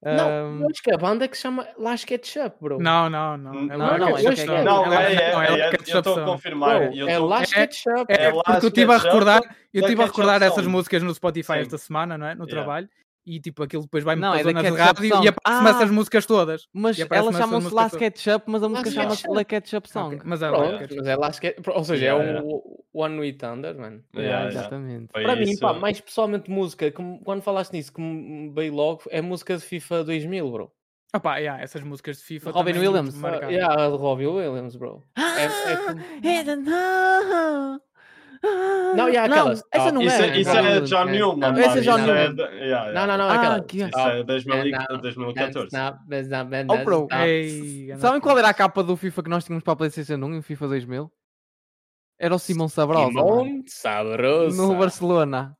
Speaker 3: Não,
Speaker 2: Ahm,
Speaker 3: eu acho que a banda é que se chama Las Ketchup, bro.
Speaker 5: Não, não, não.
Speaker 2: Não,
Speaker 5: lá
Speaker 2: não,
Speaker 5: que
Speaker 2: é
Speaker 5: eu
Speaker 2: que-
Speaker 5: estou.
Speaker 4: Não,
Speaker 5: Ela-
Speaker 4: é, é,
Speaker 5: não, ela
Speaker 4: é,
Speaker 5: que
Speaker 4: eu estou a
Speaker 5: decepção.
Speaker 4: confirmar.
Speaker 3: Bro,
Speaker 4: eu
Speaker 3: é
Speaker 4: tô-
Speaker 3: Las
Speaker 5: é-
Speaker 3: Ketchup.
Speaker 5: É,
Speaker 4: É lá
Speaker 5: porque eu
Speaker 4: as
Speaker 5: estive a
Speaker 4: ketchup
Speaker 5: recordar, eu
Speaker 4: da
Speaker 5: estive a recordar
Speaker 4: ketchup
Speaker 5: essas
Speaker 4: song.
Speaker 5: músicas no Spotify
Speaker 4: Sim.
Speaker 5: esta semana, não é? No
Speaker 4: Yeah.
Speaker 5: trabalho. E tipo, aquilo depois vai-me
Speaker 2: Não,
Speaker 5: para
Speaker 2: é da
Speaker 5: zonas de
Speaker 2: Ketchup
Speaker 5: rádio
Speaker 2: Song.
Speaker 5: e aparece-me
Speaker 2: Ah!
Speaker 5: essas músicas todas.
Speaker 2: Mas
Speaker 5: E aparece
Speaker 2: elas
Speaker 5: uma
Speaker 2: chamam-se
Speaker 5: música
Speaker 2: Last
Speaker 5: toda.
Speaker 2: Ketchup, mas a música
Speaker 3: Last
Speaker 2: chama-se
Speaker 3: Ketchup.
Speaker 2: La Ketchup Song.
Speaker 5: Ok, Mas é lá,
Speaker 3: Pronto,
Speaker 5: ok.
Speaker 3: mas é Las Ketchup. Ou seja, é
Speaker 4: Yeah,
Speaker 3: um One Night Thunder, mano.
Speaker 2: Yeah,
Speaker 4: Yeah, yeah.
Speaker 2: Ah, exatamente.
Speaker 4: Foi
Speaker 3: Para mim,
Speaker 4: isso.
Speaker 3: pá, mais pessoalmente música, que me- quando falaste nisso, que me veio logo, é música de FIFA 2000, bro.
Speaker 5: Ah pá, yeah, essas músicas de FIFA.
Speaker 2: Robin
Speaker 5: também muito
Speaker 2: Williams. Ah,
Speaker 5: marcadas.
Speaker 3: Yeah, a de Robbie Williams, bro. É- é como-
Speaker 2: não.
Speaker 3: Não, e há aquelas-
Speaker 2: Essa
Speaker 3: Ah,
Speaker 2: não
Speaker 4: Isso,
Speaker 2: é.
Speaker 4: é- isso é John Newman.
Speaker 2: Esse é
Speaker 4: mano,
Speaker 2: John
Speaker 4: isso é
Speaker 2: Newman.
Speaker 4: da- yeah,
Speaker 3: Não,
Speaker 4: yeah.
Speaker 3: não, não,
Speaker 2: Ah,
Speaker 3: aquela.
Speaker 2: que-
Speaker 4: Isso é 2000
Speaker 3: Não, não.
Speaker 4: 2014.
Speaker 3: É
Speaker 2: Oh, bro.
Speaker 5: Ei, ganda
Speaker 2: Sabem qual é
Speaker 5: coisa.
Speaker 2: era a capa do FIFA que nós tínhamos para a PlayStation 1 e o FIFA 2000? Era o Simão Sabrosa. mano.
Speaker 3: Simone Sabrosa.
Speaker 2: No Barcelona.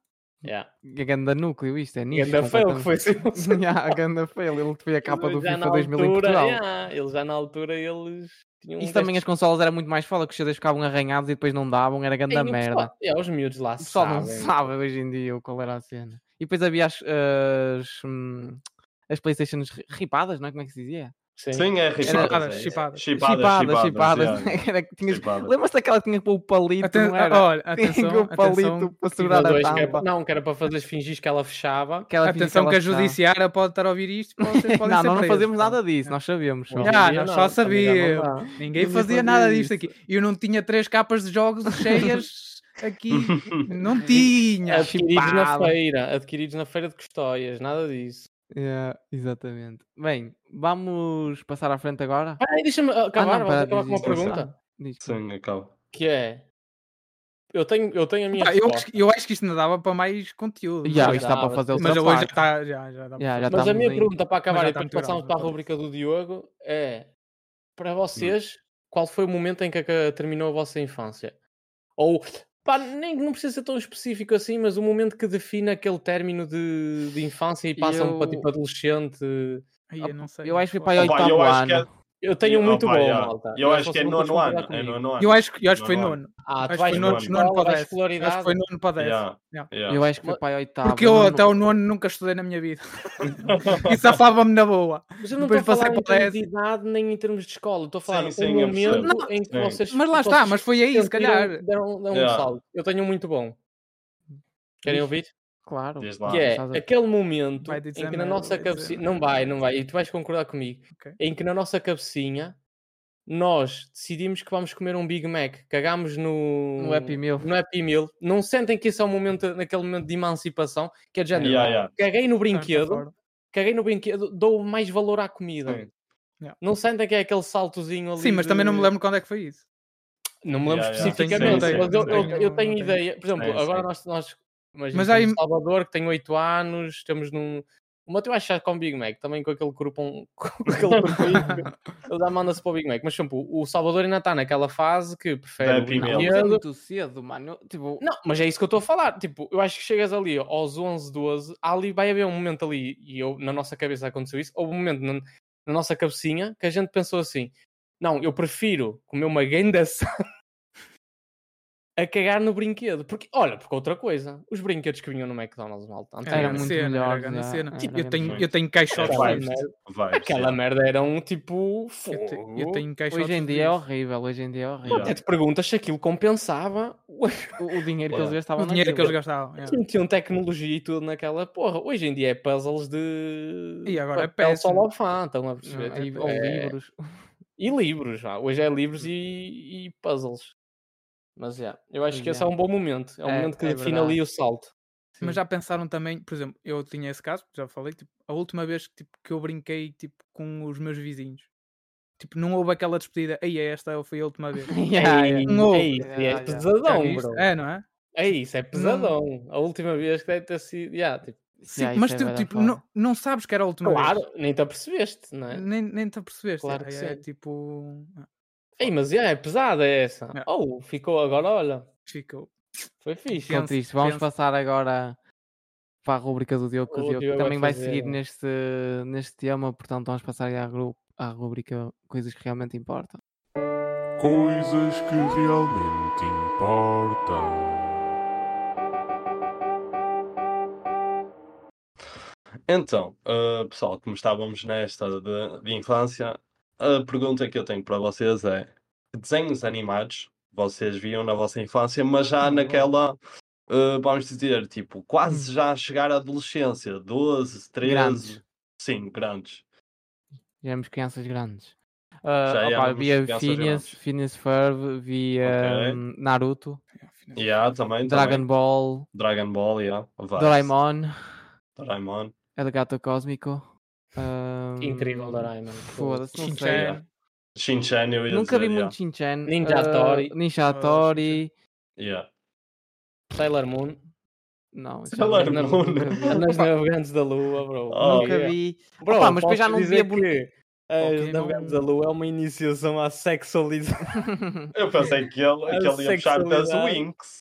Speaker 3: Yeah.
Speaker 2: Ganda núcleo, isto é
Speaker 3: E
Speaker 2: nicho.
Speaker 3: ainda foi o que foi Simone Sabrosa.
Speaker 2: Yeah, a ganda fail, ele que foi a capa do
Speaker 3: Já na
Speaker 2: FIFA 2000 um em
Speaker 3: altura, um
Speaker 2: Portugal.
Speaker 3: yeah, eles já na altura eles tinham.
Speaker 2: Isso também é as consolas era muito mais foda, que os CDs ficavam arranhados e depois não davam, era ganda merda.
Speaker 3: É, os miúdos lá
Speaker 2: O pessoal não
Speaker 3: sabem.
Speaker 2: sabe hoje em dia qual era a cena. E depois havia as, as, hum, as Playstations ri- ripadas, não é? Como é que se dizia?
Speaker 3: Sim.
Speaker 4: Sim, é
Speaker 5: Chipadas,
Speaker 4: ripadas. é isso.
Speaker 5: chipadas.
Speaker 4: Chipadas, chipadas.
Speaker 2: né?
Speaker 4: yeah.
Speaker 2: Era que tinhas-
Speaker 4: Chipadas.
Speaker 2: Lembras-te daquela que tinha que pôr o palito,
Speaker 5: Aten-
Speaker 2: não era?
Speaker 5: Olha,
Speaker 2: tinha que
Speaker 5: atenção,
Speaker 2: pôr o palito para
Speaker 5: atenção,
Speaker 3: Tive
Speaker 2: segurar a
Speaker 3: Tipo, dois que era-
Speaker 2: tampa.
Speaker 3: não, que era para fazer fingir que ela fechava.
Speaker 2: que ela fingia
Speaker 5: atenção
Speaker 2: ela
Speaker 5: que a
Speaker 2: estava.
Speaker 5: judiciária pode estar a ouvir isto. Podem ser, podem
Speaker 2: Não,
Speaker 5: ser
Speaker 2: nós não
Speaker 5: presos,
Speaker 2: fazemos
Speaker 5: portanto.
Speaker 2: nada disso, nós sabíamos. só.
Speaker 3: Hoje em
Speaker 5: Ah,
Speaker 3: dia
Speaker 5: nós
Speaker 3: não,
Speaker 5: só
Speaker 3: também já não
Speaker 5: sabíamos.
Speaker 3: dá.
Speaker 5: Ninguém
Speaker 2: Ninguém
Speaker 5: fazia
Speaker 2: fazia
Speaker 5: nada disto
Speaker 2: isso.
Speaker 5: aqui. Eu não tinha três capas de jogos cheias aqui. Não
Speaker 3: É,
Speaker 5: tinha.
Speaker 3: Adquiridos na
Speaker 2: Chipada.
Speaker 3: feira, adquiridos na feira de custóias, nada disso.
Speaker 2: Yeah, exatamente. Bem, vamos passar à frente agora.
Speaker 3: Ah, deixa-me acabar,
Speaker 2: não,
Speaker 3: vamos
Speaker 2: pera,
Speaker 3: acabar com uma
Speaker 2: diz isso, diz isso.
Speaker 3: pergunta.
Speaker 2: Diz que-
Speaker 4: Sim, acaba.
Speaker 3: Que é. Eu tenho, eu tenho a minha.
Speaker 5: Pá, eu,
Speaker 3: resposta,
Speaker 5: acho que- eu acho que isto não dava para mais conteúdo.
Speaker 2: Yeah,
Speaker 3: é já
Speaker 5: mas
Speaker 2: isto dá para
Speaker 3: dava,
Speaker 2: fazer
Speaker 5: mas
Speaker 2: outra
Speaker 5: hoje é já
Speaker 2: parte.
Speaker 5: está. Já, já dá
Speaker 2: Yeah,
Speaker 5: para
Speaker 2: já
Speaker 5: fazer.
Speaker 3: mas a
Speaker 2: estamos
Speaker 3: minha
Speaker 2: em-
Speaker 3: pergunta para acabar
Speaker 5: já
Speaker 3: e depois
Speaker 5: estamos
Speaker 3: passamos
Speaker 5: gravados,
Speaker 3: para a
Speaker 4: é?
Speaker 3: rubrica
Speaker 5: já estamos.
Speaker 3: do Diogo é
Speaker 4: Hum.
Speaker 3: para vocês, qual foi o momento em que aca- terminou a vossa infância? Ou pá, nem não precisa ser tão específico assim, mas o momento que define aquele término de, de infância e passam para
Speaker 2: Eu-
Speaker 3: tipo adolescente.
Speaker 5: Aí eu não sei. é
Speaker 2: Eu acho que foi
Speaker 5: foda.
Speaker 2: para aí
Speaker 4: Opa,
Speaker 2: oitavo
Speaker 4: eu acho que é-
Speaker 2: ano.
Speaker 3: Eu tenho um
Speaker 4: Opa,
Speaker 3: muito bom,
Speaker 4: yeah.
Speaker 3: malta.
Speaker 4: Eu acho que é
Speaker 3: vocês não
Speaker 4: nono
Speaker 3: vão concordar
Speaker 4: ano. É
Speaker 3: comigo.
Speaker 4: nono ano.
Speaker 5: Eu acho que eu acho que foi
Speaker 4: Nono ano.
Speaker 5: nono.
Speaker 3: Ah,
Speaker 5: Acho
Speaker 3: tu
Speaker 5: que
Speaker 3: vais
Speaker 5: foi
Speaker 4: para
Speaker 5: nono, nono
Speaker 3: escola,
Speaker 5: para
Speaker 3: vais
Speaker 5: dez. Acho que foi
Speaker 3: escolaridade.
Speaker 5: nono para dez.
Speaker 4: Yeah,
Speaker 5: Yeah.
Speaker 4: yeah.
Speaker 2: é Eu acho que foi
Speaker 3: Mas-
Speaker 2: para aí oitavo.
Speaker 5: é. Porque eu
Speaker 2: nono.
Speaker 5: até o nono nunca estudei na minha vida. e safava-me na boa.
Speaker 3: Mas eu não
Speaker 5: Depois
Speaker 3: estou a falar
Speaker 5: passei
Speaker 3: em
Speaker 5: para
Speaker 3: termos de
Speaker 5: dez.
Speaker 3: idade nem em termos de escola. Estou a falar
Speaker 4: Sim,
Speaker 3: um
Speaker 4: sim, eu percebo.
Speaker 3: momento em que
Speaker 4: Sim.
Speaker 3: vocês.
Speaker 5: Mas lá está,
Speaker 3: vocês
Speaker 5: mas foi aí, É se
Speaker 3: sentiram que
Speaker 5: calhar.
Speaker 3: Deram, deram
Speaker 4: Yeah.
Speaker 3: um salto. Eu tenho um muito bom. Querem
Speaker 2: Diz.
Speaker 3: ouvir?
Speaker 2: Claro.
Speaker 4: Diz lá.
Speaker 3: que é
Speaker 2: estás a-
Speaker 3: aquele momento
Speaker 5: Vai
Speaker 3: em
Speaker 5: dizer
Speaker 3: que na
Speaker 5: merda,
Speaker 3: nossa
Speaker 5: vai dizer
Speaker 3: cabecinha.
Speaker 5: merda.
Speaker 3: Não vai, não vai. E tu vais concordar comigo.
Speaker 5: Ok.
Speaker 3: Em que na nossa cabecinha nós decidimos que vamos comer um Big Mac. Cagámos
Speaker 5: é
Speaker 3: no.
Speaker 2: No Um Happy Meal.
Speaker 3: No Happy Meal. Não sentem que isso é um momento, naquele momento de emancipação, que é de género.
Speaker 4: Yeah, yeah.
Speaker 3: Caguei no
Speaker 5: Portanto,
Speaker 3: brinquedo
Speaker 5: fora.
Speaker 3: caguei no brinquedo, dou mais valor à comida.
Speaker 4: Sim.
Speaker 5: Yeah.
Speaker 3: Não sentem que é aquele saltozinho ali.
Speaker 5: Sim, mas também não me
Speaker 3: de-
Speaker 5: lembro quando é que foi isso.
Speaker 3: Não me lembro
Speaker 4: Yeah, yeah.
Speaker 3: especificamente,
Speaker 4: Sim, sim,
Speaker 3: mas eu,
Speaker 4: sim,
Speaker 3: eu-
Speaker 4: sim.
Speaker 3: eu
Speaker 5: Não
Speaker 3: tenho
Speaker 5: tenho.
Speaker 3: ideia. Por exemplo,
Speaker 4: Sim,
Speaker 3: agora
Speaker 4: sim.
Speaker 3: nós. nós imagina,
Speaker 5: Mas
Speaker 3: mas
Speaker 5: há im-
Speaker 3: Salvador, que tem 8 anos, estamos num, O Mateu acho que já come Big Mac, também com aquele corpão, com aquele corpinho, ele já manda-se para o Big Mac. Mas, tipo, o Salvador ainda está naquela fase que prefere
Speaker 4: Da
Speaker 3: o
Speaker 4: pimenta.
Speaker 2: Não, mas é
Speaker 3: vinhedo.
Speaker 2: muito cedo, mano. Eu, Tipo,
Speaker 3: Não, mas é isso que eu estou a falar. Tipo, eu acho que chegas ali aos 11, 12, ali vai haver um momento ali, e eu, na nossa cabeça aconteceu isso, houve um momento na, na nossa cabecinha que a gente pensou assim, não, eu prefiro comer uma gandação a cagar no brinquedo. Porque, olha, porque outra coisa, os brinquedos que vinham no McDonald's, malta,
Speaker 5: Era,
Speaker 2: Era
Speaker 5: grande
Speaker 2: muito
Speaker 5: cena,
Speaker 2: melhor,
Speaker 5: Era grande
Speaker 2: já,
Speaker 5: cena.
Speaker 2: era
Speaker 5: Tipo, eu,
Speaker 2: grande
Speaker 5: tenho,
Speaker 4: cena.
Speaker 5: eu tenho caixotes
Speaker 3: Aquela
Speaker 5: disto.
Speaker 3: merda,
Speaker 4: Vai,
Speaker 3: aquela merda era um tipo
Speaker 5: né? Eu, te-
Speaker 3: fogo.
Speaker 5: eu tenho caixotes
Speaker 2: hoje em dia é
Speaker 5: disto.
Speaker 2: horrível, hoje em dia é horrível.
Speaker 3: Até te perguntas se aquilo compensava o
Speaker 2: O, o dinheiro que eles
Speaker 4: Yeah.
Speaker 2: gastavam tipo,
Speaker 5: O dinheiro que eles
Speaker 2: naquilo.
Speaker 5: gastavam. é.
Speaker 3: Eles metiam tecnologia e tudo naquela porra. Hoje em dia é puzzles de.
Speaker 5: E agora é
Speaker 3: papel
Speaker 5: péssimo.
Speaker 3: solofã, estão a perceber?
Speaker 2: Não, e-
Speaker 3: Tipo,
Speaker 2: ou
Speaker 3: é-
Speaker 2: livros.
Speaker 3: E livros, vá. hoje é livros e, e puzzles. Mas é, eu acho
Speaker 2: Mas,
Speaker 3: que esse
Speaker 2: é.
Speaker 3: é um bom momento. É um
Speaker 2: É,
Speaker 3: momento que
Speaker 2: é
Speaker 3: define ali o salto.
Speaker 5: Mas
Speaker 2: Sim.
Speaker 5: já pensaram também, por exemplo, eu tinha esse caso, já falei, tipo, a última vez que, tipo, que eu brinquei tipo, com os meus vizinhos. Tipo, não houve aquela despedida, ei, é esta foi a última vez.
Speaker 2: Yeah, yeah.
Speaker 3: Ei,
Speaker 5: Não.
Speaker 3: É isso, e é
Speaker 2: Yeah, yeah.
Speaker 5: Já
Speaker 3: pesadão,
Speaker 5: viste?
Speaker 3: bro.
Speaker 5: é, não é?
Speaker 3: É isso, é pesadão. A última vez que deve ter sido. yeah, tipo,
Speaker 5: Sim,
Speaker 2: Yeah, isso
Speaker 5: mas
Speaker 2: é
Speaker 5: tu,
Speaker 2: bué da
Speaker 5: tipo,
Speaker 2: foda. né?
Speaker 5: não, não sabes que era a última
Speaker 3: claro,
Speaker 5: vez.
Speaker 3: nem te apercebeste, não é?
Speaker 5: Nem, nem te apercebeste.
Speaker 3: Claro
Speaker 5: é,
Speaker 3: que
Speaker 5: é,
Speaker 3: sim.
Speaker 5: tipo. ah,
Speaker 3: Ei, mas yeah, é pesada essa.
Speaker 5: Yeah.
Speaker 3: Oh, ficou agora, olha.
Speaker 5: Ficou.
Speaker 3: Foi fixe.
Speaker 2: Ficou
Speaker 5: Penso-
Speaker 2: triste. Vamos
Speaker 5: penso-
Speaker 2: passar agora para a rubrica do Diogo, que
Speaker 3: O
Speaker 2: o Diogo,
Speaker 3: Diogo vai
Speaker 2: também vai
Speaker 3: fazer,
Speaker 2: seguir
Speaker 3: não é?
Speaker 2: neste, neste tema, portanto vamos passar à, ru- à rubrica Coisas que realmente importam.
Speaker 6: Coisas que realmente importam.
Speaker 4: Então, ah, pessoal, como estávamos nesta de, de infância, a pergunta que eu tenho para vocês é: que desenhos animados vocês viam na vossa infância, mas já naquela, ah, vamos dizer, tipo, quase já a chegar à adolescência, 12, 13,
Speaker 2: Hum. Grandes.
Speaker 4: sim, grandes.
Speaker 2: Já éramos crianças grandes. Ah,
Speaker 4: Já
Speaker 2: opa,
Speaker 4: éramos
Speaker 2: via
Speaker 4: crianças
Speaker 2: Phineas,
Speaker 4: grandes.
Speaker 2: Phineas Ferb, via
Speaker 4: Ok.
Speaker 2: hum, Naruto,
Speaker 4: E também,
Speaker 2: Dragon
Speaker 4: também.
Speaker 2: Ball,
Speaker 4: Dragon Ball, yeah, vários.
Speaker 2: Doraemon,
Speaker 4: Doraemon.
Speaker 2: El Gato Cósmico. hum,
Speaker 3: Incrível, Doraemon.
Speaker 2: Foda-se, não sei.
Speaker 5: Shin-chan.
Speaker 4: Shin-Chan, eu ia
Speaker 2: Nunca
Speaker 4: dizer,
Speaker 2: vi muito
Speaker 4: yeah,
Speaker 2: Shin-Chan.
Speaker 3: Ninja
Speaker 2: ah,
Speaker 3: Tori.
Speaker 2: Ninja
Speaker 5: Shin-chan.
Speaker 2: Tori.
Speaker 4: yeah.
Speaker 3: Sailor Moon.
Speaker 2: Não, já
Speaker 4: Sailor
Speaker 2: não-
Speaker 4: Moon.
Speaker 2: nunca vi.
Speaker 3: Nas navegantes da lua, bro.
Speaker 4: Oh,
Speaker 2: Nunca vi.
Speaker 3: Bro,
Speaker 2: Opa, mas depois já
Speaker 3: posso
Speaker 2: não
Speaker 3: dizer
Speaker 2: via boneco.
Speaker 3: que As
Speaker 5: Ok,
Speaker 3: navegantes
Speaker 5: não-
Speaker 3: da lua é uma iniciação à sexualidade.
Speaker 4: Eu pensei que ele,
Speaker 3: A
Speaker 4: que ele ia puxar das
Speaker 3: sexualidade.
Speaker 4: Winx.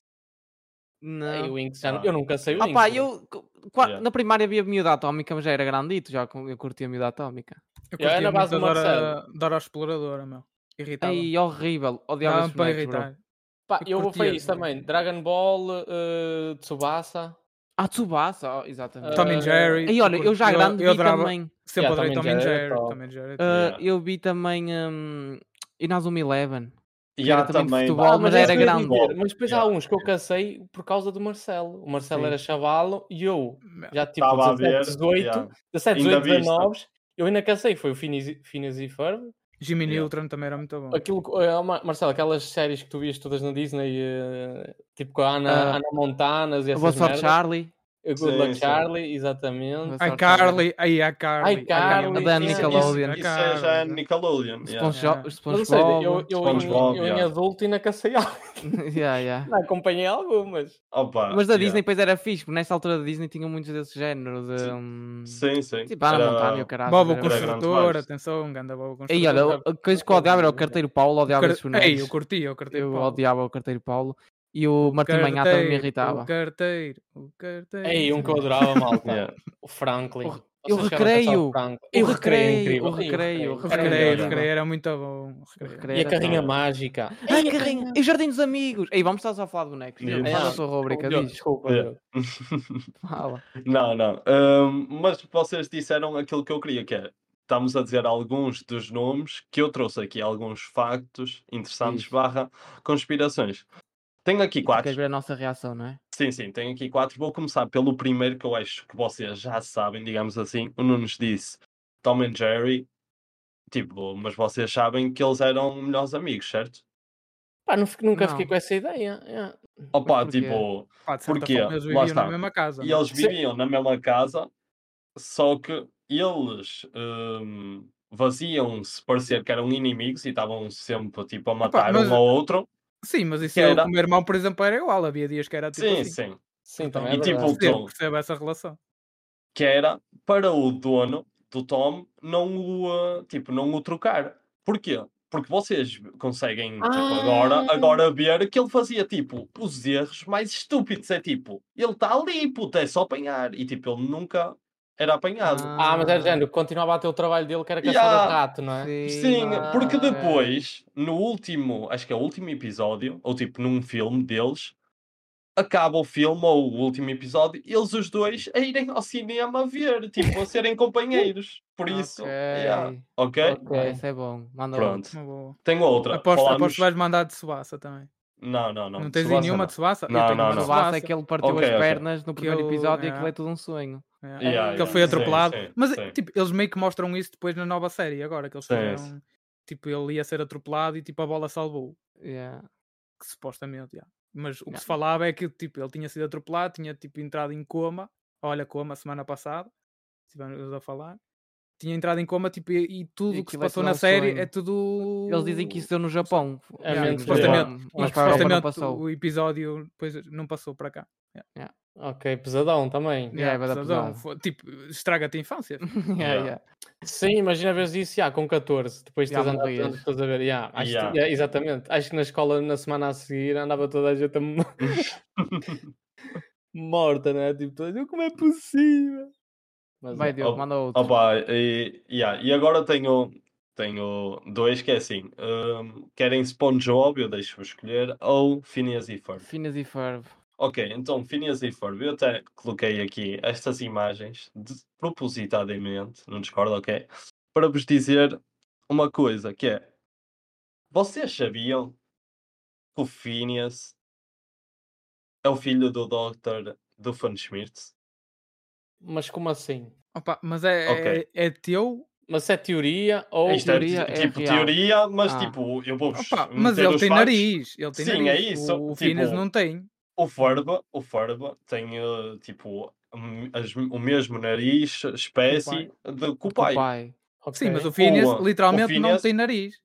Speaker 3: Ei,
Speaker 2: Não.
Speaker 3: o Winx já não-
Speaker 4: Ah.
Speaker 3: Eu nunca sei o Winx.
Speaker 2: Ah pá,
Speaker 3: bro.
Speaker 2: eu co- qua-
Speaker 4: Yeah.
Speaker 2: na primária havia miúda atómica, mas já era grandito, já com- eu curtia a miúda atómica.
Speaker 5: Eu
Speaker 3: Já era
Speaker 5: curtia
Speaker 3: na base
Speaker 5: muito
Speaker 3: do
Speaker 5: a Dora,
Speaker 3: Marcelo.
Speaker 5: Dora Exploradora, meu. Irritava.
Speaker 2: Ai, horrível, odiava
Speaker 5: Dava
Speaker 2: esses
Speaker 5: para
Speaker 2: bonecos, bro.
Speaker 5: irritar.
Speaker 3: Pá,
Speaker 5: eu
Speaker 3: eu vou para
Speaker 5: curtia.
Speaker 3: isso também. Dragon Ball, eh, Tsubasa.
Speaker 2: Ah, Tsubasa, oh, exatamente.
Speaker 5: Tom and
Speaker 3: Ah,
Speaker 5: Jerry. tipo,
Speaker 2: Ai, olha, eu já grande vi
Speaker 5: adorava-
Speaker 2: também.
Speaker 5: Sempre
Speaker 3: Yeah,
Speaker 5: adorei
Speaker 3: Tom and
Speaker 5: Tom and
Speaker 3: Jerry era
Speaker 5: Jerry.
Speaker 3: top.
Speaker 5: Tom and Jerry.
Speaker 2: ah,
Speaker 4: Yeah.
Speaker 2: Eu vi também um, Inazuma Eleven.
Speaker 4: E
Speaker 2: Era
Speaker 4: há
Speaker 2: também de
Speaker 4: também.
Speaker 2: futebol, mas era
Speaker 3: é isso que eu ia
Speaker 2: grande.
Speaker 3: dizer, Mas depois há
Speaker 4: Yeah.
Speaker 3: uns que eu cansei por causa do Marcelo. O Marcelo
Speaker 2: Sim.
Speaker 3: era chavalo e eu
Speaker 5: Meu,
Speaker 3: já tipo
Speaker 4: Estava a
Speaker 3: 17,
Speaker 4: ver.
Speaker 3: 18,
Speaker 4: yeah.
Speaker 3: 17,
Speaker 4: Ainda
Speaker 3: 18,
Speaker 4: viste.
Speaker 3: 19. Eu ainda cansei. Foi o Phineas Phineas e Ferb.
Speaker 5: Jimmy
Speaker 4: Yeah.
Speaker 5: Neutron também era
Speaker 2: Uhum.
Speaker 5: muito bom.
Speaker 3: Aquilo, que- eh, Mar- Marcelo, aquelas séries que tu vias todas na Disney, eh, tipo com a Ana,
Speaker 2: Ah.
Speaker 3: Ana Montanas e
Speaker 2: Eu
Speaker 3: essas
Speaker 2: vou só
Speaker 3: merdas.
Speaker 2: Charlie.
Speaker 3: Eh, Good Luck
Speaker 4: Sim, sim.
Speaker 3: Charlie, exatamente.
Speaker 2: Boa
Speaker 5: A
Speaker 4: um
Speaker 2: sorte,
Speaker 5: Carly, aí a Carly.
Speaker 3: Ai, Carly.
Speaker 2: A da
Speaker 3: sim, sim.
Speaker 2: Nickelodeon.
Speaker 4: Isso é já é Nickelodeon. yeah.
Speaker 2: Sponjo-
Speaker 5: Yeah.
Speaker 3: Mas não sei, eu,
Speaker 2: SpongeBob.
Speaker 3: eu, em-
Speaker 4: SpongeBob,
Speaker 3: eu em
Speaker 4: yeah.
Speaker 3: adulto ainda cacei algumas.
Speaker 2: Yeah, yeah.
Speaker 3: Não acompanhei algumas.
Speaker 4: Opa,
Speaker 2: Mas da
Speaker 4: yeah.
Speaker 2: Disney, pois era fixe, porque nesta altura da Disney tinha muitos desse género de.
Speaker 4: Sim.
Speaker 2: hum,
Speaker 4: Sim, sim.
Speaker 2: Tipo, Ana
Speaker 4: Era-
Speaker 2: Montanha, o caralho.
Speaker 5: Bob o
Speaker 4: grande
Speaker 5: Construtor,
Speaker 4: vibes.
Speaker 5: atenção, ganda Bob o Construtor.
Speaker 2: E olha, a coisa que eu odiava era o
Speaker 3: Car-
Speaker 2: carteiro Paulo,
Speaker 5: O
Speaker 2: odiava
Speaker 5: car-
Speaker 2: esses bonecos.
Speaker 5: Ei, eu curti, eu curti.
Speaker 2: Eu odiava o carteiro Paulo. E o Martim Manhã também me irritava.
Speaker 5: O carteiro, o carteiro.
Speaker 3: Ei, um que eu adorava,
Speaker 2: é
Speaker 3: malta.
Speaker 4: Yeah.
Speaker 3: O Franklin.
Speaker 2: O-
Speaker 3: Vocês
Speaker 2: o
Speaker 3: chegaram a pensar
Speaker 2: recreio.
Speaker 3: o Franklin.
Speaker 2: O
Speaker 3: O recreio, é
Speaker 2: recreio,
Speaker 3: incrível.
Speaker 2: o recreio, o
Speaker 5: O
Speaker 3: Era
Speaker 5: recreio, o
Speaker 3: incrível.
Speaker 5: recreio era muito bom. o recreio.
Speaker 2: recreio.
Speaker 3: E a carrinha
Speaker 4: Era-
Speaker 3: mágica.
Speaker 2: Ai, carrinho! E o Jardim dos Amigos! Ei, vamos estar só a falar de bonecos.
Speaker 4: Yeah.
Speaker 2: Fala a
Speaker 3: Yeah.
Speaker 2: sua rubrica,
Speaker 3: Diogo,
Speaker 2: diz.
Speaker 3: Desculpa.
Speaker 4: Yeah.
Speaker 3: Diogo.
Speaker 2: Fala.
Speaker 4: Não, não. Ahm, mas vocês disseram aquilo que eu queria, que é. Estamos a dizer alguns dos nomes que eu trouxe aqui, alguns factos interessantes
Speaker 2: Isso. é
Speaker 4: barra conspirações. Tenho aqui
Speaker 2: Tu
Speaker 4: quatro.
Speaker 2: Queres ver a nossa reação, não é?
Speaker 4: Sim, sim, tenho aqui quatro. Vou começar pelo primeiro que eu acho que vocês já sabem, digamos assim. O Nunes disse Tom and Jerry. Tipo, mas vocês sabem que eles eram melhores amigos, certo?
Speaker 3: Pá, não fico- nunca
Speaker 2: Não.
Speaker 3: fiquei com essa ideia. yeah.
Speaker 4: Opa,
Speaker 2: porquê?
Speaker 4: tipo,
Speaker 5: Pá, de certa
Speaker 4: Porquê?
Speaker 5: forma, eles
Speaker 4: Lá
Speaker 5: viviam
Speaker 4: está.
Speaker 5: na mesma casa.
Speaker 4: E
Speaker 5: não é?
Speaker 4: eles
Speaker 3: Sim.
Speaker 4: viviam na mesma casa, só que eles hum, vaziam-se, parecia que eram inimigos e estavam sempre tipo a matar
Speaker 5: mas-
Speaker 4: um ao outro.
Speaker 5: Sim, mas isso
Speaker 4: Que
Speaker 5: eu,
Speaker 4: era-
Speaker 5: com o meu irmão, por exemplo, era igual. Havia dias que era tipo
Speaker 4: sim,
Speaker 5: assim.
Speaker 4: sim.
Speaker 3: Sim,
Speaker 5: Então,
Speaker 3: também é
Speaker 4: e tipo,
Speaker 3: verdade.
Speaker 5: Percebo,
Speaker 4: tu-
Speaker 5: percebo essa relação.
Speaker 4: que era para o dono do Tom não o, ah, tipo, não o trocar. Porquê? Porque vocês conseguem tipo, agora, agora ver que ele fazia tipo os erros mais estúpidos. É tipo, ele está ali, puto, é só apanhar. E tipo, ele nunca era apanhado.
Speaker 3: Ah, mas é de género, continuava a ter o trabalho dele que era caçar o
Speaker 4: Yeah.
Speaker 3: rato, não é?
Speaker 4: Sim, porque
Speaker 3: Ah, ok.
Speaker 4: depois, no último, acho que é o último episódio, ou tipo num filme deles, acaba o filme ou o último episódio, eles os dois a irem ao cinema ver, tipo, a serem companheiros. Por isso,
Speaker 2: Ok.
Speaker 4: yeah, ok?
Speaker 2: Ok, isso é bom. Manda lá.
Speaker 4: Pronto.
Speaker 5: Uma boa.
Speaker 4: Tenho outra.
Speaker 5: Aposto,
Speaker 4: Falámos-
Speaker 5: aposto que vais mandar de Suaça também.
Speaker 4: Não, não, não.
Speaker 5: Não, tens aí
Speaker 4: Tsubasa
Speaker 5: nenhuma de Suaça?
Speaker 4: Não, não,
Speaker 2: O
Speaker 4: não.
Speaker 2: Vasco é que ele partiu
Speaker 4: Ok,
Speaker 2: as
Speaker 4: ok.
Speaker 2: pernas no primeiro
Speaker 5: eu-
Speaker 2: episódio e
Speaker 5: é.
Speaker 2: aquilo é tudo um sonho.
Speaker 4: Yeah,
Speaker 5: Yeah. que ele
Speaker 4: Ah, yeah,
Speaker 5: foi
Speaker 4: sim,
Speaker 5: atropelado.
Speaker 4: sim,
Speaker 5: mas,
Speaker 4: sim.
Speaker 5: tipo, eles meio que mostram isso depois na nova série agora, que eles
Speaker 4: Sim,
Speaker 5: fizeram... Tipo, ele ia ser atropelado e, tipo, a bola salvou.
Speaker 2: Yeah.
Speaker 5: que supostamente, já. mas o que
Speaker 2: Yeah.
Speaker 5: se falava é que tipo, ele tinha sido atropelado, tinha tipo entrado em coma, olha, coma semana passada, estivemos a falar, tinha entrado em coma tipo, e, e tudo o que se
Speaker 2: aquilo é
Speaker 5: passou
Speaker 2: tudo
Speaker 5: na
Speaker 2: um
Speaker 5: série
Speaker 2: sonho.
Speaker 5: é tudo.
Speaker 2: Eles dizem que isso deu no Japão.
Speaker 3: É
Speaker 2: Sim,
Speaker 5: Yeah,
Speaker 3: menos
Speaker 2: no
Speaker 5: supostamente.
Speaker 2: Japão,
Speaker 5: E
Speaker 2: Mas
Speaker 5: que,
Speaker 2: para a Europa não
Speaker 5: supostamente
Speaker 2: passou.
Speaker 5: o episódio depois não passou para cá.
Speaker 3: Ok, pesadão também.
Speaker 2: Yeah, vai dar
Speaker 5: pesadão,
Speaker 2: pesado.
Speaker 5: foi- tipo, estraga-te a infância. filho.
Speaker 2: Yeah, yeah.
Speaker 3: Sim, imagina veres isso já, com 14, depois de
Speaker 2: Já
Speaker 3: teres andado
Speaker 2: morrias.
Speaker 3: tanto, estás a ver. já, acho que-
Speaker 4: Já.
Speaker 3: já, exatamente. Acho que na escola, na semana a seguir, andava toda a gente a mo- morta, não é? Tipo, toda a gente, como é possível? Mas,
Speaker 2: Vai,
Speaker 3: é.
Speaker 2: Diogo,
Speaker 4: Oh,
Speaker 2: manda outro.
Speaker 4: Opa, e, yeah, e agora tenho, tenho dois que é assim: hum, querem SpongeBob, eu deixo-vos escolher, ou Phineas e Ferb.
Speaker 2: Finas e Ferb.
Speaker 4: Ok, então Phineas e Ferb, eu até coloquei aqui estas imagens de- propositadamente no Discord, ok? Para vos dizer uma coisa, que é... Vocês sabiam que o Phineas é o filho do Dr. Doofenshmirtz?
Speaker 3: Mas como assim?
Speaker 5: Opa, mas é,
Speaker 4: Ok.
Speaker 5: é, é teu.
Speaker 3: Mas é teoria ou.
Speaker 4: Isto é,
Speaker 2: teoria
Speaker 4: ti-
Speaker 2: é
Speaker 4: tipo
Speaker 2: real.
Speaker 4: teoria, mas
Speaker 2: Ah.
Speaker 4: tipo, eu vou vos
Speaker 5: Opa, mas
Speaker 4: meter
Speaker 5: ele
Speaker 4: os
Speaker 5: tem
Speaker 4: factos.
Speaker 5: nariz. Ele tem
Speaker 4: Sim, é
Speaker 5: nariz.
Speaker 4: isso,
Speaker 5: O, o
Speaker 4: tipo-
Speaker 5: Finas não tem.
Speaker 4: O Ferb, o Ferb tem, eh, tipo, um- as- o mesmo nariz, espécie, de que o
Speaker 2: O
Speaker 4: pai.
Speaker 2: pai.
Speaker 5: Sim, mas o
Speaker 3: ok.
Speaker 5: Finas
Speaker 4: o
Speaker 5: literalmente não
Speaker 4: Phineas-
Speaker 5: tem nariz.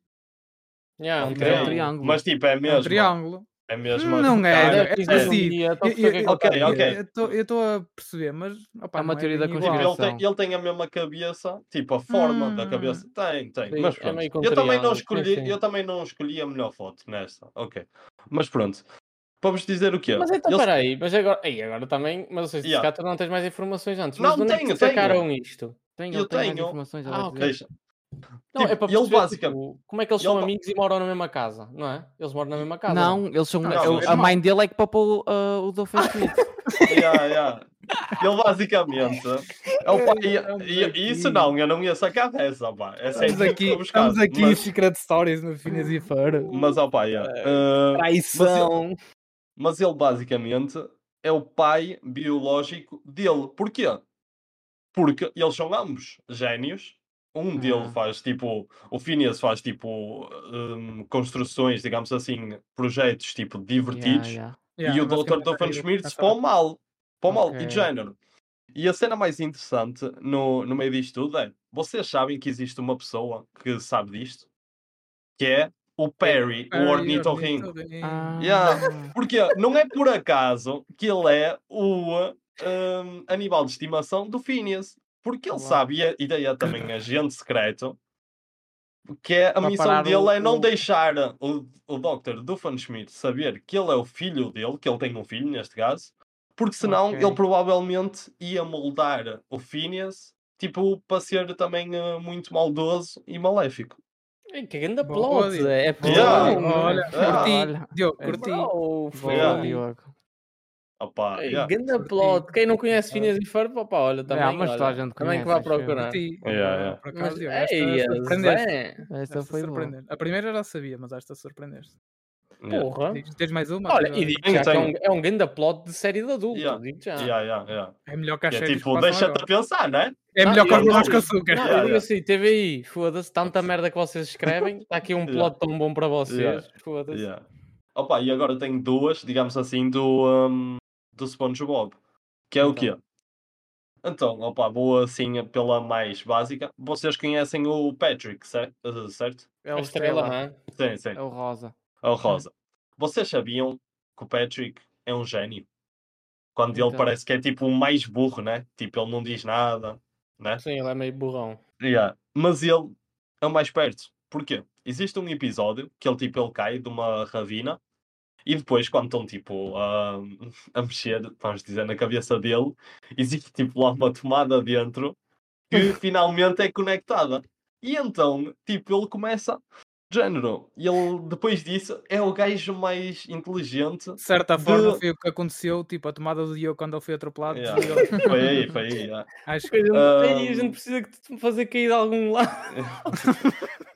Speaker 3: Já,
Speaker 4: Ok.
Speaker 3: um
Speaker 2: Tipo, é um triângulo.
Speaker 4: Mas tipo, é
Speaker 5: É um
Speaker 4: mesmo.
Speaker 5: triângulo.
Speaker 4: É mesmo. cara.
Speaker 5: Não é,
Speaker 4: tipo,
Speaker 5: não
Speaker 3: Era
Speaker 5: é
Speaker 3: preciso um
Speaker 5: parecido.
Speaker 3: dia, então,
Speaker 5: Eu-
Speaker 3: porque é que
Speaker 5: eu-
Speaker 3: eu
Speaker 4: Ok,
Speaker 3: tava a
Speaker 4: ok.
Speaker 3: dizer?
Speaker 5: Eu estou a perceber, mas. opá,
Speaker 2: É uma
Speaker 5: não
Speaker 2: teoria da
Speaker 5: bem igual.
Speaker 4: Tipo, ele, tem,
Speaker 2: Conspiração.
Speaker 4: ele tem a mesma cabeça, tipo, a forma da
Speaker 5: Hum.
Speaker 4: cabeça. Tem, tem.
Speaker 3: Sim,
Speaker 4: mas
Speaker 3: é
Speaker 4: pronto.
Speaker 3: meio com
Speaker 4: eu, também
Speaker 3: triângulo,
Speaker 4: não
Speaker 3: sim,
Speaker 4: escolhi,
Speaker 3: sim.
Speaker 4: eu também não escolhi a melhor foto nesta. Ok. Mas pronto. Vamos dizer o quê?
Speaker 3: Mas então,
Speaker 4: Eles-
Speaker 3: peraí, mas agora, aí, agora também, mas vocês, se
Speaker 4: Yeah.
Speaker 3: calhar tu não tens mais informações antes.
Speaker 4: Não,
Speaker 3: Mas de onde é que
Speaker 4: tenho,
Speaker 3: sacaram isto?
Speaker 2: Tem,
Speaker 4: Eu
Speaker 2: ele tem mais
Speaker 4: tenho.
Speaker 2: informações. ele
Speaker 3: Ah,
Speaker 2: vai
Speaker 3: ok.
Speaker 2: dizer.
Speaker 4: Deixa.
Speaker 3: Não,
Speaker 4: Tipo,
Speaker 3: é para
Speaker 4: ele
Speaker 3: perceber,
Speaker 4: basicamente-
Speaker 3: tipo, como é que eles
Speaker 4: ele
Speaker 3: são
Speaker 4: ba-
Speaker 3: amigos e moram na mesma casa, não é? Eles moram na mesma casa.
Speaker 2: Não, eles são.
Speaker 5: Não,
Speaker 2: é o-
Speaker 4: eles
Speaker 2: a
Speaker 4: não.
Speaker 2: mãe dele é que papou ah, o Dolphin Smith.
Speaker 4: Yeah, yeah. Ele basicamente é o pai.
Speaker 5: É um
Speaker 4: e- e- isso
Speaker 5: molequinho.
Speaker 4: não, eu não ia sacar dessa, pá. Essa é
Speaker 5: Estamos aqui,
Speaker 4: impossível buscar,
Speaker 5: estamos aqui
Speaker 4: Mas,
Speaker 5: Secret Stories no Finas e Fora.
Speaker 4: mas ó, pá, yeah. Uh,
Speaker 3: Traição.
Speaker 4: mas ele basicamente é o pai biológico dele. Porquê? Porque eles são ambos gênios. Um
Speaker 2: Ah.
Speaker 4: dele faz tipo. O Phineas faz tipo. hum, construções, digamos assim, projetos tipo divertidos.
Speaker 2: Yeah, yeah.
Speaker 4: e o Dr. Doofenshmirtz para o mal. Para o mal. E
Speaker 2: tá Ok.
Speaker 4: de género. E a cena mais interessante no, no meio disto tudo é: vocês sabem que existe uma pessoa que sabe disto? Que é o Perry, o ornitorrinco.
Speaker 2: Ah,
Speaker 4: Yeah. Porque não é por acaso que ele é o hum, animal de estimação do Phineas. Porque ele
Speaker 2: Olá.
Speaker 4: sabe, e é- e daí é também agente secreto, que é, a
Speaker 2: Vai
Speaker 4: missão
Speaker 2: parar
Speaker 4: dele
Speaker 2: o-
Speaker 4: é não
Speaker 2: o-
Speaker 4: deixar o, o Dr. Doofenshmirtz saber que ele é o filho dele, que ele tem um filho neste caso, porque senão
Speaker 2: Ok.
Speaker 4: ele provavelmente ia moldar o Phineas, tipo, para ser também eh, muito maldoso e maléfico.
Speaker 3: Ei, Que grande
Speaker 5: Bom,
Speaker 3: plot.
Speaker 5: olha.
Speaker 3: É
Speaker 2: Boa,
Speaker 4: Yeah.
Speaker 3: bom,
Speaker 5: Olha, curti,
Speaker 2: olha.
Speaker 5: Diogo,
Speaker 2: É
Speaker 5: curti.
Speaker 3: bro, foi.
Speaker 2: Boa, Diogo.
Speaker 4: Opa,
Speaker 3: Ei,
Speaker 4: yeah.
Speaker 3: Grande plot. Quem não conhece Phineas e Ferb, opa, olha, também,
Speaker 2: mas
Speaker 3: olha,
Speaker 2: toda a gente
Speaker 3: também que
Speaker 2: conhece,
Speaker 3: vai
Speaker 2: acho eu.
Speaker 3: procurar.
Speaker 5: curti. Ah,
Speaker 4: Yeah, yeah.
Speaker 5: Por acaso,
Speaker 3: Mas,
Speaker 5: Diogo, esta
Speaker 3: ei,
Speaker 5: surpreendeste.
Speaker 3: Zé,
Speaker 2: Esta
Speaker 5: Esta
Speaker 2: foi boa.
Speaker 5: surpreendeste. A primeira eu já sabia, mas esta surpreendeste.
Speaker 4: yeah.
Speaker 3: porra.
Speaker 2: Tipo,
Speaker 5: Tens- Tens mais uma?
Speaker 3: Olha,
Speaker 5: Tens
Speaker 3: e
Speaker 5: outra?
Speaker 3: digo
Speaker 4: Tenho,
Speaker 3: já que é um,
Speaker 4: tenho.
Speaker 3: é um grande plot de série de adulto,
Speaker 4: Yeah.
Speaker 3: digo já.
Speaker 4: Yeah, yeah, yeah.
Speaker 5: é melhor que as
Speaker 4: Que é
Speaker 5: séries que
Speaker 4: tipo,
Speaker 5: passam
Speaker 4: deixa-te
Speaker 5: agora.
Speaker 4: a pensar, não é?
Speaker 5: É
Speaker 3: Não,
Speaker 5: melhor que
Speaker 4: eu
Speaker 5: os bolos
Speaker 4: não-
Speaker 5: com açúcar.
Speaker 3: Não, eu digo assim, TVI, foda-se, tanta merda que vocês escrevem, está aqui um
Speaker 4: Yeah.
Speaker 3: plot tão bom para vocês,
Speaker 4: Yeah.
Speaker 3: foda-se.
Speaker 4: Yeah. Opa, e agora tenho duas, digamos assim, do, hum, do SpongeBob. Que é o
Speaker 3: Então.
Speaker 4: quê? Então, opa, vou assim pela mais básica. Vocês conhecem o Patrick, cer- eh, certo?
Speaker 2: É
Speaker 3: A
Speaker 2: o
Speaker 3: um estrela,
Speaker 2: Estrela.
Speaker 4: Sim,
Speaker 3: hã?
Speaker 4: sim.
Speaker 2: É o Rosa.
Speaker 4: É o Rosa. Vocês sabiam que o Patrick é um gênio? Quando ele
Speaker 2: Então.
Speaker 4: parece que é tipo o mais burro, né? Tipo, ele não diz nada, né?
Speaker 3: Sim, ele é meio burrão.
Speaker 4: Yeah. Mas ele é o mais perto. Porquê? Existe um episódio que ele tipo ele cai de uma ravina e depois quando estão tipo a, a mexer, vamos dizer, na cabeça dele, existe tipo lá uma tomada dentro que finalmente é conectada. E então, tipo, ele começa de género. E ele depois disso é o gajo mais inteligente.
Speaker 5: De certa forma
Speaker 4: De-
Speaker 5: foi o que aconteceu, tipo, a tomada do Diogo quando ele foi atropelado.
Speaker 4: Yeah. Foi aí, foi aí. yeah.
Speaker 5: Acho que
Speaker 3: Pois, ele- aí a
Speaker 4: Ahm.
Speaker 3: gente precisa que te fazer cair de algum lado.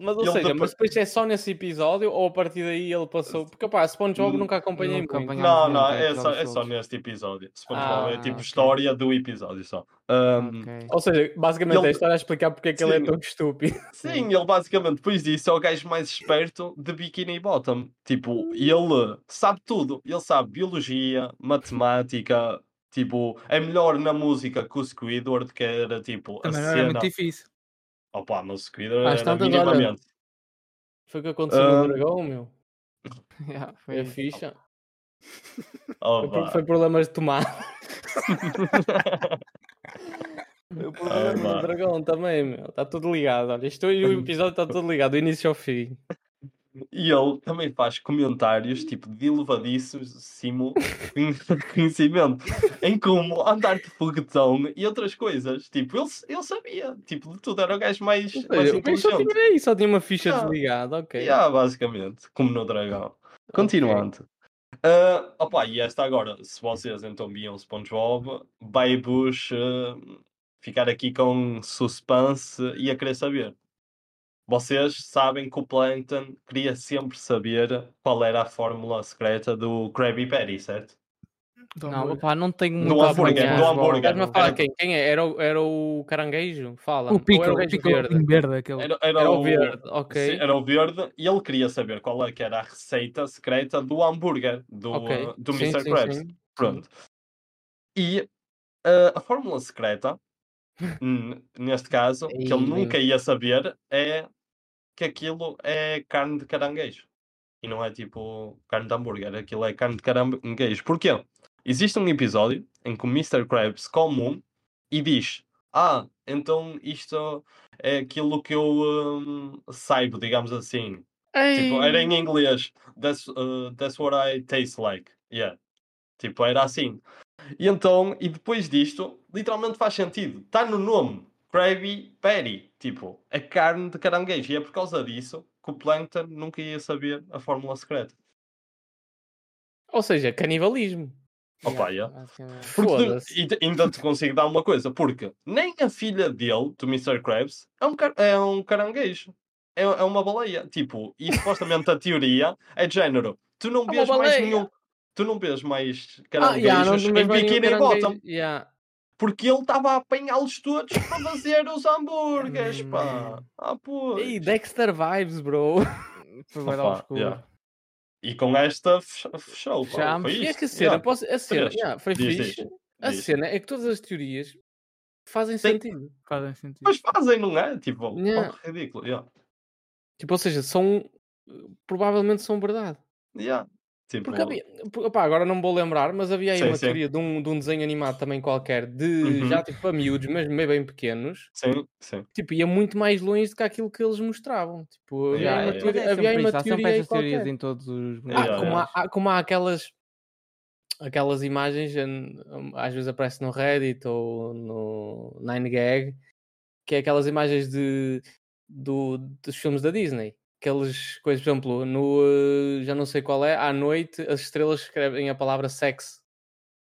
Speaker 3: mas ou
Speaker 4: Ele
Speaker 3: seja,
Speaker 4: depois-
Speaker 3: mas depois é só nesse episódio ou a partir daí ele passou. Porque pá, SpongeBob
Speaker 4: Hum,
Speaker 3: nunca acompanhei
Speaker 2: nunca
Speaker 3: muito.
Speaker 2: acompanhei.
Speaker 4: Não,
Speaker 2: Ganhamos
Speaker 4: não,
Speaker 2: muito, é
Speaker 4: é só, é
Speaker 2: episódios
Speaker 4: só
Speaker 2: soltos.
Speaker 4: neste episódio. SpongeBob é
Speaker 3: Ah,
Speaker 4: tipo
Speaker 2: ok.
Speaker 4: história do episódio só. Ahm,
Speaker 2: Ok.
Speaker 3: Ou seja, basicamente
Speaker 4: Ele-
Speaker 3: é estar a explicar porque é que ele é
Speaker 4: Sim.
Speaker 3: tão estúpido.
Speaker 4: Sim, ele basicamente, depois disso, é o gajo mais esperto de Bikini Bottom. Tipo, ele sabe tudo. Ele sabe biologia, matemática. Tipo, é melhor na música que o Squidward, que era tipo a
Speaker 5: também não era
Speaker 4: cena.
Speaker 5: muito difícil.
Speaker 4: Opa, mas o Squidward
Speaker 2: Às
Speaker 4: era
Speaker 2: tantas, olha,
Speaker 4: minimamente.
Speaker 3: Foi o que aconteceu
Speaker 4: Ahm.
Speaker 3: no dragão, meu.
Speaker 2: Yeah, foi
Speaker 3: Foi a
Speaker 2: isso.
Speaker 3: ficha. Foi,
Speaker 4: Opa.
Speaker 3: por- foi problemas de tomar. Foi
Speaker 4: Ah, pá.
Speaker 3: problema do dragão também, meu. Está tudo ligado. Olha, isto e o episódio está tudo ligado, do início ao fim.
Speaker 4: E ele também faz comentários tipo de elevadíssimo conhecimento em como andar de foguetão e outras coisas. Tipo, ele, ele sabia, tipo, de tudo. Era o gajo mais,
Speaker 3: Ou
Speaker 4: mais
Speaker 3: seja, o gajo só
Speaker 4: inteligente.
Speaker 3: tinha aí, só tinha uma ficha
Speaker 4: Ah.
Speaker 3: desligada, ok.
Speaker 4: Yeah, basicamente, como no Dragão. Continuando. Ah, opa, e esta agora, se vocês então viam SpongeBob, vai vos ficar aqui com suspense e a querer saber. Vocês sabem que o Plankton queria sempre saber qual era a fórmula secreta do Krabby Patty, certo?
Speaker 5: Então,
Speaker 2: Não,
Speaker 5: olha,
Speaker 2: opá, não tenho
Speaker 4: Do
Speaker 2: muito a
Speaker 4: hambúrguer,
Speaker 2: apanhar.
Speaker 4: do hambúrguer.
Speaker 3: Estás-me a
Speaker 4: Era-
Speaker 3: falar quem? Quem é? Era o, era o caranguejo? Fala.
Speaker 5: o pico, é
Speaker 3: Ou era o
Speaker 5: o
Speaker 3: gajo
Speaker 5: pico
Speaker 3: verde?
Speaker 5: verde, verde aquele.
Speaker 4: Era,
Speaker 3: Era o verde, ok.
Speaker 4: Sim, era o verde e ele queria saber qual é que era a receita secreta do hambúrguer do,
Speaker 3: ok.
Speaker 4: ah, do
Speaker 3: Sim,
Speaker 4: Mr.
Speaker 3: sim,
Speaker 4: Krabs.
Speaker 3: sim.
Speaker 4: Pronto. E ah, a fórmula secreta, n- neste caso, que ele
Speaker 3: Ei,
Speaker 4: nunca ia saber, é que aquilo é carne de caranguejo. E não é tipo carne de hambúrguer, aquilo é carne de caranguejo. Porquê? Existe um episódio em que o Mr. Krabs come um e diz: Ah, então isto é aquilo que eu hum, saibo, digamos assim. Tipo, era em inglês. That's, uh, that's what I taste like. Yeah. Tipo, era assim. E então, e depois disto, literalmente faz sentido. Está no nome. Krabby Patty. Tipo, a carne de caranguejo. E é por causa disso que o Plankton nunca ia saber a fórmula secreta.
Speaker 3: Ou seja, canibalismo.
Speaker 4: Opa, yeah.
Speaker 2: basicamente.
Speaker 4: Porque tu-
Speaker 3: Foda-se.
Speaker 4: e te- ainda te consigo dar uma coisa, porque nem a filha dele, do Mr. Krabs, é um, car- é um caranguejo. É, é uma baleia. Tipo, e supostamente a teoria é de género. Tu não
Speaker 3: uma
Speaker 4: vês mais
Speaker 3: baleia.
Speaker 4: nenhum. Tu não vês mais
Speaker 3: Ah,
Speaker 4: caranguejos
Speaker 3: yeah, não- não
Speaker 4: em
Speaker 3: vejo mais nenhum
Speaker 4: biquíni e bottom.
Speaker 3: caranguejo. Yeah.
Speaker 4: Porque ele estava a apanhá-los todos para fazer os hambúrgueres,
Speaker 3: Hum.
Speaker 4: pá. Ah, pô.
Speaker 3: Ei, Dexter Vibes, bro.
Speaker 2: Foi bué de
Speaker 4: Opa,
Speaker 2: obscuro.
Speaker 4: yeah. E com esta fech- fechou. pá.
Speaker 2: Fechamos.
Speaker 4: Foi
Speaker 3: E é
Speaker 4: isto.
Speaker 3: que a cena,
Speaker 4: Yeah.
Speaker 3: posso- a cena,
Speaker 4: Fizeste.
Speaker 3: yeah, foi
Speaker 4: Diz, diz,
Speaker 3: fixe. A
Speaker 4: diz.
Speaker 3: cena é que todas as teorias fazem
Speaker 4: Tem-
Speaker 3: sentido.
Speaker 5: Fazem sentido.
Speaker 4: Mas fazem, não é? Tipo,
Speaker 3: Yeah.
Speaker 4: oh, ridículo. Yeah.
Speaker 3: Tipo, ou seja, são. Provavelmente são verdade.
Speaker 4: Yeah. Tipo,
Speaker 3: Porque havia. por- opá, agora não me vou lembrar, mas havia aí
Speaker 4: Sim,
Speaker 3: uma
Speaker 4: sim.
Speaker 3: teoria de um, de um desenho animado também qualquer, de
Speaker 4: Uhum.
Speaker 3: já tipo para miúdos, mas meio bem pequenos.
Speaker 4: Sim, sim.
Speaker 3: Tipo, ia muito mais longe do que aquilo que eles mostravam. Tipo, havia
Speaker 4: Yeah,
Speaker 3: aí uma
Speaker 4: yeah.
Speaker 3: teoria.
Speaker 2: Mas é
Speaker 3: Havia aí
Speaker 2: sempre
Speaker 3: uma
Speaker 2: isso, há sempre
Speaker 3: teoria aí
Speaker 2: estas teorias
Speaker 3: qualquer.
Speaker 2: em todos os
Speaker 3: Ah,
Speaker 4: Yeah,
Speaker 3: como,
Speaker 4: yeah.
Speaker 3: há, há- como há aquelas aquelas imagens an- um, às vezes aparece no Reddit ou no 9gag que é aquelas imagens de do- dos filmes da Disney aquelas coisas, por exemplo no eh, já não sei qual é, à noite as estrelas escrevem a palavra sexo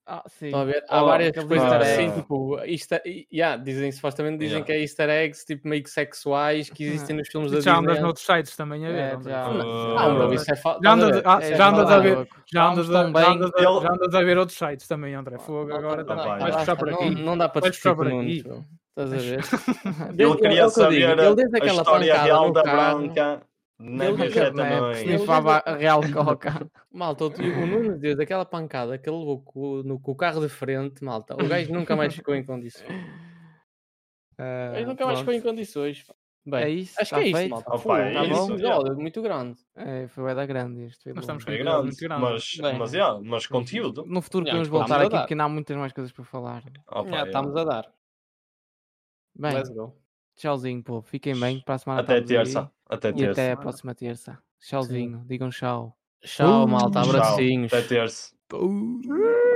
Speaker 2: Ah, sim.
Speaker 3: Estão a ver? Há
Speaker 4: Oh,
Speaker 3: várias
Speaker 2: aqueles
Speaker 3: coisas
Speaker 4: easter
Speaker 3: assim,
Speaker 4: eggs.
Speaker 3: tipo, easter, e- yeah, dizem, supostamente dizem
Speaker 4: Yeah.
Speaker 3: que é easter eggs, tipo, meio que sexuais que existem nos filmes da
Speaker 5: Uhum. Já andas
Speaker 3: Disney.
Speaker 5: noutros sites também a ver.
Speaker 2: É,
Speaker 5: André.
Speaker 2: já.
Speaker 3: Não, bro,
Speaker 4: Ah,
Speaker 3: isso é fa-
Speaker 5: Já
Speaker 3: estás a
Speaker 5: andas-
Speaker 3: ver?
Speaker 5: ah,
Speaker 2: É,
Speaker 5: já andas a ver.
Speaker 2: claro.
Speaker 5: Já andas, a, já,
Speaker 2: Estamos tão bem.
Speaker 5: andas a,
Speaker 4: Ele-
Speaker 5: já andas a ver outros sites também, André. Fogo,
Speaker 3: Não,
Speaker 5: agora
Speaker 3: não,
Speaker 5: também.
Speaker 4: Opa,
Speaker 3: não,
Speaker 5: Vais
Speaker 3: lá
Speaker 5: puxar
Speaker 3: está,
Speaker 5: por
Speaker 3: não-
Speaker 5: aqui.
Speaker 3: Não, dá para
Speaker 5: Vais
Speaker 3: discutir
Speaker 5: puxar por
Speaker 3: com
Speaker 5: aqui.
Speaker 3: Nunes, bro. Estás a ver?
Speaker 4: Eu
Speaker 3: é
Speaker 4: queria saber
Speaker 3: ele desde
Speaker 4: a
Speaker 3: aquela
Speaker 4: história
Speaker 3: pancada
Speaker 4: real
Speaker 3: no
Speaker 4: da
Speaker 3: carro,
Speaker 4: Branca na
Speaker 3: Ele
Speaker 4: viajeta
Speaker 3: nunca-
Speaker 2: Não é,
Speaker 4: não
Speaker 2: porque
Speaker 4: é?
Speaker 3: Ele nunca-
Speaker 2: snifava a Real Coca.
Speaker 3: Malta, o o Nunes desde aquela pancada que ele levou co- no- com o carro de frente, malta, o gajo nunca mais ficou em condições. O gajo nunca mais ficou em condições. pá. Bem,
Speaker 2: Ah, é isso.
Speaker 3: acho
Speaker 2: tá
Speaker 3: que é isso,
Speaker 2: feito.
Speaker 3: malta.
Speaker 4: Opa,
Speaker 3: Fogo,
Speaker 4: é
Speaker 3: tá
Speaker 2: isso,
Speaker 3: bom?
Speaker 4: yeah.
Speaker 3: Olha, muito grande.
Speaker 2: É, foi bué da grande este. Foi
Speaker 5: Nós
Speaker 2: bom.
Speaker 5: estamos com
Speaker 4: É
Speaker 5: Muito
Speaker 4: grande,
Speaker 5: grande.
Speaker 4: mas,
Speaker 3: Bem.
Speaker 4: mas, yeah, mas conteúdo.
Speaker 2: No futuro
Speaker 3: Já,
Speaker 4: tipo,
Speaker 2: podemos
Speaker 3: vamos
Speaker 2: voltar aqui
Speaker 3: andar.
Speaker 2: porque ainda há muitas mais coisas para falar.
Speaker 4: Opa, é.
Speaker 3: Já
Speaker 4: yeah.
Speaker 3: estamos a dar.
Speaker 2: Bem,
Speaker 3: Let's go.
Speaker 2: tchauzinho, povo. Fiquem bem. Para a semana
Speaker 3: tá
Speaker 4: Até
Speaker 2: estamos aí.
Speaker 4: terça. Até
Speaker 2: E até
Speaker 4: terça.
Speaker 2: a próxima terça. Tchauzinho. Digam tchau.
Speaker 3: Tchau, malta.
Speaker 4: Tchau.
Speaker 3: Abracinhos.
Speaker 4: Até
Speaker 5: tá-
Speaker 4: terça.
Speaker 6: Obrigado.